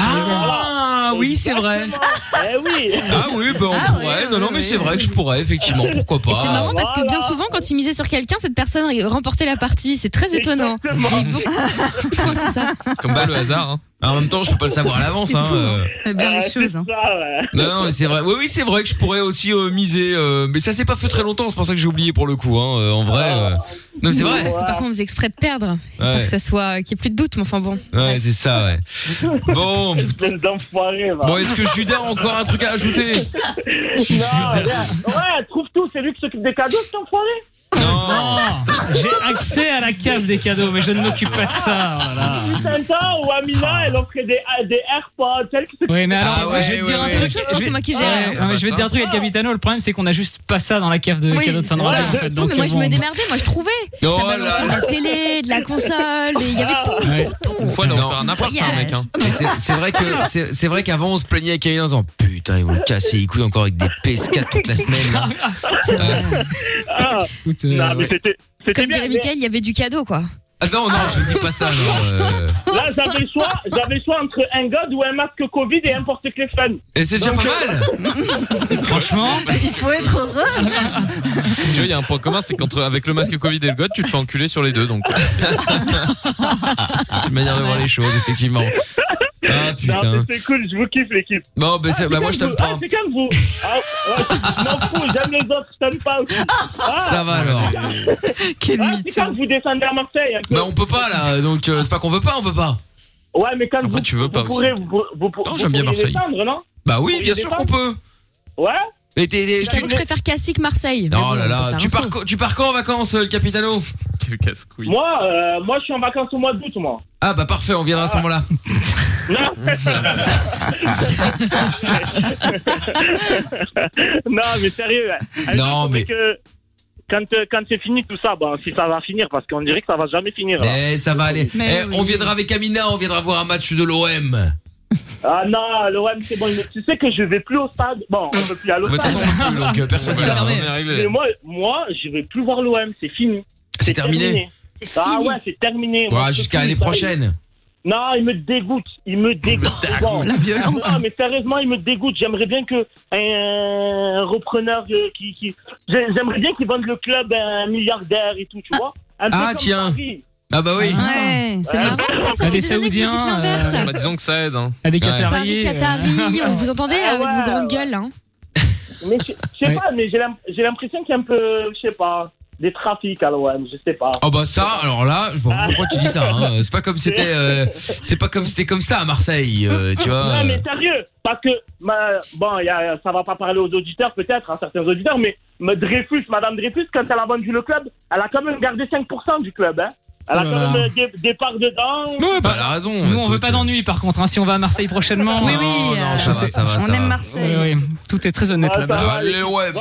Ah oui, c'est vrai. Eh oui. Ah oui, ben on pourrait. non, non, mais c'est vrai que je pourrais, effectivement. Pourquoi pas Et c'est marrant parce que bien souvent, quand il misait sur quelqu'un, cette personne remportait la partie. C'est très étonnant. Il y a beaucoup de points, c'est ça. Comme pas le hasard. hein. Ah, En même temps, je peux pas le savoir à l'avance. Hein. euh. bien les choses. hein. Non, non, mais c'est vrai. Oui, oui, c'est vrai que je pourrais aussi euh, miser. euh, mais ça s'est pas fait très longtemps. C'est pour ça que j'ai oublié pour le coup. Hein, euh, en vrai. euh. Ah. Non, mais c'est vrai. Parce que parfois, on faisait exprès de perdre. histoire Ouais. que ça soit, euh, qu'il n'y ait plus de doute, mais enfin bon. Ouais, c'est ça. Ouais. Bon. Bon, est-ce que Judas a encore un truc à ajouter Non, ouais, trouve tout, c'est lui qui s'occupe des cadeaux, cet enfoiré. Oh, J'ai accès à la cave des cadeaux, mais je ne m'occupe pas de ça. voilà. Santa ou Amina, elle offrait des, euh, des AirPods. Celle qui se Ah. Oui, mais alors, Ah je vais te dire un truc. chose, non, je vais- c'est moi qui gère. Ouais, bah non, mais je vais te dire un truc avec Capitano. Le problème, c'est qu'on a juste pas ça dans la cave de Oui. cadeaux de fin de Voilà. repas. En fait, Non, donc, euh, mais moi je bon. me démerdais, moi je trouvais. Oh ça balançait de là la télé, de la console, et il y avait tout. Ouais. Une fois, là, on Non. fait un appart, hein, mec. hein. Mais c'est- C'est vrai que c'est c'est vrai qu'avant on se plaignait avec Aïe en disant putain ils vont casser les couilles encore avec des PS4 toute la semaine. hein. Ah. là. Écoute, Ah. euh, non, mais c'était. Comme dirait Mickaël, il y avait du cadeau quoi. Ah non non je dis pas ça. Non, euh. Là, j'avais le choix, j'avais le choix entre un god ou un masque Covid et un porte-clés fun. Et c'est déjà pas mal. Franchement, il faut être heureux. Tu vois, il y a un point commun, c'est qu'entre avec le masque Covid et le god, tu te fais enculer sur les deux. Donc, C'est une manière de voir les choses effectivement. Ah Non, putain. mais c'est cool, je vous kiffe l'équipe. Bon bah, c'est- bah, moi je t'aime Ah, pas. c'est comme vous. Ah, ouais, je m'en fous, j'aime les autres, je t'aime pas aussi. Ah, Ça va alors. ah, c'est quand vous descendez à Marseille. hein, que- Bah on peut pas là donc euh, c'est pas qu'on veut pas on peut pas. Ouais mais quand Après tu veux vous pourrez, vous, vous, vous, Non, vous j'aime bien pourriez Marseille. descendre, non Bah Vous oui pourriez bien sûr qu'on descendre peut. Ouais. Mais t'es- t'es- J'avoue que Bah, je Bah, tu- préfère Classique Marseille. Mais Non bon, là on peut là faire tu un pars saut. quand- tu pars quand en vacances euh, le Capitano? Quel casse-couille. Moi, euh, moi je suis en vacances au mois d'août, moi. Ah bah parfait on viendra à ce moment là. Non. non, mais sérieux. hein. Non, Je mais- que quand, euh, quand c'est fini tout ça, bon, si ça va finir, parce qu'on dirait que ça va jamais finir. là. Eh ça va aller. Mais Eh, oui. on viendra avec Amina on viendra voir un match de l'OM. Ah non, l'OM, c'est bon. mais Tu sais que je vais plus au stade. Bon, on ne peut plus aller au Mais de stade. toute façon, on peut plus, donc, euh, personne ne va. On est réglé. Mais moi, moi, je vais plus voir l'OM, c'est fini. C'est terminé. Ah ouais, c'est terminé. Voilà, Moi, je peux jusqu'à plus, l'année ça y est. prochaine. Non, il me dégoûte. Il me dégoûte. Bon. Non, mais sérieusement, il me dégoûte. J'aimerais bien que un repreneur euh, qui, qui- j'ai- j'aimerais bien qu'il vende le club à un milliardaire et tout, tu vois. Un peu Ah comme tiens. Paris. Ah bah oui. C'est marrant ça, ça Ah, fait des des années que vous dites Saoudiens, l'inverse. Bah, disons que ça aide. Hein. À des Paris, Qatari, euh. vous entendez là, Ah avec ouais, vos grandes gueules. Hein. Mais je je sais pas, mais j'ai l'im- j'ai l'impression qu'il y a un peu, je sais pas, des trafics à l'OM, je sais pas. Ah, Ah bah ça, alors là, je vois pas pourquoi tu dis ça. hein. C'est pas comme c'était, euh, c'est pas comme c'était comme ça à Marseille, euh, tu vois. Non, mais sérieux, parce que, ma- bon, y a- ça va pas parler aux auditeurs, peut-être, à certains auditeurs, mais ma Dreyfus, Madame Dreyfus, quand elle a vendu le club, elle a quand même gardé 5% du club. Hein. Elle a Oh là quand là. même euh, des, des parts dedans. Ouais, bah elle a raison. Nous, on veut pas d'ennui par contre. hein. Si on va à Marseille prochainement. hein. Oui, oui, Non, non, euh, ça va, ça va, on ça aime va. Marseille. Oui, oui. Tout est très honnête Ah, ça va, là-bas. Allez, ouais.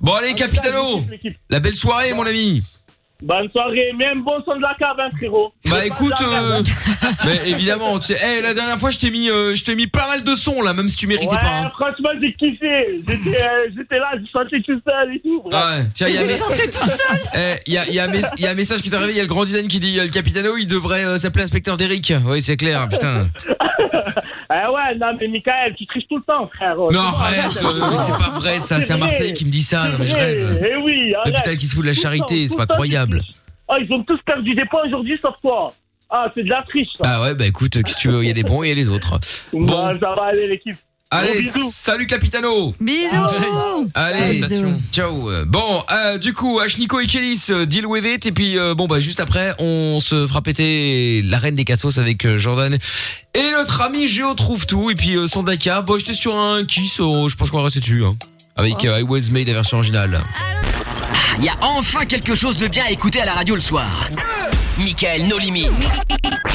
Bon allez, Capitano. l'équipe. La belle soirée, mon ami. Bonne soirée, mais un bon son de la cave, hein, frérot. Bah C'est pas écoute, de la merde, euh, hein. mais évidemment, tu sais, eh, la dernière fois, je t'ai mis, euh, je t'ai mis pas mal de sons là, même si tu méritais Ouais, pas. hein. franchement, j'ai kiffé. J'étais euh, j'étais là, je chantais tout seul et tout. bref. Ah Ouais, tiens, il y a mes- Eh, il y a, il y a un mes- il y a un message qui est arrivé, il y a le grand design qui dit euh, le Capitano, il devrait euh, s'appeler inspecteur d'Eric. Oui, c'est clair, putain. Ah ouais, non, mais Michael, tu triches tout le temps, frère. Non, arrête, euh, mais c'est pas vrai ça, c'est à vrai, Marseille qui me dit ça, non mais je vrai. rêve. Eh oui, arrête. L'hôpital qui se fout de la Tout le charité, temps, c'est tout pas le temps, croyable. Ah, ils ont tous perdu des points aujourd'hui, sauf toi. Ah, c'est de la triche, ça. Ah ouais, bah écoute, euh, qu'est-ce que tu veux, il y a des bons et il y a les autres. Bon, Ah, ça va aller, l'équipe. Gros Allez, bisous. salut Capitano Bisous. Ah, Ah, Allez, Bisous. ciao. Euh, Bon, euh, du coup, Ashniko et Kélis, euh, deal with it. Et puis, euh, bon, bah, juste après, on se fera péter la reine des cassos avec euh, Jordan. Et notre ami Géo trouve tout. Et puis, euh, son Daka. Bon, j'étais sur un kiss. euh, je pense qu'on va rester dessus. hein. avec euh, I Was Made, la version originale. Il y a enfin quelque chose de bien à écouter à la radio le soir. Michael No Limit.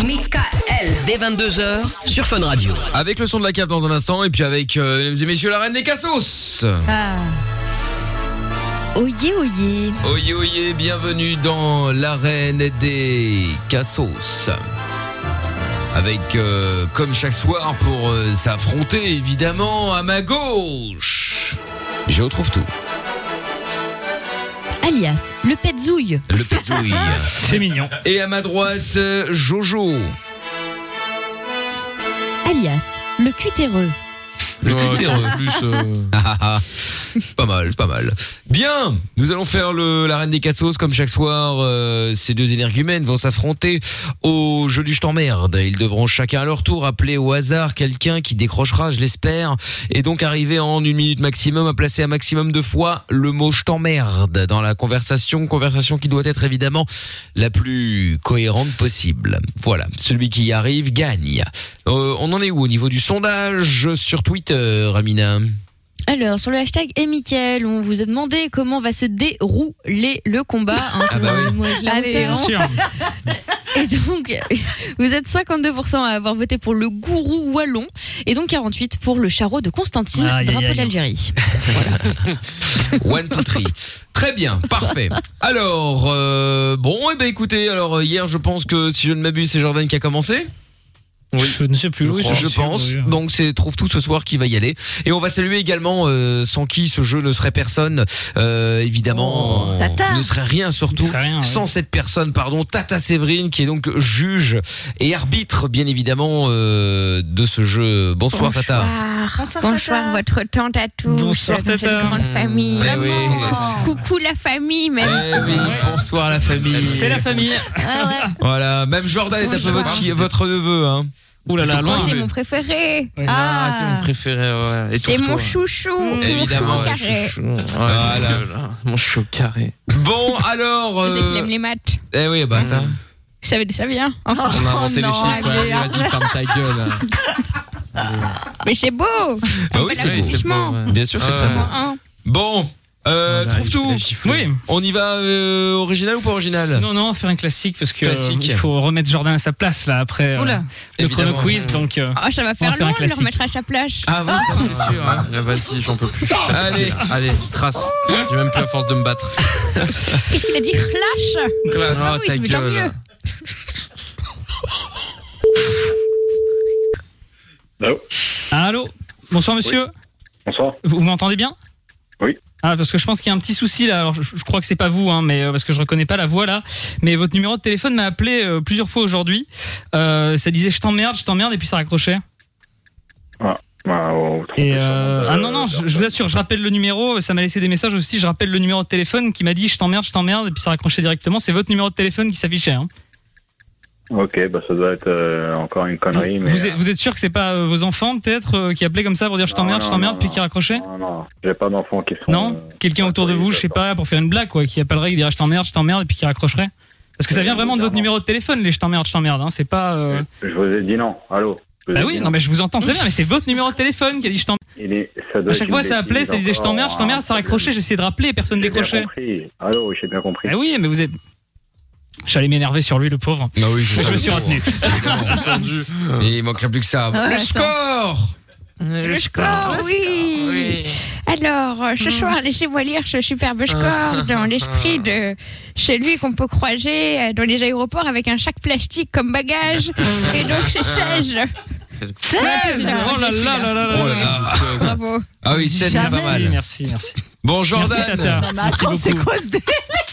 Michael. Dès 22h sur Fun Radio. Avec le son de la cave dans un instant. Et puis, avec, euh, mesdames et messieurs, la reine des cassos. Oyez, oyez. Oyez, oyez, bienvenue dans l'arène des Cassos. Avec, euh, comme chaque soir, pour euh, s'affronter, évidemment, à ma gauche. Je retrouve tout. Alias, le Petzouille. Le pétouille. C'est mignon. Et à ma droite, euh, Jojo. Alias, le cutéreux. Le Ouais, cutéreux. en plus, euh, Ah, ah, ah. C'est pas mal, c'est pas mal. Bien, nous allons faire le, la reine des cassos comme chaque soir. euh, ces deux énergumènes vont s'affronter au jeu du je t'emmerde. Ils devront chacun à leur tour appeler au hasard quelqu'un qui décrochera, je l'espère, et donc arriver en une minute maximum à placer un maximum de fois le mot je t'emmerde dans la conversation. Conversation qui doit être évidemment la plus cohérente possible. Voilà, celui qui y arrive gagne. Euh, on en est où au niveau du sondage sur Twitter, Amina Alors, sur le hashtag et Mickaël, on vous a demandé comment va se dérouler le combat. hein, Ah bah tout le oui. monde, je l'annonce Allez, bien avant. sûr. Et donc, vous êtes 52% à avoir voté pour le gourou wallon et donc 48% pour le charreau de Constantine, Aïe, aïe, drapeau aïe. d'Algérie. One, two, three. Très bien, parfait. Alors, euh, bon, eh ben écoutez, alors hier, je pense que si je ne m'abuse, c'est Jordan qui a commencé. Je ne sais plus. oui, je, crois. pense. Oui, oui. Donc c'est trouve tout ce soir qui va y aller. Et on va saluer également euh, sans qui ce jeu ne serait personne. Euh, évidemment, Oh. ne serait rien surtout sans cette personne. Pardon, Tata Séverine qui est donc juge et arbitre bien évidemment euh, de ce jeu. Bonsoir, Tata. Bonsoir, votre tante à tous. Bonsoir, dans cette Tata. grande famille. Eh oui. Coucou la famille, même. Eh oui, bonsoir la famille. C'est la famille. Ah Voilà, même Jordan est un peu Bonjour. votre, fille- votre neveu. Hein. Ouh là là, Moi, c'est mon préféré. Ah, préféré, ouais. Et c'est surtout, mon ouais. chouchou. Évidemment, Mon chouchou ouais, carré. Ouais, Ah, voilà. Mon chou carré. Bon, alors. euh, Je sais qu'il aime les maths. Eh oui, bah ça. Je savais déjà bien. On a oh Oh inventé les chiffres. ouais, lui a dit ferme ta gueule. Mais c'est beau. Bah oui, c'est beau. Bien sûr, c'est Euh, très beau. Bon, Ah euh, trouve tout. Oui. On y va euh, original ou pas original Non, non, faire un classique parce que euh, Classique. il faut remettre Jordan à sa place là après euh, Oula. le Évidemment. chrono quiz. Donc, euh, Ah, Oh, ça va on faire faire un long de le classique. remettre à sa place. Oh. Ah oui, ça c'est sûr. hein. Vas-y, j'en peux plus. Allez, allez, trace. J'ai même plus la force de me battre. Qu'est-ce qu'il a dit Clash Clash. Ah Oh, oui, ta mais tant gueule. mieux. Allô. Bonsoir monsieur. Bonsoir. Vous, vous m'entendez bien Oui. Ah parce que je pense qu'il y a un petit souci là. Alors je, je crois que c'est pas vous, hein, mais euh, parce que je reconnais pas la voix là. Mais votre numéro de téléphone m'a appelé euh, plusieurs fois aujourd'hui. Euh, ça disait je t'emmerde, je t'emmerde et puis ça raccrochait. Ah, bah, oh, Et euh, ah non non, je, je vous assure, je rappelle le numéro. Ça m'a laissé des messages aussi. Je rappelle le numéro de téléphone qui m'a dit je t'emmerde, je t'emmerde et puis ça raccrochait directement. C'est votre numéro de téléphone qui s'affichait. hein. ok, bah ça doit être euh, encore une connerie, mais Vous, êtes, vous êtes sûr que c'est pas euh, vos enfants peut-être euh, qui appelaient comme ça pour dire je t'emmerde, je non, t'emmerde non, puis qui raccrochaient non, j'ai pas d'enfants qui sont. euh, Non Quelqu'un autour de vous, je sais pas, pour faire une blague quoi, qui appellerait, qui dirait je t'emmerde, je t'emmerde et puis qui raccrocherait Parce que ça Oui, vient vraiment de votre numéro de téléphone, les je t'emmerde, je t'emmerde, hein, c'est pas. euh, Je vous ai dit non. Allô. Je vous Bah ai dit oui, non mais je vous entends très bien, mais c'est votre numéro de téléphone qui a dit je t'emmerde. Il est- ça doit À être chaque une fois ça appelait, bêtise ça disait je encore, t'emmerde, je t'emmerde, hein. ça raccrochait, j'essayais de rappeler, personne J'ai bien décrochait. compris. Allô, j'ai bien compris. Bah oui, mais vous êtes. J'allais m'énerver sur lui, le pauvre. Bah oui, c'est ça, Je me le suis pauvre. retenu. Et il manquerait plus que ça. Ah Ouais, le attends. score Le score, oui. Alors, euh, ce soir, Hmm. laissez-moi lire ce superbe Ah. score dans l'esprit de celui qu'on peut croiser euh, dans les aéroports avec un sac plastique comme bagage. Et donc, c'est 16. 16 Oh là là là là là Bravo. Ah oui, 16, c'est pas Merci, mal. Merci, merci. Bon, Jordan. Merci, Tata. Merci beaucoup.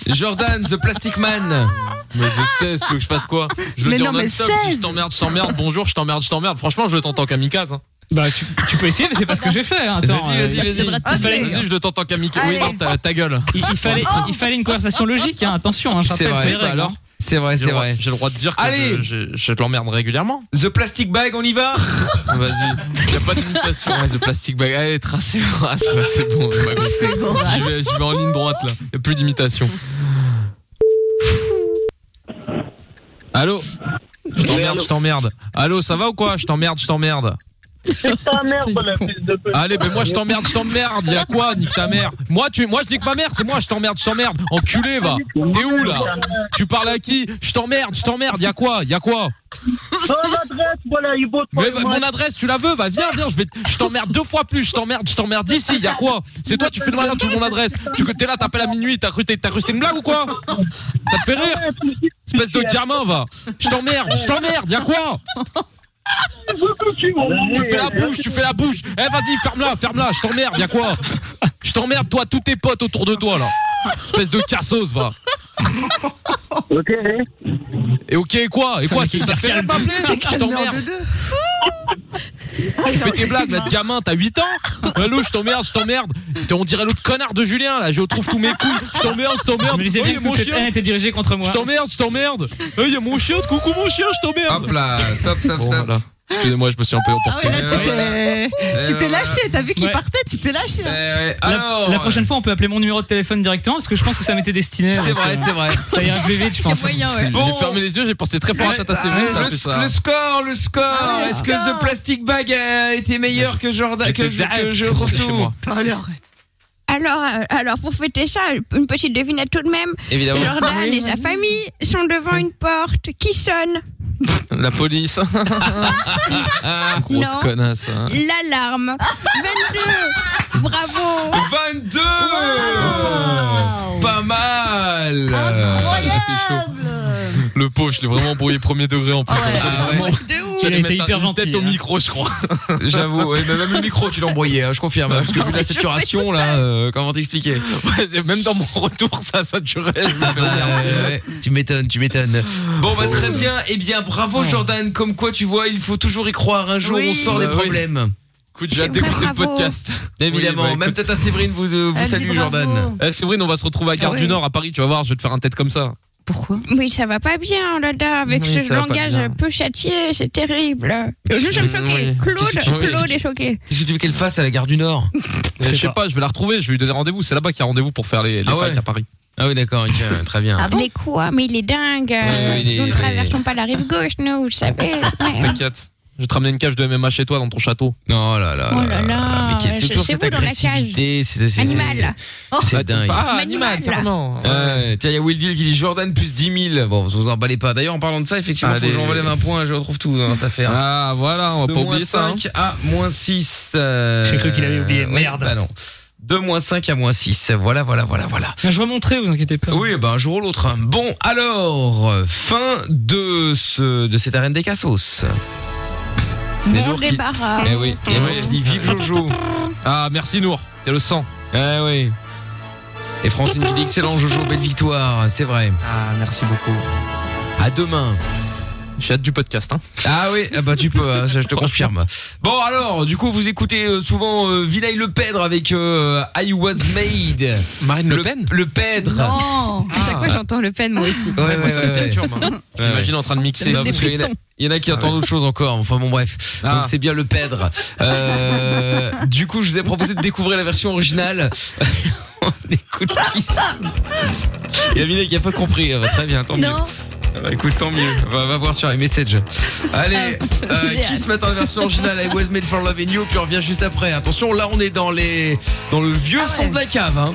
Jordan, The Plastic Man. Mais je sais, tu veux que je fasse quoi Je Mais le dis non, en mais non-stop, je dis je t'emmerde, je t'emmerde, bonjour, je t'emmerde, je t'emmerde. Franchement, je le tente en kamikaze. hein. Bah, tu, tu peux essayer, mais c'est pas ce que j'ai fait. hein. Attends, Vas-y, euh, vas-y, vas-y. Il fallait, Vas-y, je le tente en kamikaze. Oui, Allez. Oh, non, ta, ta gueule. il, il fallait, Oh. il fallait une conversation logique, hein. attention, hein, je C'est rappelle, vrai. c'est les Bah règles, alors hein. C'est vrai, c'est vrai. J'ai le droit de dire que Allez. je, je- je te l'emmerde régulièrement. The Plastic Bag, on y va Vas-y. Y a pas d'imitation, hein, The Plastic Bag. Allez, tracez ah, c'est bon, c'est bon. ouais, bon. J'y vais, j'y vais en ligne droite là. Y a plus d'imitation. Allô Je t'emmerde, je t'emmerde. Allô, ça va ou quoi Je t'emmerde, je t'emmerde. Ta mère, voilà, fils de pute. ben Allez, mais moi je t'emmerde, je t'emmerde. Y'a quoi Nique ta mère. Moi, tu, moi je nique ma mère, c'est moi, je t'emmerde, je t'emmerde. Enculé, va. T'es où là Tu parles à qui Je t'emmerde, je t'emmerde. Y'a quoi Y'a quoi Son adresse, voilà, il vote mais va- mon adresse, tu la veux Bah viens, viens, je vais, t- je t'emmerde deux fois plus, je t'emmerde, je t'emmerde ici. Y'a quoi C'est toi, tu fais le malin, tu veux mon adresse. Tu que t'es là, t'appelles à minuit, t'as cru, t'es- t'as cru que c'était une blague ou quoi Ça te fait rire Ah Espèce de diamant, va. Je t'emmerde, je t'emmerde. Y'a quoi tu fais la bouche, tu fais la bouche. Eh vas-y, ferme-la, ferme-la. Je t'emmerde. Y'a quoi Je t'emmerde, toi, tous tes potes autour de toi là. Espèce de cassos, va. Ok. Et ok, et quoi Et quoi C'est ça fait rien de m'appeler Je t'emmerde. Tu fais tes blagues là de gamin, t'as 8 ans Allô, je t'emmerde, je t'emmerde T'es- On dirait l'autre connard de Julien là, je retrouve tous mes couilles Je t'emmerde, je Je t'emmerde me disais Oh, bien y a que mon toute cette haine chien était dirigée contre moi. Oh, Je t'emmerde, je t'emmerde Eh, y a mon chien, coucou mon chien, je t'emmerde Hop là, stop, stop, stop. Excusez-moi, je me suis un Ah peu emporté. Tu t'es lâché, t'as vu qu'il partait, tu t'es lâché. euh, La, la prochaine fois, on peut appeler mon numéro de téléphone directement parce que je pense que ça m'était destiné. C'est donc, vrai, euh, c'est vrai. Ça ira plus vite, je pense. J'ai fermé les yeux, j'ai pensé très fort à ta série. Eh, Le- le, score, Ah le score. Est-ce que The Plastic Bag a été meilleur que Jordan que, je- que je retrouve Allez, Alors, euh, alors, pour fêter ça, une petite devinette tout de même. Évidemment. Jordan Oui, et sa famille sont devant une porte qui sonne. La police. Ah, Grosse Non. connasse. hein. L'alarme. 22. Bravo. 22 Pas mal Le pauvre, je l'ai vraiment embrouillé premier degré en plus. Il a J'allais été mettre hyper une tête gentil, au hein. micro, je crois. J'avoue, ouais, mais même le micro, tu l'as embrouillé, hein, je confirme. hein, Parce que vu la saturation, là, euh, comment t'expliquer Même dans mon retour, ça saturait. Tu m'étonnes, tu m'étonnes. Bon, bah très bien. Eh bien, bravo Jordan. Comme quoi, tu vois, il faut toujours y croire. Un jour, Oui. on sort des Bah oui. problèmes. Écoute, j'ai hâte d'écouter le podcast. Évidemment, même Tata Séverine vous, euh, vous Elle dit salue, bravo. Jordan. bah, Eh, Séverine, on va se retrouver à Gare Ah du oui. Nord à Paris, tu vas voir, je vais te faire un tête comme ça. Oui, ça va pas bien, hein, Lada, avec Oui, ça ce va pas langage bien. peu châtié, c'est terrible. Je je me choquer. Oui. Claude, Qu'est-ce que tu- Claude est choqué. Qu'est-ce que tu veux qu'elle fasse à la Gare du Nord Je sais pas. je vais la retrouver, je vais lui donner rendez-vous. C'est là-bas qu'il y a rendez-vous pour faire les, les Ah ouais. fights à Paris. Ah oui, d'accord, ok, très bien. Mais quoi Mais il est dingue. oui, il est- nous ne il est- traversons pas la rive gauche, nous, vous savez. Merde. T'inquiète. Je vais te ramener une cage de MMA chez toi dans ton château. Non, là, là. Oh là là. Mais quelle- c'est chez- toujours chez cette vous, dans la cage. agressivité, c'est- c'est- c'est- Animal. Oh. C'est dingue. Ah, animal, carrément. Ouais, tiens, il y a Will Deal qui dit Jordan plus 10 000. Bon, vous vous emballez pas. D'ailleurs, en parlant de ça, effectivement, faut que Allez. j'enlève un point, je retrouve tout dans cette affaire. Ah, voilà, on va De pas moins oublier ça, hein. 5 à moins 6. euh, J'ai cru qu'il avait oublié. ouais, Merde. Bah non. De moins 5 à moins 6. Voilà, voilà, voilà, voilà. Ah, Je remonterai, vous inquiétez pas. Oui, ben, un jour ou l'autre. hein. Bon, alors, euh, fin de ce, de cette arène des cassos. Des Bon lourds qui- débarras. Eh oui, et moi, je dis vive Jojo. Ah, merci Nour, t'es le sang. Eh oui. Et Francine qui dit excellent Jojo, belle victoire, c'est vrai. Ah, merci beaucoup. À demain. J'ai hâte du podcast, hein. Ah oui, ah bah tu peux, hein, ça, je te confirme. Bon alors, du coup vous écoutez euh, souvent euh, Vinay Le Pèdre avec euh, I Was Made. Marine Le, Pen Le Pèdre. Ah. Non. À chaque fois, Ah. j'entends Le Pen, moi aussi. Ouais, ouais, ouais, ouais. J'imagine en train de mixer. Non, parce qu'il y en a- Il y en a qui entendent autre chose encore. Enfin bon bref, Ah. donc c'est bien le pèdre. Euh, du coup, je vous ai proposé de découvrir la version originale. On écoute Kiss. Il y a Vinay qui a pas compris. Ah bah, très bien, tant mieux. Non. Ah bah, écoute, tant mieux. Va, va voir sur les messages. Allez, euh, Ah, j'ai Kiss maintenant la version originale. I was made for loving you. Puis on revient juste après. Attention, là on est dans les dans le vieux Ah son de la cave. Hein.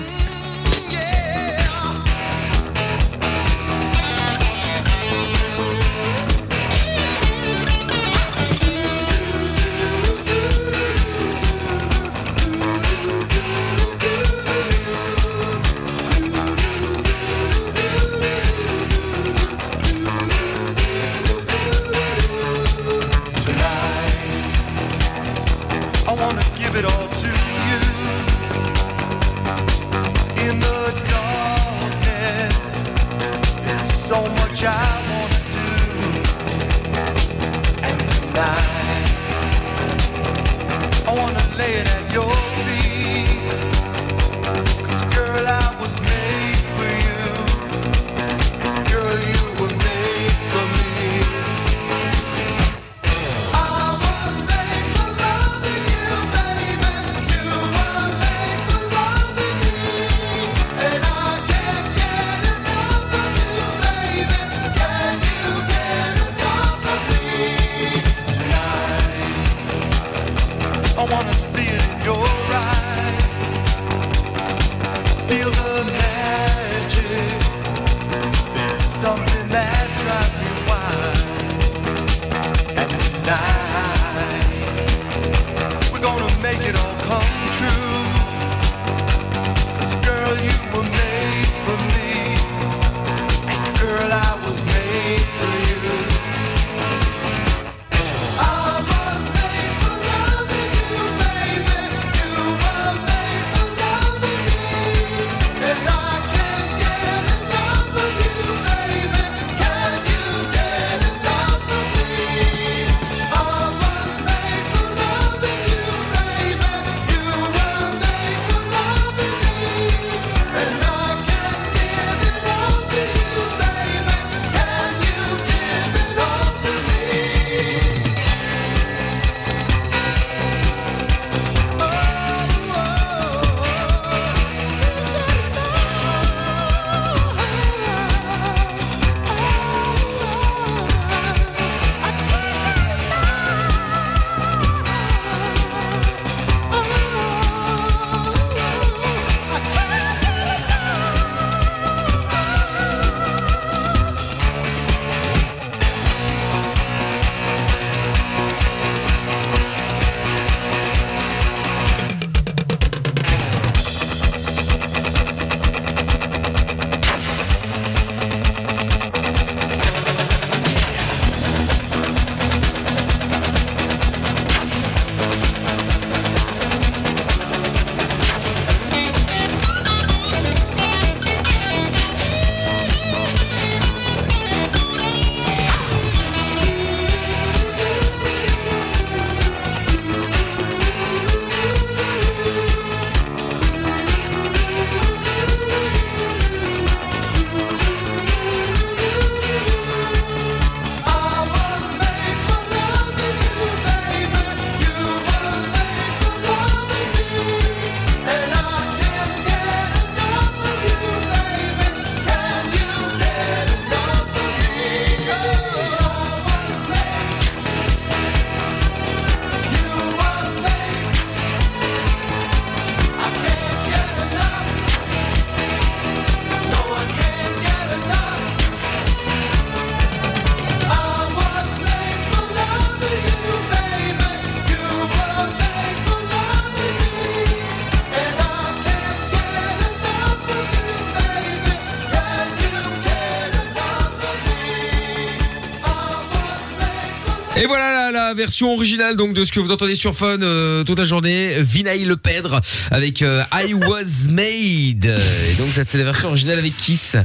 Tonight, I wanna give it all to you. In the darkness, there's so much I wanna do. And tonight, I wanna lay it at your feet. 'Cause girl, I was made for you, and girl, you were made for me. I wanna see it in your Et voilà la, la version originale donc de ce que vous entendez sur Fun euh, toute la journée, Vinay Le Pedre avec euh, I Was Made. Et donc ça c'était la version originale avec Kiss.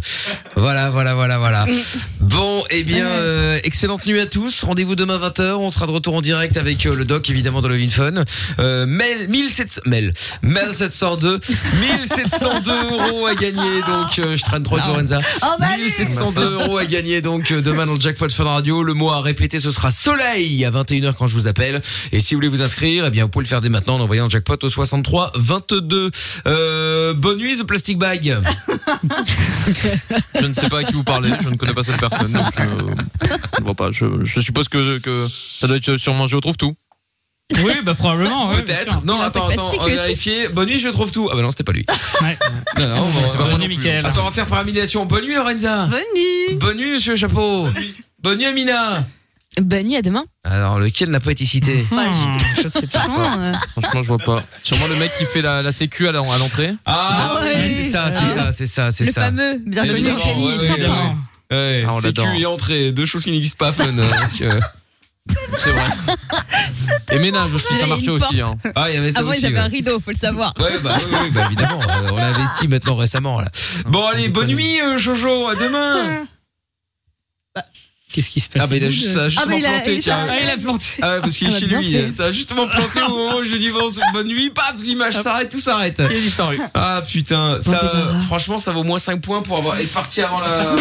Voilà, voilà, voilà, voilà. Bon, et bien euh, excellente nuit à tous. Rendez-vous demain 20h, on sera de retour en direct avec euh, le doc évidemment de Love in Fun. Euh, Mel 1700 Mel Mel 702 1702 euros à gagner donc euh, je traîne trop avec Lorenza. Oh, bah, 1702 euros à gagner donc euh, demain dans le Jackpot Fun Radio. Le mot à répéter ce sera soleil à 21h quand je vous appelle. Et si vous voulez vous inscrire, eh bien vous pouvez le faire dès maintenant en envoyant le Jackpot au 63 22. Euh, bonne nuit The Plastic Bag. Je ne sais pas à qui vous parlez, je ne connais pas cette personne. donc je, je ne vois pas. Je, je suppose que, que ça doit être sûrement Je trouve tout. Oui, bah Oh, probablement. ouais, bien sûr. Peut-être. Ah, Non, attends, attends, on va vérifier. Bonne nuit, je trouve tout. Ah bah non, c'était pas lui. Non, non, bon, C'est pas bonne moi non nuit, plus. Mickaël. Attends, on va faire par élimination. Bonne nuit, Lorenza. Bonne nuit. Bonne nuit, monsieur Chapeau. Bonne nuit, Amina. Bonne nuit, à demain. Alors, lequel n'a pas été cité je ne sais pas. Franchement, je vois pas. Sûrement le mec qui fait la, la sécu à la- à l'entrée. Ah, ouais. oui, c'est ça, c'est Ah. ça, c'est ça, c'est Le ça. fameux, bien connu, Évidemment, Camille, ouais, ouais, sympa. ouais, ouais. Ouais, Ah, on sécu l'adore. et entrée, deux choses qui n'existent pas, Fun. euh, donc, euh, C'est vrai. Et ménage aussi, Il y ça avait marchait une aussi. porte. Hein. Ah, il y avait ça Avant, aussi. ils avaient ouais. un rideau, faut le savoir. Ouais, bah, oui, oui, bah, évidemment, euh, on l'a investi maintenant récemment. Là. Ah, Bon, allez, bonne nuit, euh, Jojo, à demain. Qu'est-ce qui se passe Ah, bah, il a juste, ça a justement planté, tiens. Ah, il a planté. Ah ouais, parce qu'il est Ah, bah, chez bien lui. fait. Ça a justement planté au moment où je lui dis bon, bonne nuit, paf, l'image s'arrête, tout s'arrête. Il a disparu. Ah putain, ça, euh, franchement, ça vaut moins 5 points pour avoir être parti avant la.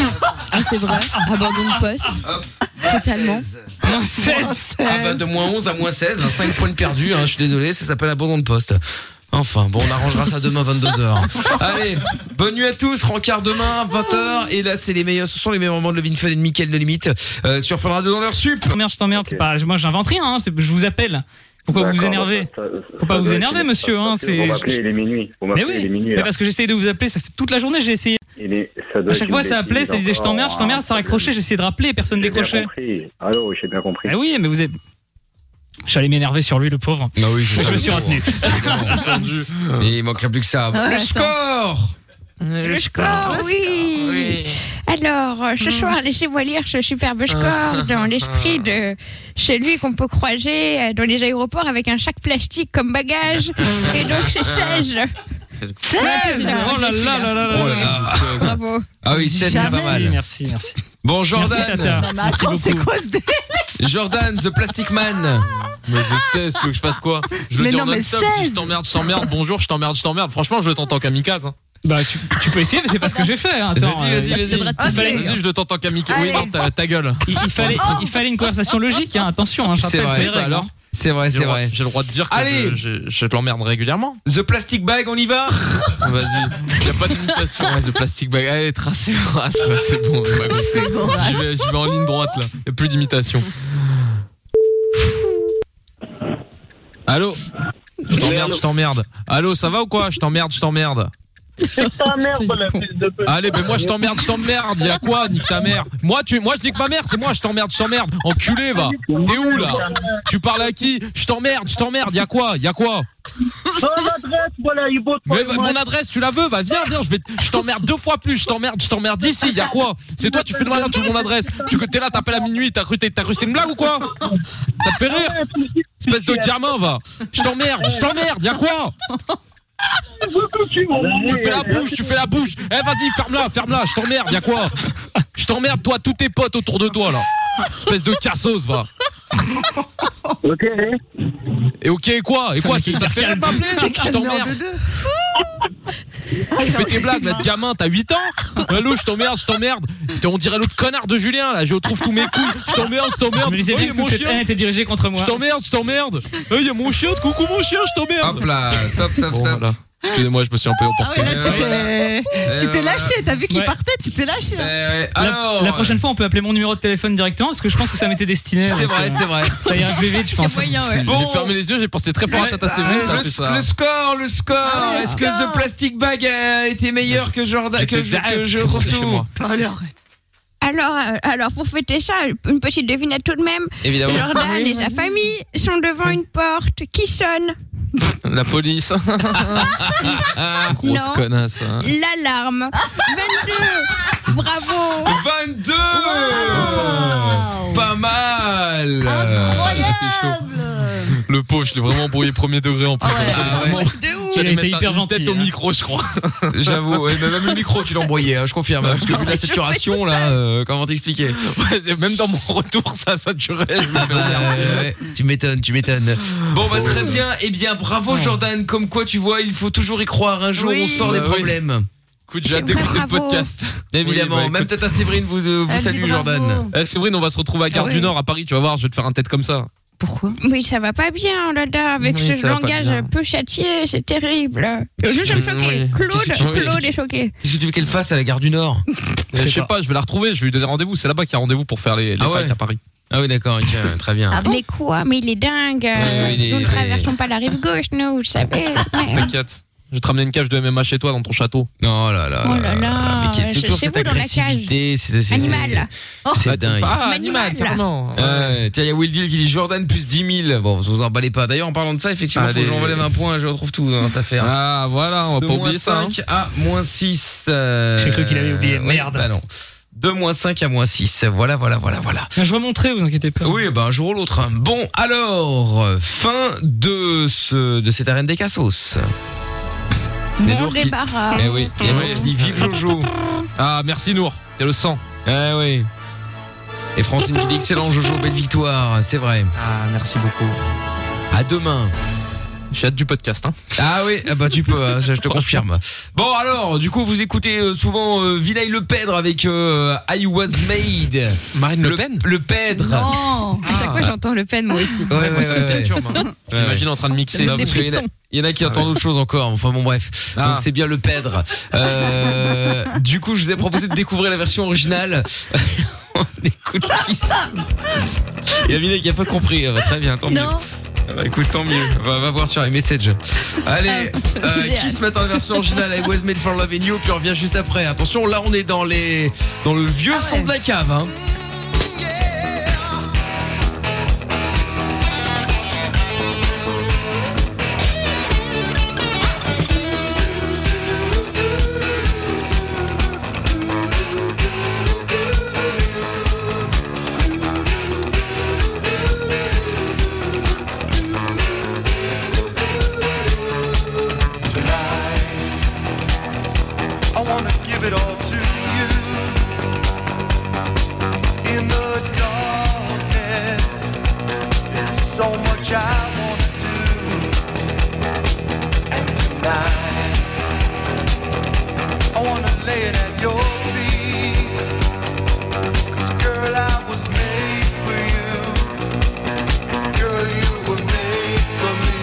Ah, c'est vrai. Abandon de poste. Totalement. Moins 16. Ah bah de moins 11 à moins 16, hein, 5 points de perdus, hein, je suis désolé, ça s'appelle abandon de poste. Enfin, bon, on arrangera ça demain 22h. Allez, bonne nuit à tous, rencard demain 20h et là c'est les meilleurs, ce sont les meilleurs moments de Levin Fun et de Mickaël de Limite euh, sur Fun Radio dans leur sup. Merde, je t'emmerde, c'est pas, moi j'invente rien, hein, c'est- je vous appelle. Pourquoi vous vous D'accord, énervez bah, ça- ça- Faut pas ça vous doit être- énerver, monsieur, hein, parce que Vous c'est- m'appelez, il est minuit. Mais Vous m'appelez, oui, il est minuit. mais là. parce que j'essaye de vous appeler, ça fait toute la journée, j'ai essayé. Il est- ça À doit être chaque une fois ça appelait, bêtise ça disait je encore, hein. t'emmerde, je t'emmerde, ça raccrochait, j'essayais de rappeler, personne J'ai bien décrochait. compris. Allô, j'ai bien compris. Ah oui, mais vous êtes. J'allais m'énerver sur lui, le pauvre. Ah oui, c'est Je ça, me le suis pauvre. retenu. Et il manquerait plus que Ah ça. Ouais, le attends. score Le score, Ah, oui. Alors, euh, ce soir, laissez-moi lire ce superbe Ah. score dans l'esprit de chez lui qu'on peut croiser euh, dans les aéroports avec un sac plastique comme bagage. Et donc, c'est Ah. 16. 16 Oh là là là là euh, Oh là là là là. Oh. Bravo. Ah oui, 16 c'est pas mal. Merci, merci. Bon Merci, Tata. Jordan, Non, mais Merci attends, beaucoup. Oh, c'est quoi ce délire Jordan, The Plastic Man. Mais je sais, tu veux que je fasse quoi Je le Mais dis non, en mais non-stop, je dis je t'emmerde, je t'emmerde, bonjour, je t'emmerde, je t'emmerde. Franchement, je le t'entends kamikaze. Hein. Bah, tu, tu peux essayer, mais c'est pas ce que j'ai fait. hein, Attends, Vas-y, vas-y, euh, vas-y. Il fallait, Vas-y, je le t'entends kamikaze. Oui, Allez. non, ta, ta gueule. Oh. il, il fallait, il fallait une conversation logique, hein, attention, hein, je C'est rappelle, vrai, c'est les bah règles, alors. hein. C'est vrai, J'ai c'est le droit- vrai. J'ai le droit de dire que Allez. je, je, je te l'emmerde régulièrement. The Plastic Bag, on y va Vas-y, y a pas d'imitation. Ouais, the plastic bag. Allez, tracez le race, là, c'est bon. j'ai pas compris. J'y vais, j'y vais en ligne droite, là. Y a plus d'imitation. Allô Je t'emmerde, je t'emmerde. Allô, ça va ou quoi Je t'emmerde, je t'emmerde. Allez, mais moi je t'emmerde, je t'emmerde. Y'a quoi Nique ta mère. Moi, tu, moi je nique ma mère, c'est moi, je t'emmerde, je t'emmerde. Enculé, va. T'es où là Tu parles à qui Je t'emmerde, je t'emmerde. Y'a quoi Y'a quoi Mon adresse, voilà, il botte mais pas. bah, mon adresse, tu la veux Bah viens, viens, je vais, je t'emmerde deux fois plus, je t'emmerde, je t'emmerde d'ici. Y'a quoi C'est toi, tu fais le malin, tu veux mon adresse. Tu que t'es là, t'appelles à minuit, t'as cru, t'es- t'as cru que c'était une blague ou quoi Ça te fait rire Espèce de gamin, va. Je t'emmerde, je t'emmerde. Y'a quoi tu fais la bouche, tu fais la bouche. Eh vas-y, ferme-la, ferme-la, je t'emmerde, y'a quoi Je t'emmerde, toi, tous tes potes autour de toi, là. Espèce de cassos, va. Ok. Et ok, quoi Et quoi c'est- Ça te fait rire de m'appeler, là Je t'emmerde. Ah, Tu fais tes blagues, là, de gamin, t'as 8 ans Allô, je t'emmerde, je t'emmerde. T'es- On dirait l'autre connard de Julien, là. Je retrouve tous mes coups. Je t'emmerde, je Je t'emmerde. me disais Oui, bien que mon toute cette haine chien. était dirigée contre Je moi. t'emmerde, je t'emmerde. Eh, y'a mon chien, coucou mon chien, je t'emmerde. Hop là, stop, stop, stop. Excusez-moi, je me suis un peu Ah emporté. ouais, là, tu t'es- Euh, tu t'es lâché, t'as vu qu'il Ouais. partait, tu t'es lâché. là. La- Eh Alors, la, prochaine fois, on peut appeler mon numéro de téléphone directement parce que je pense que ça m'était destiné. C'est donc, vrai, euh, c'est vrai. Ça ira plus vite, je pense. Bon. Ah, J'ai fermé les yeux, j'ai pensé très fort à ta CV. ça Le, fait ça. le score, Ah le score. Est-ce que The Plastic Bag a été meilleur que Jordan que, J'étais que je direct, retrouve chez moi. Ah, Allez, arrête. Alors, euh, alors, pour fêter ça, une petite devinette tout de même. Évidemment. Jordan et sa famille sont devant une porte qui sonne. La police. Grosse Non. connasse. hein. L'alarme. 22. Bravo. 22 pas mal Le pauvre, je l'ai vraiment embrouillé premier degré en plus. Ah ouais. J'allais Il mettre était hyper une tête gentil, au hein. micro, je crois. J'avoue, ouais, mais même le micro, tu l'embrouillais, hein, je confirme. hein, Parce que vu la saturation, là, euh, comment t'expliquer Même dans mon retour, ça saturait. tu m'étonnes, tu m'étonnes. Bon, bah très Oh. bien. Eh bien, bravo Jordan. Comme quoi, tu vois, il faut toujours y croire. Un jour, Oui. on sort des Bah oui. problèmes. Écoute, j'ai hâte d'écouter le podcast. bah, Évidemment, même Tata Séverine vous, euh, vous salue, Jordan. Eh, Séverine, on va se retrouver à Gare Ah du oui. Nord à Paris, tu vas voir, je vais te faire un tête comme ça. Oui, ça va pas bien, là, là, avec Oui, ce ça va pas langage bien. un peu châtié, c'est terrible. Euh, Je suis choqué. Oui. Claude, Qu'est-ce que tu- Claude est choqué. Qu'est-ce que tu veux qu'elle fasse à la Gare du Nord Je sais pas, je vais la retrouver, je vais lui donner rendez-vous. C'est là-bas qu'il y a rendez-vous pour faire les, les fights à Paris. Ah oui, d'accord, ok, très bien. Ah mais quoi Mais il est dingue. oui, il est- il nous ne est- traversons pas la rive gauche, nous, vous savez. Merde. T'inquiète. Je vais te ramener une cage de MMA chez toi dans ton château. Non, là là. Oh là là. Mais c'est chez- toujours chez cette vous, dans la cage. agressivité, c'est- c'est- c'est- Animal. Oh. c'est- C'est dingue. Ah, animal, clairement. Ouais, tiens, il y a Will Deal qui dit Jordan plus 10 000. Bon, vous vous emballez pas. D'ailleurs, en parlant de ça, effectivement, faut Allez. que j'en relève un point, je retrouve tout dans cette affaire. Ah, voilà, on va De pas moins oublier ça. hein. 5 à moins 6. J'ai cru qu'il avait oublié, merde. Bah non. De moins 5 à moins 6. Voilà, voilà, voilà, voilà. Bah, Je remonterai, vous inquiétez pas. Oui, ben un jour ou l'autre. hein. Bon, alors, euh, fin de ce de cette arène des cassos. Il y a Bon Nour qui- Ah. débarras. Eh oui, il y a Nour Oui. qui dit vive Jojo. Ah, merci Nour, t'es le sang. Eh oui. Et Francine qui dit excellent Jojo, belle victoire, c'est vrai. Ah, merci beaucoup. À demain. J'ai hâte du podcast. Hein. Ah oui, ah bah tu peux, hein, ça, je te confirme. Bon alors, du coup vous écoutez euh, souvent euh, Vinay Le Pèdre avec euh, I Was Made. Marine Le Pen Le Ah. Pèdre. À chaque fois, j'entends Le Pen, moi aussi. Ouais, ouais, ouais, ouais. J'imagine en train de mixer. Non, parce qu'il y en a- Il y en a qui entendent autre chose encore. Enfin bon bref. Ah. Donc c'est bien le pèdre. Euh, du coup, je vous ai proposé de découvrir la version originale. On écoute Kiss. Il y a Vinay qui a pas compris. Ah bah, très bien, tant mieux. Non. Ah bah, écoute, tant mieux. Va, va voir sur les messages. Allez, euh, Ah, j'ai Kiss matin version originale. I was made for loving you. Puis on revient juste après. Attention, là on est dans les dans le vieux Ah son de la cave. Hein. Tonight, I wanna give it all to you. In the darkness, there's so much I wanna do. And tonight, I wanna lay it at your feet. 'Cause girl, I was made for you, and girl, you were made for me.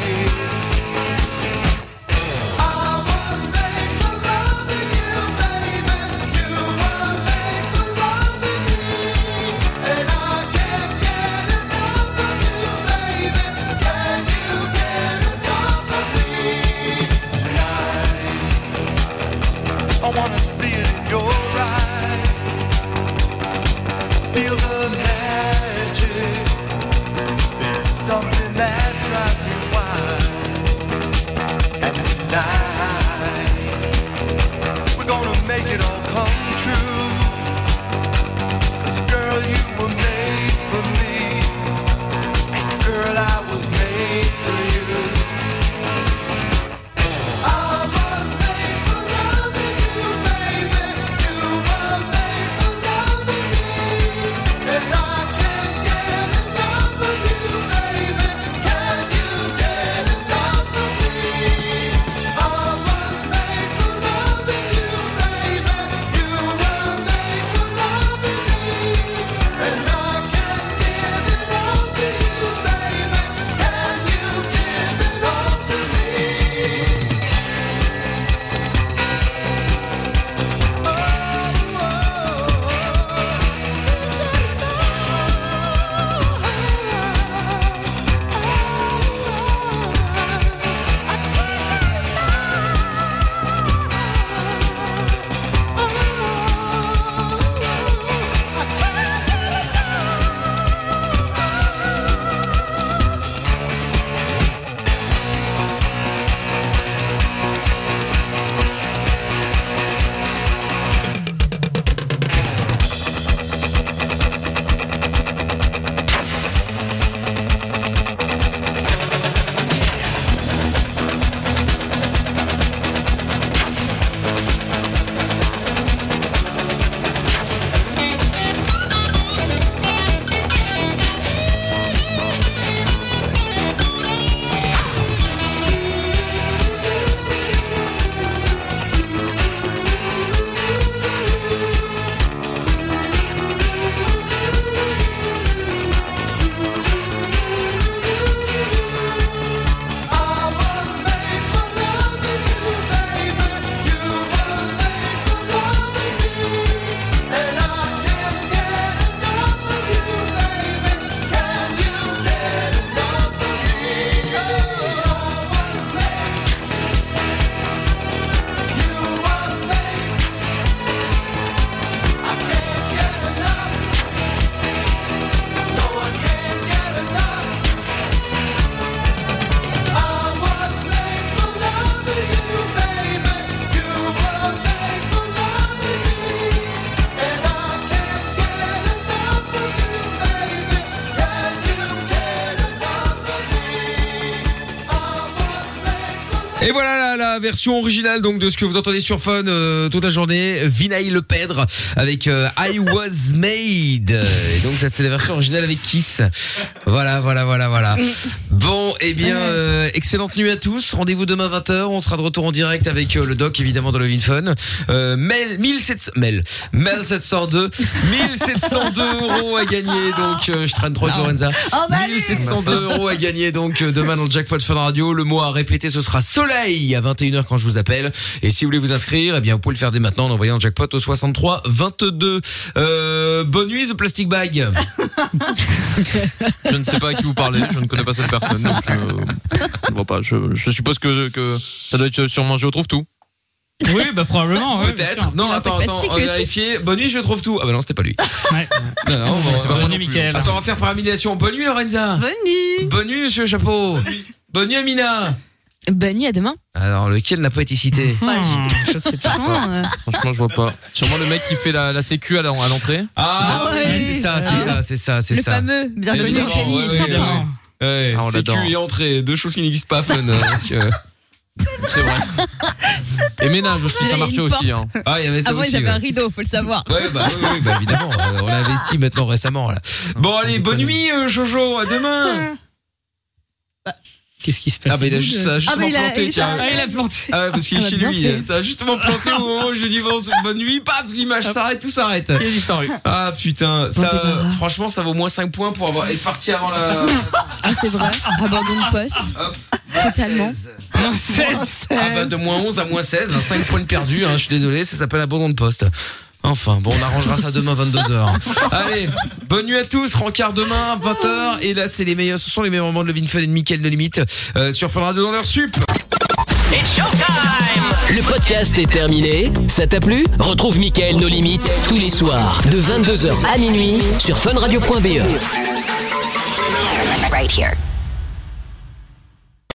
I wanna see it in Et voilà la, la version originale donc de ce que vous entendez sur Fun euh, toute la journée, Vinay Le Pedre avec euh, I Was Made. Et donc ça c'était la version originale avec Kiss. Voilà, voilà, voilà, voilà. Bon, et bien euh, excellente nuit à tous. Rendez-vous demain 20h, on sera de retour en direct avec euh, le doc évidemment dans le Vin Fun. Euh, Mel 1700 Mel Mel 702 1702 euros à gagner donc euh, je traîne trop avec Lorenza. Oh, bah, allez 1702 euros à gagner donc euh, demain dans le Jackpot Fun Radio. Le mot à répéter ce sera soleil à 21h quand je vous appelle. Et si vous voulez vous inscrire, eh bien vous pouvez le faire dès maintenant en envoyant le jackpot au 63 22. Euh, bonne nuit The Plastic Bag. Je ne sais pas à qui vous parlez, je ne connais pas cette personne. Donc je, je ne vois pas. Je, je suppose que, que ça doit être sûrement Je retrouve tout. Oui, bah Ah probablement. ouais, bien Peut-être. sûr. Non, attends, attends, on va vérifier. Bonne nuit, je trouve tout. Ah bah non, c'était pas lui. Non, non, bon, C'est pas bon, non Bonne nuit, plus. Mickaël. Attends, on va faire par élimination. Bonne nuit, Lorenza. Bonne nuit. Bonne nuit, monsieur Chapeau. Bonne nuit, Amina. Bonne nuit, à demain. Alors, lequel n'a pas été cité Je ne sais plus. Hein, euh. Franchement, je vois pas. Sûrement le mec qui fait la, la sécu à la- à l'entrée. Ah, Ah, ouais, c'est ça, c'est ça, c'est ça, c'est ça. Bienvenue Évidemment, Camille, ouais, ouais, sympa. ouais. Ouais, Ah, on sécu l'adore. et entrée, deux choses qui n'existent pas, Fun. donc, euh, C'est vrai. Et ménage Il y aussi, ça avait marchait une aussi. porte. hein. Ah, il y avait ça Avant, aussi. ils avaient ouais. un rideau, faut le savoir. Ouais, bah, oui, oui, bah, évidemment, euh, on a investi maintenant récemment là. Bon allez, bonne nuit euh, Jojo, à demain. Qu'est-ce qui se passe Ah bah il a juste, ça a justement planté tiens. Bah. Ah, il a planté. Ah ouais, parce qu'il Ah, est bah, chez bien lui, fait. ça a justement planté au moment où je lui dis bon, bonne nuit, paf, l'image s'arrête, tout s'arrête. Il a disparu. Ah putain, ça, euh, franchement ça vaut moins 5 points pour avoir être parti avant la... Ah, c'est vrai. Abandon de poste. Totalement. Moins 16. Ah bah de moins 11 à moins 16, 5 points de perdus, hein, je suis désolé, ça s'appelle abandon de poste. Enfin, bon, on arrangera ça demain 22h. Allez, bonne nuit à tous, rencard demain 20h et là c'est les meilleurs, ce sont les meilleurs moments de Levin Fun et de Mickaël de Limite euh, sur Fun Radio dans leur sup. Le podcast est terminé. Ça t'a plu Retrouve Mickaël nos limites tous les soirs E. de 22h à minuit sur funradio.be. Right here.